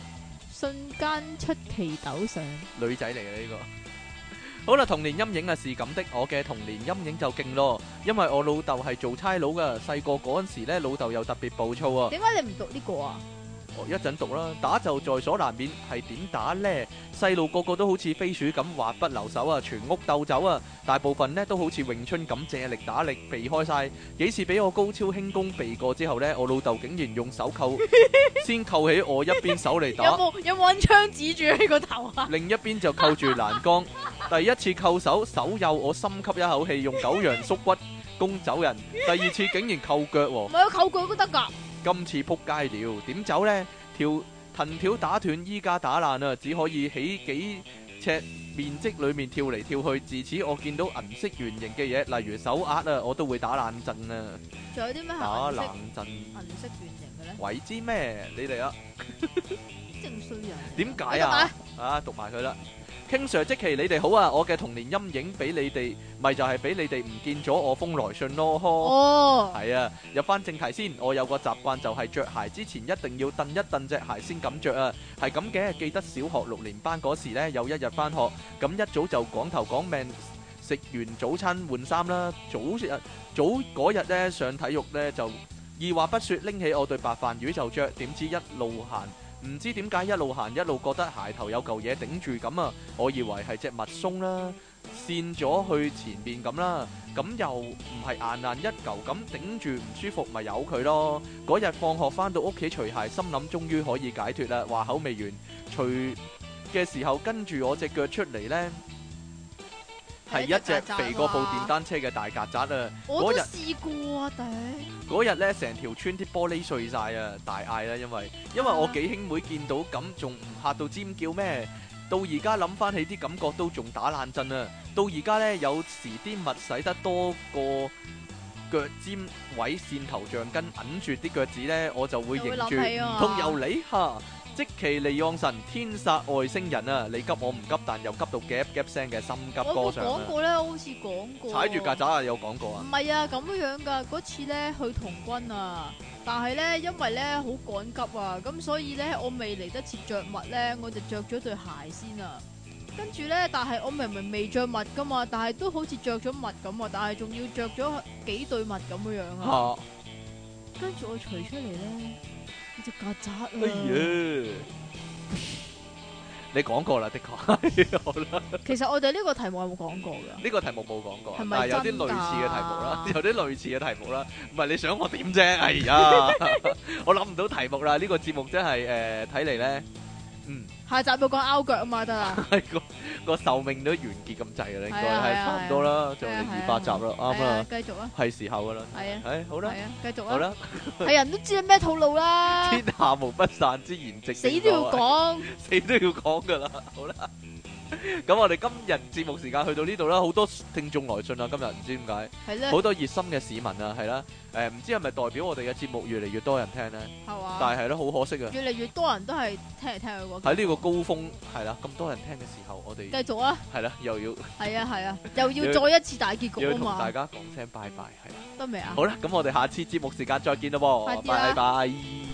Speaker 2: 瞬間出奇抖上，
Speaker 1: 女仔嚟嘅呢個。好啦，童年陰影啊，是咁的。我嘅童年陰影就勁咯，因為我老豆係做差佬噶，細個嗰陣時咧，老豆又特別暴躁啊。
Speaker 2: 點解你唔讀呢個啊？
Speaker 1: 我一陣讀啦，打就在所難免，係點打呢？細路個個都好似飛鼠咁滑不留手啊，全屋鬥走啊！大部分呢都好似詠春咁借力打力，避開晒。幾次俾我高超輕功避過之後呢，我老豆竟然用手扣先扣起我一邊手嚟
Speaker 2: 有
Speaker 1: 打。
Speaker 2: 冇有冇揾槍指住你個頭 啊？
Speaker 1: 另一邊就扣住欄杆。第一次扣手，手幼我深吸一口氣，用九陽縮骨攻走人。第二次竟然扣腳
Speaker 2: 唔
Speaker 1: 喎，
Speaker 2: 係啊，扣佢都得㗎。
Speaker 1: 今次撲街了，點走呢？條藤條打斷，依家打爛啦，只可以起幾尺面積裏面跳嚟跳去。自此我見到銀色圓形嘅嘢，例如手鐲啊，我都會打冷震啊，
Speaker 2: 仲有啲咩
Speaker 1: 打
Speaker 2: 係銀
Speaker 1: 冷
Speaker 2: 色
Speaker 1: 震。
Speaker 2: 銀色圓形嘅咧？
Speaker 1: 鬼知咩？你嚟啊！
Speaker 2: 正衰人嚟㗎。
Speaker 1: 哦點解
Speaker 2: 你讀
Speaker 1: 啊
Speaker 2: 埋？？
Speaker 1: 啊，讀埋佢啦。King Sir，即其你哋好啊！我嘅童年陰影俾你哋，咪就係俾你哋唔見咗我封來信咯。呵
Speaker 2: 哦，
Speaker 1: 係啊，入翻正題先。我有個習慣就係着鞋之前一定要蹬一蹬隻鞋先敢着啊。係咁嘅，記得小學六年班嗰時呢，有一日翻學，咁一早就講頭講命，食完早餐換衫啦。早日早嗰日呢，上體育呢，就二話不說拎起我對白飯魚就着，點知一路行。唔知點解一路行一路覺得鞋頭有嚿嘢頂住咁啊！我以為係隻蜜松啦，跣咗去前面咁啦，咁又唔係硬硬一嚿咁頂住唔舒服，咪由佢咯。嗰日放學翻到屋企除鞋，心諗終於可以解脱啦。話口未完，除嘅時候跟住我只腳出嚟呢，係一隻啊肥過部電單車嘅大曱甴啊！
Speaker 2: 我都
Speaker 1: 嗰日
Speaker 2: 試過啊，頂。
Speaker 1: 嗰日咧，成條村啲玻璃碎晒啊！大嗌啦，因為因為我幾兄妹見到咁，仲唔嚇到尖叫咩？到而家諗翻起啲感覺都仲打冷震啊！到而家咧，有時啲襪洗得多過腳尖位線頭橡筋揞住啲腳趾咧，我就會
Speaker 2: 就會
Speaker 1: 認
Speaker 2: 諗
Speaker 1: 住
Speaker 2: 起啊
Speaker 1: 唔通有你嚇。即其利昂神天煞外星人啊！你急我唔急，但又急到夾夾聲嘅心急
Speaker 2: 我
Speaker 1: 歌
Speaker 2: 冇
Speaker 1: 上
Speaker 2: 講
Speaker 1: 啊！
Speaker 2: 過咧，我好似講過。
Speaker 1: 踩住曱甴啊，有講過啊
Speaker 2: 唔！係啊，咁樣樣噶。嗰次咧去童軍啊，但係咧因為咧好趕急啊，咁所以咧我未嚟得切着襪咧，我就着咗對鞋先啊。跟住咧，但係我明明未着襪噶嘛，但係都好似着咗襪咁啊，但係仲要着咗幾對襪咁樣樣啊。
Speaker 1: 嚇！
Speaker 2: 跟住我除出嚟咧，有隻曱甴
Speaker 1: 哎
Speaker 2: 啊！
Speaker 1: 呀！你講過啦，的 確好啦。
Speaker 2: 其實我哋呢個題目有冇講過㗎？
Speaker 1: 呢個題目冇講過
Speaker 2: 係，咪
Speaker 1: 但係有
Speaker 2: 真
Speaker 1: 啲
Speaker 2: 㗎
Speaker 1: 類似嘅題目 啦，有啲類似嘅題目啦。唔係你想我點 Ờ, 啫？哎呀，我諗唔到題目啦。呢個節目真係誒，睇嚟咧嗯，
Speaker 2: 下集要講拗腳啊嘛，得啦，
Speaker 1: 係，個-個壽命都完結咁滯㗎啦，應該，
Speaker 2: 係啊，
Speaker 1: 係，
Speaker 2: 係啊，
Speaker 1: 差唔多啦，仲有
Speaker 2: 係啊，
Speaker 1: 200
Speaker 2: 係啊，
Speaker 1: 集啦，
Speaker 2: 係
Speaker 1: 啱啦，
Speaker 2: 啊，繼續啊，
Speaker 1: 係時候㗎啦，
Speaker 2: 係啊，
Speaker 1: 係，好啦，
Speaker 2: 係啊，繼續啊，
Speaker 1: 好啦，
Speaker 2: 係人都知你咩套路 啦，
Speaker 1: 天下無不散之筵席
Speaker 2: 死
Speaker 1: 正
Speaker 2: 都要
Speaker 1: 所謂。
Speaker 2: 講，
Speaker 1: 死都要講噶啦， 好啦，咁我哋今日節目時間去到呢度啦，好多聽眾來信啦，今日唔知點解，
Speaker 2: 係咧，
Speaker 1: 好多熱心嘅市民啊，係啦，誒唔知係咪代表我哋嘅節目越嚟越多人聽呢？
Speaker 2: 係嘛，
Speaker 1: 但係係咯，好可惜啊，
Speaker 2: 越嚟越多人都係聽嚟聽去嗰
Speaker 1: 喺呢個高峰係啦，咁多人聽嘅時候，我哋
Speaker 2: 個，繼續啊，
Speaker 1: 係啦又要
Speaker 2: 係啊係啊，又
Speaker 1: 要
Speaker 2: 要再一次大結
Speaker 1: 又
Speaker 2: 局
Speaker 1: 要
Speaker 2: 啊
Speaker 1: 同大
Speaker 2: 嘛，
Speaker 1: 家講聲拜拜，係啦，
Speaker 2: 得未啊？
Speaker 1: 好啦，咁我哋下次節目時間再見啦
Speaker 2: 快
Speaker 1: 喎，
Speaker 2: 啲啦
Speaker 1: 拜拜。